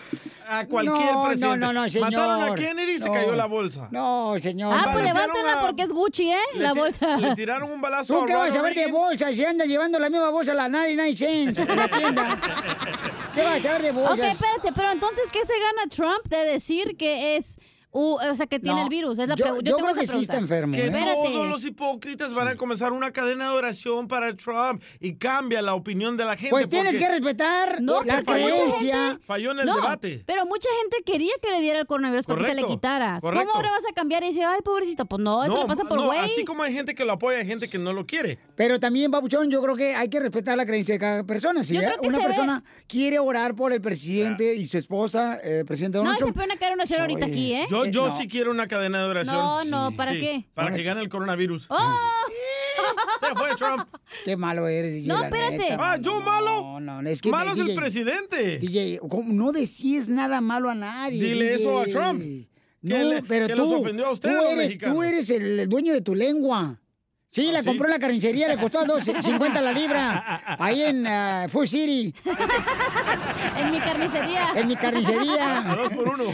[SPEAKER 6] A cualquier
[SPEAKER 4] No,
[SPEAKER 6] presidente.
[SPEAKER 4] No, no, no, señor.
[SPEAKER 6] Mataron a Kennedy y se
[SPEAKER 4] No.
[SPEAKER 6] cayó la bolsa.
[SPEAKER 4] No, señor.
[SPEAKER 5] Ah, pues levántala porque es Gucci, ¿eh?
[SPEAKER 6] Le
[SPEAKER 5] La
[SPEAKER 6] ti-
[SPEAKER 5] bolsa.
[SPEAKER 6] Le tiraron un balazo
[SPEAKER 4] ¿Tú qué
[SPEAKER 6] Ronald
[SPEAKER 4] vas a ver de
[SPEAKER 6] Reagan.
[SPEAKER 4] bolsa si anda llevando la misma bolsa la 99 cents en la tienda? ¿Qué vas a ver de bolsas?
[SPEAKER 5] Ok, espérate, pero entonces, ¿qué se gana Trump de decir que es... u- o sea, que tiene
[SPEAKER 6] No,
[SPEAKER 5] el virus? Es la
[SPEAKER 6] yo-
[SPEAKER 5] pregu-
[SPEAKER 6] yo
[SPEAKER 5] tengo
[SPEAKER 6] creo
[SPEAKER 5] esa
[SPEAKER 6] que sí
[SPEAKER 5] pregunta.
[SPEAKER 6] está enfermo, Que ¿eh?
[SPEAKER 5] Espérate.
[SPEAKER 6] Todos los hipócritas van a comenzar una cadena de oración para Trump y cambia la opinión de la gente.
[SPEAKER 4] Pues tienes
[SPEAKER 6] porque-
[SPEAKER 4] que respetar
[SPEAKER 5] No,
[SPEAKER 4] la
[SPEAKER 6] porque falló-
[SPEAKER 4] creencia.
[SPEAKER 6] Falló en el
[SPEAKER 5] No,
[SPEAKER 6] debate.
[SPEAKER 5] pero mucha gente quería que le diera el coronavirus para que se le
[SPEAKER 6] Correcto,
[SPEAKER 5] quitara.
[SPEAKER 6] correcto.
[SPEAKER 5] ¿Cómo ahora vas a cambiar y decir, ay, pobrecito? Pues no, eso le pasa por
[SPEAKER 6] no,
[SPEAKER 5] güey.
[SPEAKER 6] así como hay gente que lo apoya, hay gente que no lo quiere.
[SPEAKER 4] Pero también, Babuchón, yo creo que hay que respetar la creencia de cada persona. Si
[SPEAKER 5] Yo creo que
[SPEAKER 4] una
[SPEAKER 5] se ve-
[SPEAKER 4] persona quiere orar por el presidente y su esposa, eh, presidente
[SPEAKER 5] No,
[SPEAKER 4] Donald
[SPEAKER 5] ese
[SPEAKER 4] Trump,
[SPEAKER 5] puede caer una cero ahorita
[SPEAKER 4] Soy-
[SPEAKER 5] aquí, ¿eh?
[SPEAKER 6] Yo, yo
[SPEAKER 4] no.
[SPEAKER 6] sí quiero una cadena de oración.
[SPEAKER 5] No, no,
[SPEAKER 6] Sí,
[SPEAKER 5] ¿para
[SPEAKER 6] sí,
[SPEAKER 5] qué?
[SPEAKER 6] Para que gane el coronavirus.
[SPEAKER 5] ¡Oh! Se
[SPEAKER 6] fue Trump.
[SPEAKER 4] Qué malo eres, DJ.
[SPEAKER 5] No,
[SPEAKER 4] la
[SPEAKER 5] espérate.
[SPEAKER 4] neta,
[SPEAKER 5] Ah,
[SPEAKER 4] mano.
[SPEAKER 5] ¿yo malo?
[SPEAKER 4] No, no, no, es que.
[SPEAKER 5] Malo es el
[SPEAKER 6] presidente.
[SPEAKER 4] DJ, ¿cómo? no decíes nada malo a nadie.
[SPEAKER 6] Dile
[SPEAKER 4] DJ.
[SPEAKER 6] eso a Trump.
[SPEAKER 4] No,
[SPEAKER 6] Que le-
[SPEAKER 4] pero
[SPEAKER 6] que
[SPEAKER 4] tú.
[SPEAKER 6] los ofendió a ustedes,
[SPEAKER 4] tú
[SPEAKER 6] los
[SPEAKER 4] eres, tú
[SPEAKER 6] mexicanos. Ah,
[SPEAKER 4] eres el, dueño de tu lengua. Sí, la
[SPEAKER 3] ¿sí?
[SPEAKER 4] compró en la carnicería, le costó a 2.50 la libra. Ahí en ah, Food City.
[SPEAKER 5] En mi carnicería.
[SPEAKER 4] En mi carnicería.
[SPEAKER 6] A dos por uno.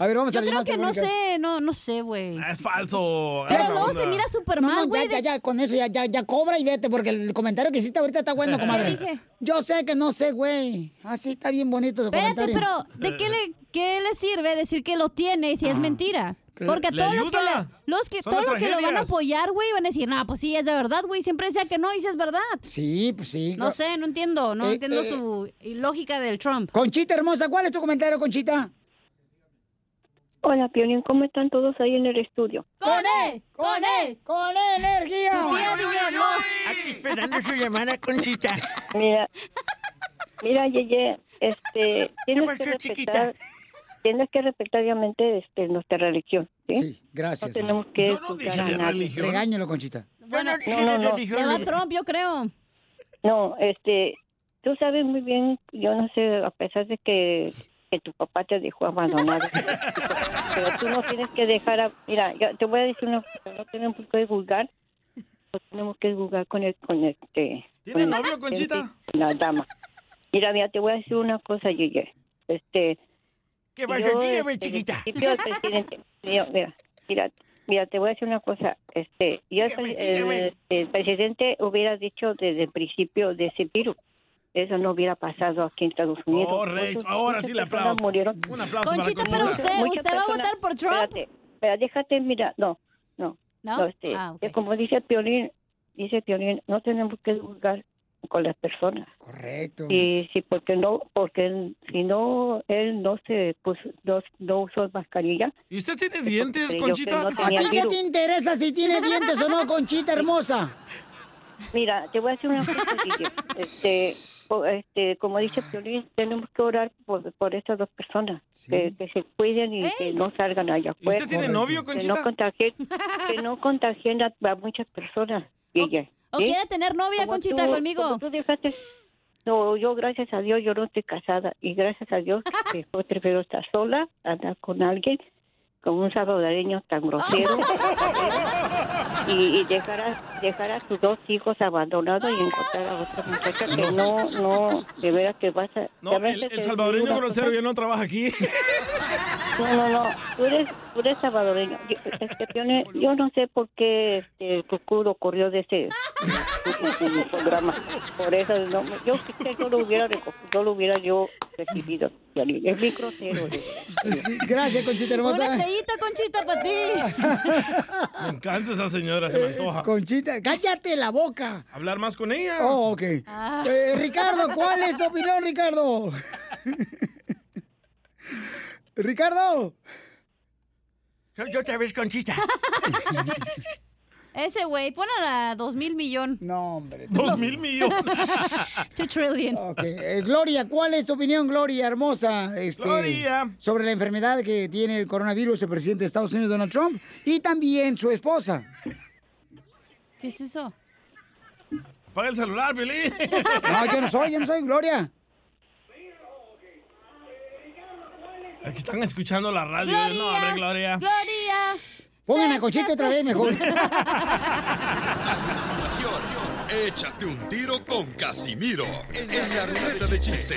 [SPEAKER 4] A ver, vamos
[SPEAKER 5] Yo
[SPEAKER 4] a las
[SPEAKER 5] creo
[SPEAKER 4] llamadas
[SPEAKER 5] que no
[SPEAKER 4] telefónicas.
[SPEAKER 5] sé, no, no sé, güey.
[SPEAKER 6] Es falso.
[SPEAKER 5] Pero luego se mira súper
[SPEAKER 4] No,
[SPEAKER 5] mal,
[SPEAKER 4] no, ya,
[SPEAKER 5] güey.
[SPEAKER 4] ya, ya, con eso, ya, ya, ya cobra y vete, porque el comentario que hiciste ahorita está bueno, comadre.
[SPEAKER 5] ¿Qué dije?
[SPEAKER 4] Yo sé que no sé, güey. Así está bien bonito tu
[SPEAKER 5] Espérate,
[SPEAKER 4] comentario.
[SPEAKER 5] pero ¿de qué le, qué le sirve decir que lo tiene si es mentira? Porque
[SPEAKER 4] Ah.
[SPEAKER 5] a
[SPEAKER 4] ¿Le
[SPEAKER 5] todos los que,
[SPEAKER 4] ayuda?
[SPEAKER 5] le- los que,
[SPEAKER 4] Son las
[SPEAKER 5] todos los que lo van a
[SPEAKER 4] tragedias.
[SPEAKER 5] apoyar, güey, van a decir, no, pues sí, es de verdad, güey. Siempre decía que no y si es verdad.
[SPEAKER 4] Sí, pues sí.
[SPEAKER 5] No sé, no entiendo, no
[SPEAKER 4] Eh,
[SPEAKER 5] entiendo
[SPEAKER 4] eh.
[SPEAKER 5] su lógica del Trump.
[SPEAKER 4] Conchita hermosa, ¿cuál es tu comentario, Conchita?
[SPEAKER 10] Hola, Piolín, ¿cómo están todos ahí en el estudio?
[SPEAKER 5] ¡Con él! ¡Con él!
[SPEAKER 4] E,
[SPEAKER 5] E,
[SPEAKER 4] ¡Con E, energía!
[SPEAKER 10] Aquí esperando su llamada, Conchita. Mira, mira, Yeye, este, tienes que
[SPEAKER 4] pasó,
[SPEAKER 10] respetar,
[SPEAKER 4] chiquita?
[SPEAKER 10] tienes que respetar obviamente este, nuestra religión, ¿sí?
[SPEAKER 4] Gracias.
[SPEAKER 10] No tenemos que
[SPEAKER 4] Yo
[SPEAKER 10] juzgar a nadie.
[SPEAKER 4] Regáñelo, Conchita.
[SPEAKER 10] Bueno,
[SPEAKER 5] no, no, no. Le va Trump, yo creo.
[SPEAKER 10] No, este, tú sabes muy bien, yo no sé, a pesar de que, que tu papá te dejó abandonado, pero tú no tienes que dejar a... Mira, yo te voy a decir una cosa, no tenemos que juzgar, no tenemos que juzgar con el, con este...
[SPEAKER 6] ¿Tiene
[SPEAKER 10] con la-
[SPEAKER 6] novio, Conchita?
[SPEAKER 10] La dama. Mira, mira, te voy a decir una cosa, Yeye. Este...
[SPEAKER 3] ¿Qué pasó?
[SPEAKER 10] yo,
[SPEAKER 3] Dígame,
[SPEAKER 10] este,
[SPEAKER 3] chiquita.
[SPEAKER 10] al principio, el presidente- mira, mira, mira, mira, te voy a decir una cosa. Este, yo
[SPEAKER 3] Dígame,
[SPEAKER 10] el-
[SPEAKER 3] dígame.
[SPEAKER 10] el presidente hubiera dicho desde el principio de ese virus. Eso no hubiera pasado aquí en Estados Unidos.
[SPEAKER 6] Correcto,
[SPEAKER 10] Muchas-
[SPEAKER 6] ahora
[SPEAKER 10] muchas
[SPEAKER 6] sí le
[SPEAKER 10] personas
[SPEAKER 6] aplauso.
[SPEAKER 10] Murieron.
[SPEAKER 6] Un aplauso Conchita, para pero Conchita. usted-
[SPEAKER 10] Muchas
[SPEAKER 6] ¿usted va a
[SPEAKER 10] personas-
[SPEAKER 6] votar por Trump?
[SPEAKER 10] Espérate, espérate, déjate, mira, no, no.
[SPEAKER 5] ¿No?
[SPEAKER 10] este,
[SPEAKER 5] Ah, ok.
[SPEAKER 10] que Como dice Piolín, dice Piolín, no tenemos que juzgar con las personas.
[SPEAKER 4] Correcto.
[SPEAKER 10] Y sí, porque no, porque si no, él no se puso, no, no usó mascarilla.
[SPEAKER 6] ¿Y usted tiene dientes,
[SPEAKER 10] creyó que
[SPEAKER 6] Conchita?
[SPEAKER 10] no
[SPEAKER 4] ¿A
[SPEAKER 10] tenía
[SPEAKER 4] ti qué
[SPEAKER 10] virus.
[SPEAKER 4] te interesa si tiene dientes o no, Conchita hermosa?
[SPEAKER 10] Mira, te voy a decir una cosa, Guille. este, o- este, como dice Piolín, tenemos que orar por, por estas dos personas, que, que se cuiden y que no salgan allá afuera.
[SPEAKER 6] usted tiene novio,
[SPEAKER 10] Que
[SPEAKER 6] Conchita?
[SPEAKER 10] no contagien, que no contagien a, a muchas personas, Guille.
[SPEAKER 5] ¿O
[SPEAKER 10] ¿sí?
[SPEAKER 5] quiere tener novia,
[SPEAKER 10] Como
[SPEAKER 5] Conchita,
[SPEAKER 10] tú-
[SPEAKER 5] conmigo?
[SPEAKER 10] como tú dejaste- No, yo gracias a Dios, yo no estoy casada. Y gracias a Dios, que yo prefiero estar sola, andar con alguien, con un salvadoreño tan
[SPEAKER 5] Oh,
[SPEAKER 10] grosero. y, y dejar, a, dejar a tus dos hijos abandonados y encontrar a otra muchacha que no, no, de veras que vas a...
[SPEAKER 6] No,
[SPEAKER 10] que a
[SPEAKER 6] el,
[SPEAKER 10] veces
[SPEAKER 6] el
[SPEAKER 10] es
[SPEAKER 6] salvadoreño
[SPEAKER 10] una
[SPEAKER 4] pues,
[SPEAKER 6] grosero ya no trabaja aquí.
[SPEAKER 10] no, no, no. Tú eres, tú eres salvadoreño. Yo, este, yo no- yo no sé por qué este, Cucudo corrió de ese de mi programa. Por eso, no, me- yo quizá no lo hubiera recogido, no lo hubiera yo recibido. Es mi grosero.
[SPEAKER 4] Gracias, Conchita
[SPEAKER 5] Una
[SPEAKER 4] hermosa.
[SPEAKER 5] estrellita, Conchita, para ti.
[SPEAKER 6] Me encanta esa señora, se me antoja.
[SPEAKER 4] Conchita, cállate la boca.
[SPEAKER 6] Hablar más con ella.
[SPEAKER 4] Oh, ok. Eh, Ricardo, ¿cuál es tu opinión, Ricardo? Ricardo.
[SPEAKER 10] Yo otra vez, Conchita.
[SPEAKER 5] Ese güey, ponla a dos mil millón.
[SPEAKER 4] No, hombre.
[SPEAKER 6] Dos mil millón.
[SPEAKER 5] Two trillion.
[SPEAKER 4] Eh, Gloria, ¿cuál es tu opinión, Gloria, hermosa? Este,
[SPEAKER 5] Gloria.
[SPEAKER 4] Sobre la enfermedad que tiene el coronavirus el presidente de Estados Unidos, Donald Trump, y también su esposa.
[SPEAKER 5] ¿Qué es eso?
[SPEAKER 6] Apaga el celular, Billy.
[SPEAKER 4] No, yo no soy, yo no soy, Gloria.
[SPEAKER 6] Aquí están escuchando la radio. no, hombre, Gloria.
[SPEAKER 5] Gloria.
[SPEAKER 4] Pongan a Conchita otra vez mejor.
[SPEAKER 1] Pasión. Échate un tiro con Casimiro en la ruleta de chiste.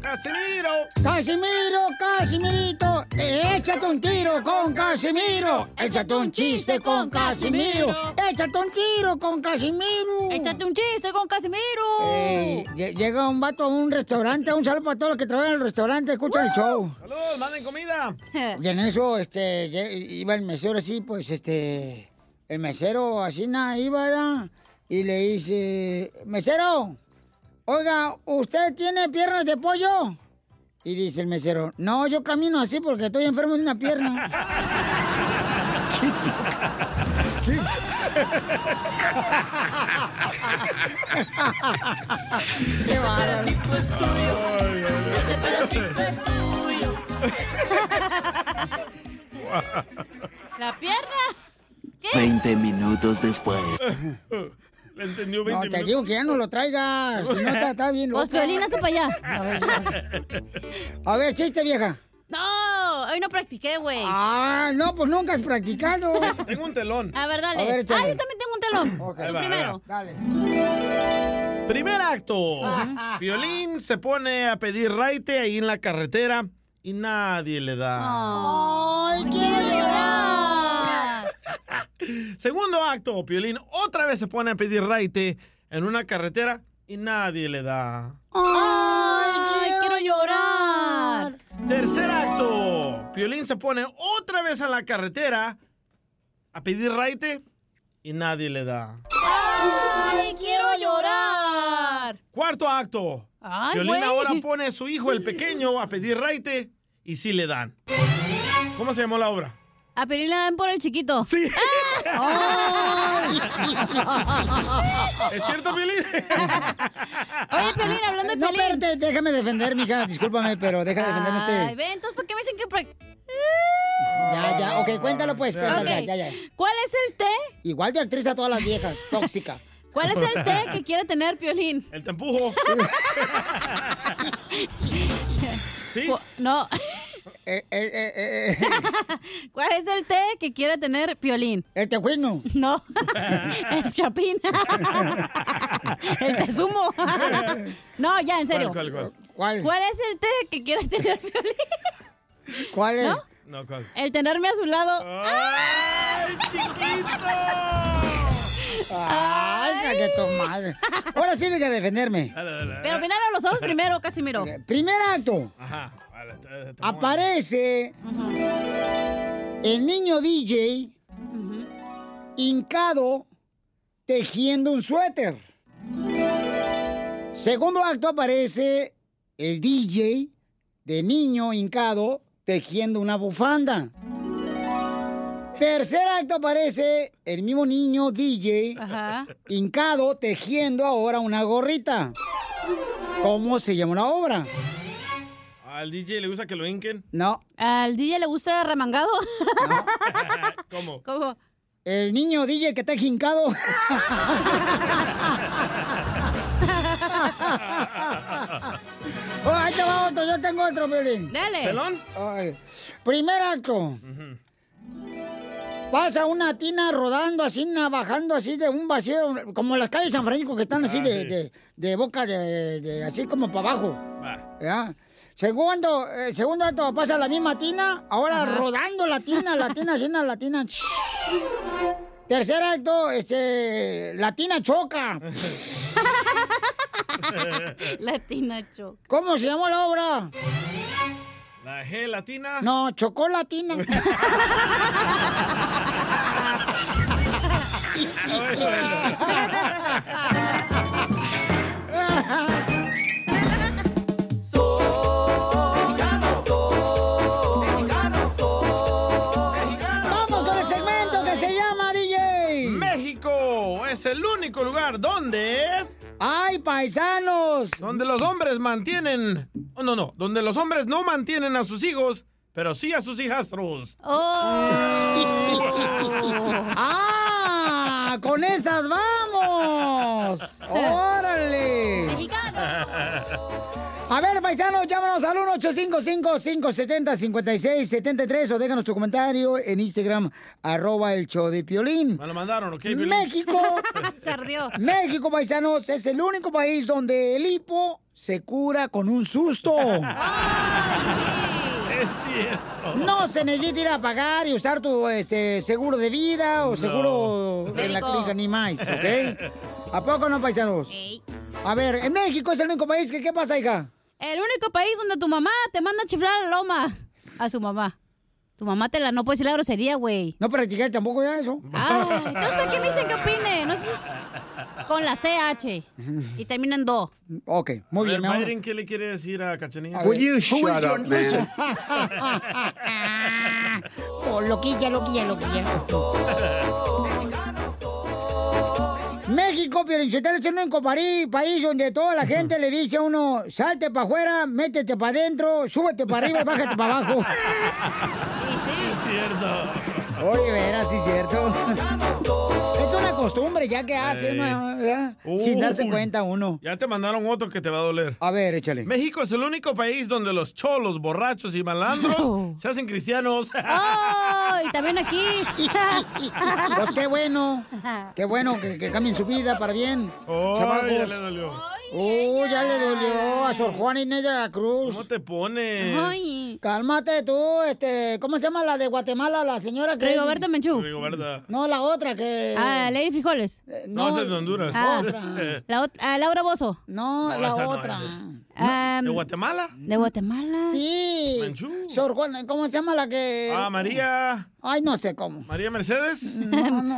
[SPEAKER 6] ¡Casimiro!
[SPEAKER 4] ¡Casimiro, Casimirito! ¡Échate un tiro con Casimiro! ¡Échate un chiste con Casimiro! ¡Échate un tiro con Casimiro!
[SPEAKER 5] ¡Échate un chiste con Casimiro!
[SPEAKER 4] Eh, lle- llega un vato a un restaurante, un saludo para todos los que trabajan en el restaurante, escucha el show.
[SPEAKER 6] ¡Saludos, manden comida!
[SPEAKER 4] Y en eso, este, lle- iba el mesero así, pues, este, el mesero así, na, iba ya, y le dice, mesero, oiga, ¿usted tiene piernas de pollo? Y dice el mesero, no, yo camino así porque estoy enfermo de una pierna.
[SPEAKER 3] aquí.
[SPEAKER 4] Qué bárbaro.
[SPEAKER 5] Este La pierna.
[SPEAKER 27] 20 minutos después.
[SPEAKER 6] Le entendió
[SPEAKER 4] No,
[SPEAKER 6] 20
[SPEAKER 4] te digo que ya no lo traigas. Si no, está, está bien.
[SPEAKER 5] Pues, Piolín, hazte para allá.
[SPEAKER 4] A ver, chiste, vieja.
[SPEAKER 5] No, hoy no practiqué, güey.
[SPEAKER 4] Ah, no, pues nunca has practicado.
[SPEAKER 6] Tengo un telón.
[SPEAKER 5] A ver, dale.
[SPEAKER 4] A ver, échale.
[SPEAKER 5] ah, yo también tengo un telón.
[SPEAKER 6] Ahí
[SPEAKER 4] Pues
[SPEAKER 5] Tú
[SPEAKER 6] va, ahí
[SPEAKER 5] primero.
[SPEAKER 4] Dale.
[SPEAKER 6] Primer acto.
[SPEAKER 5] Ajá.
[SPEAKER 6] Violín se pone a pedir raite ahí en la carretera y nadie le da.
[SPEAKER 4] ¡Ay, quiero llorar!
[SPEAKER 6] Segundo acto. Piolín otra vez se pone a pedir raite en una carretera y nadie le da.
[SPEAKER 5] ¡Ay, quiero llorar!
[SPEAKER 6] Tercer acto. Piolín se pone otra vez a la carretera a pedir raite y nadie le da.
[SPEAKER 5] ¡Ay, quiero llorar!
[SPEAKER 6] Cuarto acto.
[SPEAKER 5] Ay,
[SPEAKER 6] Piolín
[SPEAKER 5] güey.
[SPEAKER 6] ahora pone a su hijo, el pequeño, a pedir raite y sí le dan. ¿Cómo se llamó la obra?
[SPEAKER 5] A Piolín le dan por el chiquito.
[SPEAKER 6] Sí.
[SPEAKER 5] ¡Ay!
[SPEAKER 6] ¿Es cierto, Piolín?
[SPEAKER 4] Oye, Pelín, hablando de Pelín. No, espérate, déjame defender, mija. Discúlpame, pero deja de defenderme este-
[SPEAKER 5] Ay,
[SPEAKER 4] usted.
[SPEAKER 5] ve, entonces, ¿por qué me dicen que prac-
[SPEAKER 4] Ya, ya. Ok, cuéntalo pues, cuéntalo.
[SPEAKER 5] Ok.
[SPEAKER 4] Ya, ya, ya.
[SPEAKER 5] ¿Cuál es el té?
[SPEAKER 4] Igual de actriz a todas las viejas. Tóxica.
[SPEAKER 5] ¿Cuál es el té que quiere tener Piolín?
[SPEAKER 6] El te empujo. ¿Sí?
[SPEAKER 5] No.
[SPEAKER 4] eh,
[SPEAKER 5] ¿Cuál es el té que quiere tener Piolín?
[SPEAKER 4] El tejuino.
[SPEAKER 5] No. el chapín. el tezumo. no, ya, en serio.
[SPEAKER 6] ¿Cuál, cuál,
[SPEAKER 4] cuál?
[SPEAKER 5] es el té que quiere tener Piolín?
[SPEAKER 4] ¿Cuál
[SPEAKER 5] es? ¿No?
[SPEAKER 6] No, ¿cuál?
[SPEAKER 5] El tenerme a su lado.
[SPEAKER 6] ¡Ay,
[SPEAKER 5] chiquito!
[SPEAKER 4] Ay, hija de tu madre. Ahora sí, deja de defenderme.
[SPEAKER 5] Pero míralo a los ojos primero, Casimiro.
[SPEAKER 4] Primer acto.
[SPEAKER 6] Ajá. vale, te- te- te-
[SPEAKER 4] Aparece el niño DJ hincado tejiendo un suéter. Segundo acto aparece el DJ de niño hincado tejiendo una bufanda. Tercer acto aparece el mismo niño DJ hincado tejiendo ahora una gorrita. ¿Cómo se llama la obra?
[SPEAKER 6] ¿Al DJ le gusta que lo hinquen?
[SPEAKER 4] No.
[SPEAKER 5] ¿Al DJ le gusta remangado?
[SPEAKER 6] ¿Cómo?
[SPEAKER 5] ¿Cómo?
[SPEAKER 4] El niño DJ que está jincado.
[SPEAKER 5] Ah.
[SPEAKER 4] Oh, ahí te va otro, yo tengo otro, Piolín.
[SPEAKER 5] Dale.
[SPEAKER 3] ¿Pelón?
[SPEAKER 4] Ay. Primer acto. Pasa una tina rodando así, na- bajando así de un vacío, como las calles de San Francisco que están así
[SPEAKER 3] Ah,
[SPEAKER 4] de,
[SPEAKER 3] sí.
[SPEAKER 4] de- de boca, de, de- así como para abajo.
[SPEAKER 6] Va.
[SPEAKER 4] ¿ya? Segundo, eh, segundo acto, pasa la misma tina, ahora
[SPEAKER 3] Ajá.
[SPEAKER 4] rodando la tina, la tina, así, na- la tina. Tercer acto, este, la tina choca.
[SPEAKER 5] Latina choc.
[SPEAKER 4] ¿Cómo se llamó la obra?
[SPEAKER 6] ¿La G latina?
[SPEAKER 4] No, chocó la tina. Vamos con el segmento que se llama DJ.
[SPEAKER 6] México es el único lugar donde...
[SPEAKER 4] ¡Ay, paisanos!
[SPEAKER 6] Donde los hombres mantienen... oh, no, no. Donde los hombres no mantienen a sus hijos, pero sí a sus hijastros.
[SPEAKER 4] ¡Ah! ¡Con esas vamos! ¡Órale! A ver, paisanos, llámanos al 1-855-570-5673 o déjanos tu comentario en Instagram, arroba el show de Piolín.
[SPEAKER 6] Me lo mandaron, ¿ok, Piolín?
[SPEAKER 4] México.
[SPEAKER 5] Se ardió.
[SPEAKER 4] México, paisanos, es el único país donde el hipo se cura con un susto.
[SPEAKER 6] Es cierto.
[SPEAKER 4] No se necesita ir a pagar y usar tu este, seguro de vida o
[SPEAKER 3] No.
[SPEAKER 4] seguro en la
[SPEAKER 3] Médico.
[SPEAKER 4] clínica ni más, ¿ok? ¿A poco no, paisanos? A ver, en México es el único país que, ¿qué pasa, hija?
[SPEAKER 5] El único país donde tu mamá te manda a chiflar a la loma. A su mamá. Tu mamá te la no puede decir la grosería, güey.
[SPEAKER 4] No practiqué tampoco ya eso.
[SPEAKER 5] Ay, entonces, ¿para qué me dicen que opine? No sé. Con la CH. Y termina en do.
[SPEAKER 4] Ok,
[SPEAKER 6] A
[SPEAKER 4] muy
[SPEAKER 6] ver,
[SPEAKER 4] bien, mi amor.
[SPEAKER 6] Byron, ¿qué le quiere decir a Cachanilla?
[SPEAKER 4] Will you shut up, man? Oh, loquilla, loquilla, loquilla. México, Piolinsotelo, es un incomparí- país donde toda la gente le dice a uno, salte para afuera, métete para adentro, súbete para arriba y bájate para abajo.
[SPEAKER 6] Es cierto.
[SPEAKER 4] Oye, verás, sí es cierto. Es una costumbre ya que hace,
[SPEAKER 6] Ey.
[SPEAKER 4] una- ¿verdad? sin darse
[SPEAKER 6] Uy.
[SPEAKER 4] cuenta uno.
[SPEAKER 6] Ya te mandaron otro que te va a doler.
[SPEAKER 4] A ver, échale.
[SPEAKER 6] México es el único país donde los cholos, borrachos y malandros se hacen cristianos.
[SPEAKER 4] Ah.
[SPEAKER 5] ¡Oh! Y también aquí.
[SPEAKER 4] Pues qué bueno, qué bueno que, que cambien su vida para bien. chamacos.
[SPEAKER 6] ya le dolió.
[SPEAKER 4] Uy, ya le dolió a Sor Juana Inés de la Cruz.
[SPEAKER 6] ¿Cómo te pones?
[SPEAKER 4] Cálmate tú, este, ¿cómo se llama la de Guatemala, la señora que...
[SPEAKER 5] Rigoberta Menchú.
[SPEAKER 6] Rigoberta.
[SPEAKER 4] No, la otra que...
[SPEAKER 5] Ah, Lady Frijoles.
[SPEAKER 4] Eh,
[SPEAKER 6] No, esa es de Honduras.
[SPEAKER 5] Ah,
[SPEAKER 6] Eh,
[SPEAKER 5] la ot- ah, Laura Bozo.
[SPEAKER 4] No,
[SPEAKER 6] No, la esa no otra.
[SPEAKER 5] Ah,
[SPEAKER 6] ¿De Guatemala?
[SPEAKER 5] ¿De Guatemala?
[SPEAKER 4] Sí. Sor Juana, ¿cómo se llama la que...?
[SPEAKER 6] Ah, María.
[SPEAKER 4] Ay, no sé cómo.
[SPEAKER 6] ¿María Mercedes?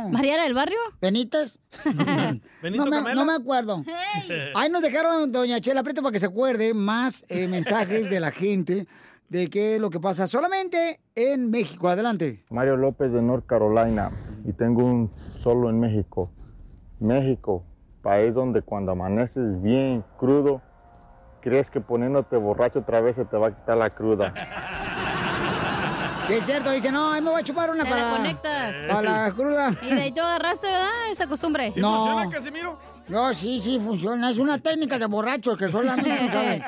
[SPEAKER 4] ¿María del barrio? Benítez.
[SPEAKER 6] ¿Benito
[SPEAKER 4] no, me,
[SPEAKER 6] Camela?
[SPEAKER 4] no me acuerdo. Ahí nos dejaron, doña Chela Prieto, para que se acuerde más eh, mensajes de la gente de qué es lo que pasa solamente en México. Adelante.
[SPEAKER 15] Mario López de North Carolina y tengo un solo en México. México, país donde cuando amaneces bien crudo, crees que poniéndote borracho otra vez se te va a quitar la cruda.
[SPEAKER 4] Sí, es cierto. Dice, no, ahí me voy a chupar una
[SPEAKER 5] Te
[SPEAKER 4] para...
[SPEAKER 5] la conectas.
[SPEAKER 4] Para la cruda.
[SPEAKER 5] Y de ahí tú agarraste, ¿verdad? Esa costumbre.
[SPEAKER 4] ¿Sí No. funciona,
[SPEAKER 6] Casimiro?
[SPEAKER 4] No, sí, sí, funciona. Es una técnica de borrachos que solamente saben.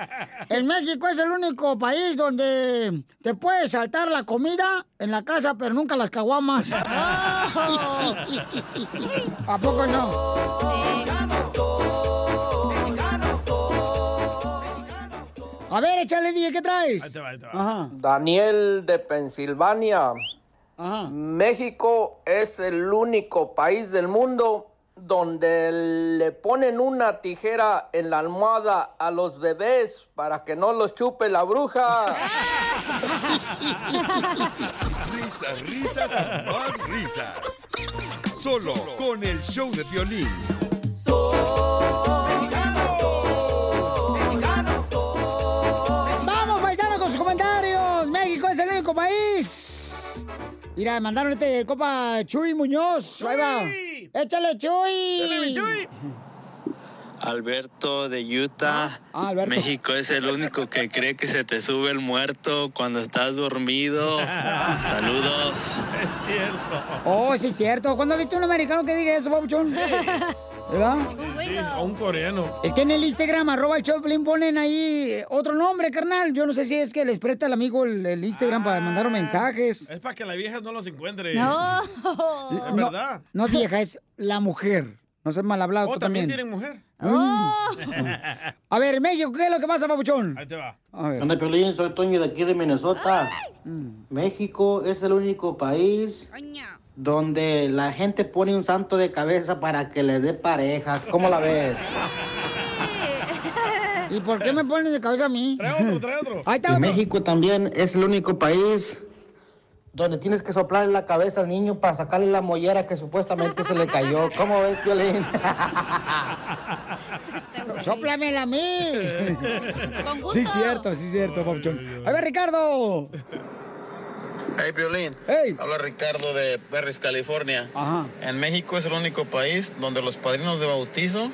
[SPEAKER 4] En México es el único país donde te puedes saltar la comida en la casa, pero nunca las caguamas.
[SPEAKER 5] Oh.
[SPEAKER 4] ¿A poco no? A ver, échale, DJ, ¿qué traes?
[SPEAKER 16] Daniel de Pensilvania. México es el único país del mundo donde le ponen una tijera en la almohada a los bebés para que no los chupe la bruja.
[SPEAKER 1] Risas, risas y más risas. Solo con el show de violín.
[SPEAKER 4] ¡Vamos, paisanos, con sus comentarios! ¡México es el único país! Mira, mandaron este el copa Chuy Muñoz. Ahí va. ¡Échale, Chuy!
[SPEAKER 21] Alberto de Utah.
[SPEAKER 4] Alberto.
[SPEAKER 21] México es el único que cree que se te sube el muerto cuando estás dormido. Saludos.
[SPEAKER 6] Es cierto.
[SPEAKER 4] Oh, sí, es cierto. ¿Cuándo viste un americano que diga eso, Pabuchón? ¿Verdad?
[SPEAKER 6] Sí, a un coreano.
[SPEAKER 4] Es que en el Instagram, arroba el Choplin, ponen ahí eh, otro nombre, carnal. Yo no sé si es que les presta el amigo el, el Instagram para
[SPEAKER 6] Ah.
[SPEAKER 4] mandar mensajes.
[SPEAKER 6] Es para que las viejas no los encuentren. Es
[SPEAKER 4] No,
[SPEAKER 6] verdad.
[SPEAKER 4] no es vieja, es la mujer. No seas mal hablado
[SPEAKER 6] Oh,
[SPEAKER 4] tú
[SPEAKER 6] también
[SPEAKER 4] también.
[SPEAKER 6] tienen mujer. Oh.
[SPEAKER 4] Ay. A ver, México, ¿qué es lo que pasa, papuchón?
[SPEAKER 6] Ahí te va.
[SPEAKER 4] A ver. Mm.
[SPEAKER 24] Anda, Piolín, soy Toño de aquí de Minnesota. México es el único país donde la gente pone un santo de cabeza para que le dé pareja. ¿Cómo la ves?
[SPEAKER 4] ¿Y por qué me ponen de cabeza a mí?
[SPEAKER 6] Trae otro, trae otro.
[SPEAKER 4] Ahí está
[SPEAKER 24] Y
[SPEAKER 4] otro.
[SPEAKER 24] México también es el único país donde tienes que soplar en la cabeza al niño para sacarle la mollera que supuestamente se le cayó. ¿Cómo ves, Piolín?
[SPEAKER 4] ¡Sóplamela a mí!
[SPEAKER 24] Con gusto.
[SPEAKER 4] Sí, es cierto, sí, es cierto, papuchón. A ver, Ricardo.
[SPEAKER 30] Hey, Piolín. Habla Ricardo de Perris, California. En México es el único país donde los padrinos de bautizo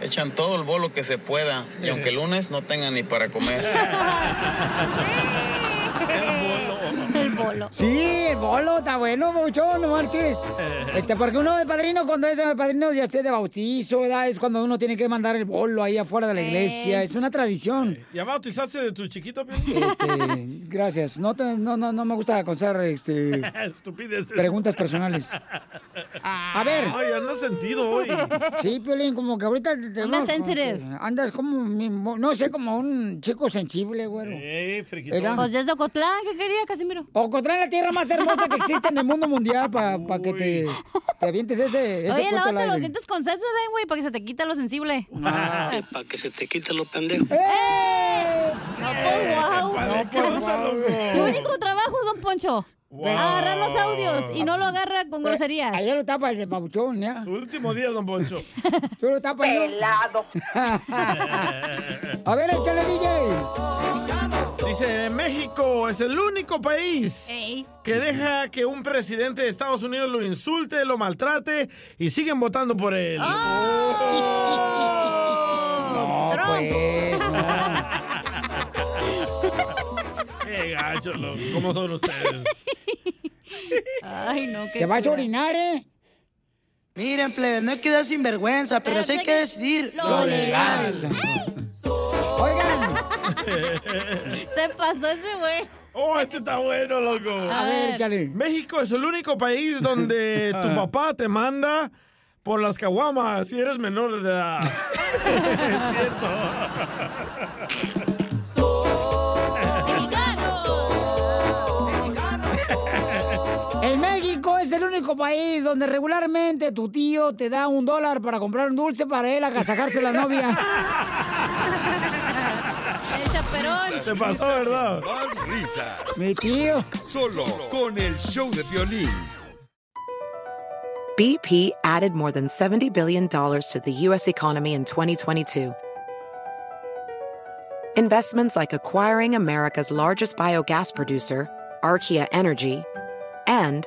[SPEAKER 30] echan todo el bolo que se pueda. Y aunque el lunes no tengan ni para comer.
[SPEAKER 4] El bolo. Sí, el bolo está bueno, mucho, no marches. Este, porque uno de padrino, cuando es de padrino, ya esté de bautizo, ¿verdad? Es cuando uno tiene que mandar el bolo ahí afuera de la iglesia. Es una tradición.
[SPEAKER 6] ¿Ya bautizaste de tu chiquito, Piolín?
[SPEAKER 4] Este, gracias. No, te- no, no, no me gusta aconsar este,
[SPEAKER 6] Estupideces.
[SPEAKER 4] preguntas personales. A ver.
[SPEAKER 6] Ay, anda sentido hoy.
[SPEAKER 4] Sí, Piolín, como que ahorita... Te, te-
[SPEAKER 6] Andas
[SPEAKER 4] no,
[SPEAKER 6] sensitive.
[SPEAKER 4] como que Andas como, mi- no sé, como un chico sensible, güero.
[SPEAKER 6] Ey, friquito.
[SPEAKER 4] Era-
[SPEAKER 5] Pues es de Ocotlán, ¿qué quería, Casimiro?
[SPEAKER 4] Ocotlán es la tierra más hermosa que existe en el mundo mundial para que te, te avientes ese, ese
[SPEAKER 5] Oye,
[SPEAKER 4] cuento al
[SPEAKER 5] lávate los
[SPEAKER 4] aire.
[SPEAKER 5] dientes con sesos, eh, güey, para que se te quita lo sensible.
[SPEAKER 6] Ah.
[SPEAKER 30] Para que se te quite lo pendejo.
[SPEAKER 4] ¡Eh!
[SPEAKER 5] No,
[SPEAKER 30] padre,
[SPEAKER 5] pues, wow.
[SPEAKER 30] qué bruta, loco.
[SPEAKER 5] Su único trabajo, don Poncho. Agarrar los audios y no lo agarra con groserías.
[SPEAKER 4] Ayer lo tapa el de Pabuchón, ya.
[SPEAKER 6] Tu último día, don Poncho.
[SPEAKER 4] Tú lo tapas. Pelado. A ver, échale, DJ.
[SPEAKER 6] Dice, México es el único país que deja que un presidente de Estados Unidos lo insulte, lo maltrate y siguen votando por él.
[SPEAKER 5] Ah.
[SPEAKER 3] No, pues.
[SPEAKER 6] ¡Qué gacho, loco! ¿Cómo son ustedes?
[SPEAKER 5] Ay, no, qué
[SPEAKER 4] Te vas a
[SPEAKER 5] cura.
[SPEAKER 4] orinar, ¿eh?
[SPEAKER 31] Miren, plebe, no hay que dar sinvergüenza, pero sí hay que decidir
[SPEAKER 5] lo legal. Se pasó ese güey.
[SPEAKER 6] Oh, este está bueno, loco.
[SPEAKER 5] A ver,
[SPEAKER 4] chale.
[SPEAKER 6] México es el único país donde tu papá te manda por las caguamas si eres menor de edad.
[SPEAKER 4] El México es el único país donde regularmente tu tío te da un dólar para comprar un dulce para él agasajarse la novia.
[SPEAKER 5] El chaperón.
[SPEAKER 6] Te pasó, ¿verdad?
[SPEAKER 1] Más risas.
[SPEAKER 4] Mi tío.
[SPEAKER 1] Solo con el show de violín.
[SPEAKER 29] BP added more than $70 billion to the U.S. economy in 2022. Investments like acquiring America's largest biogas producer, Archaea Energy, and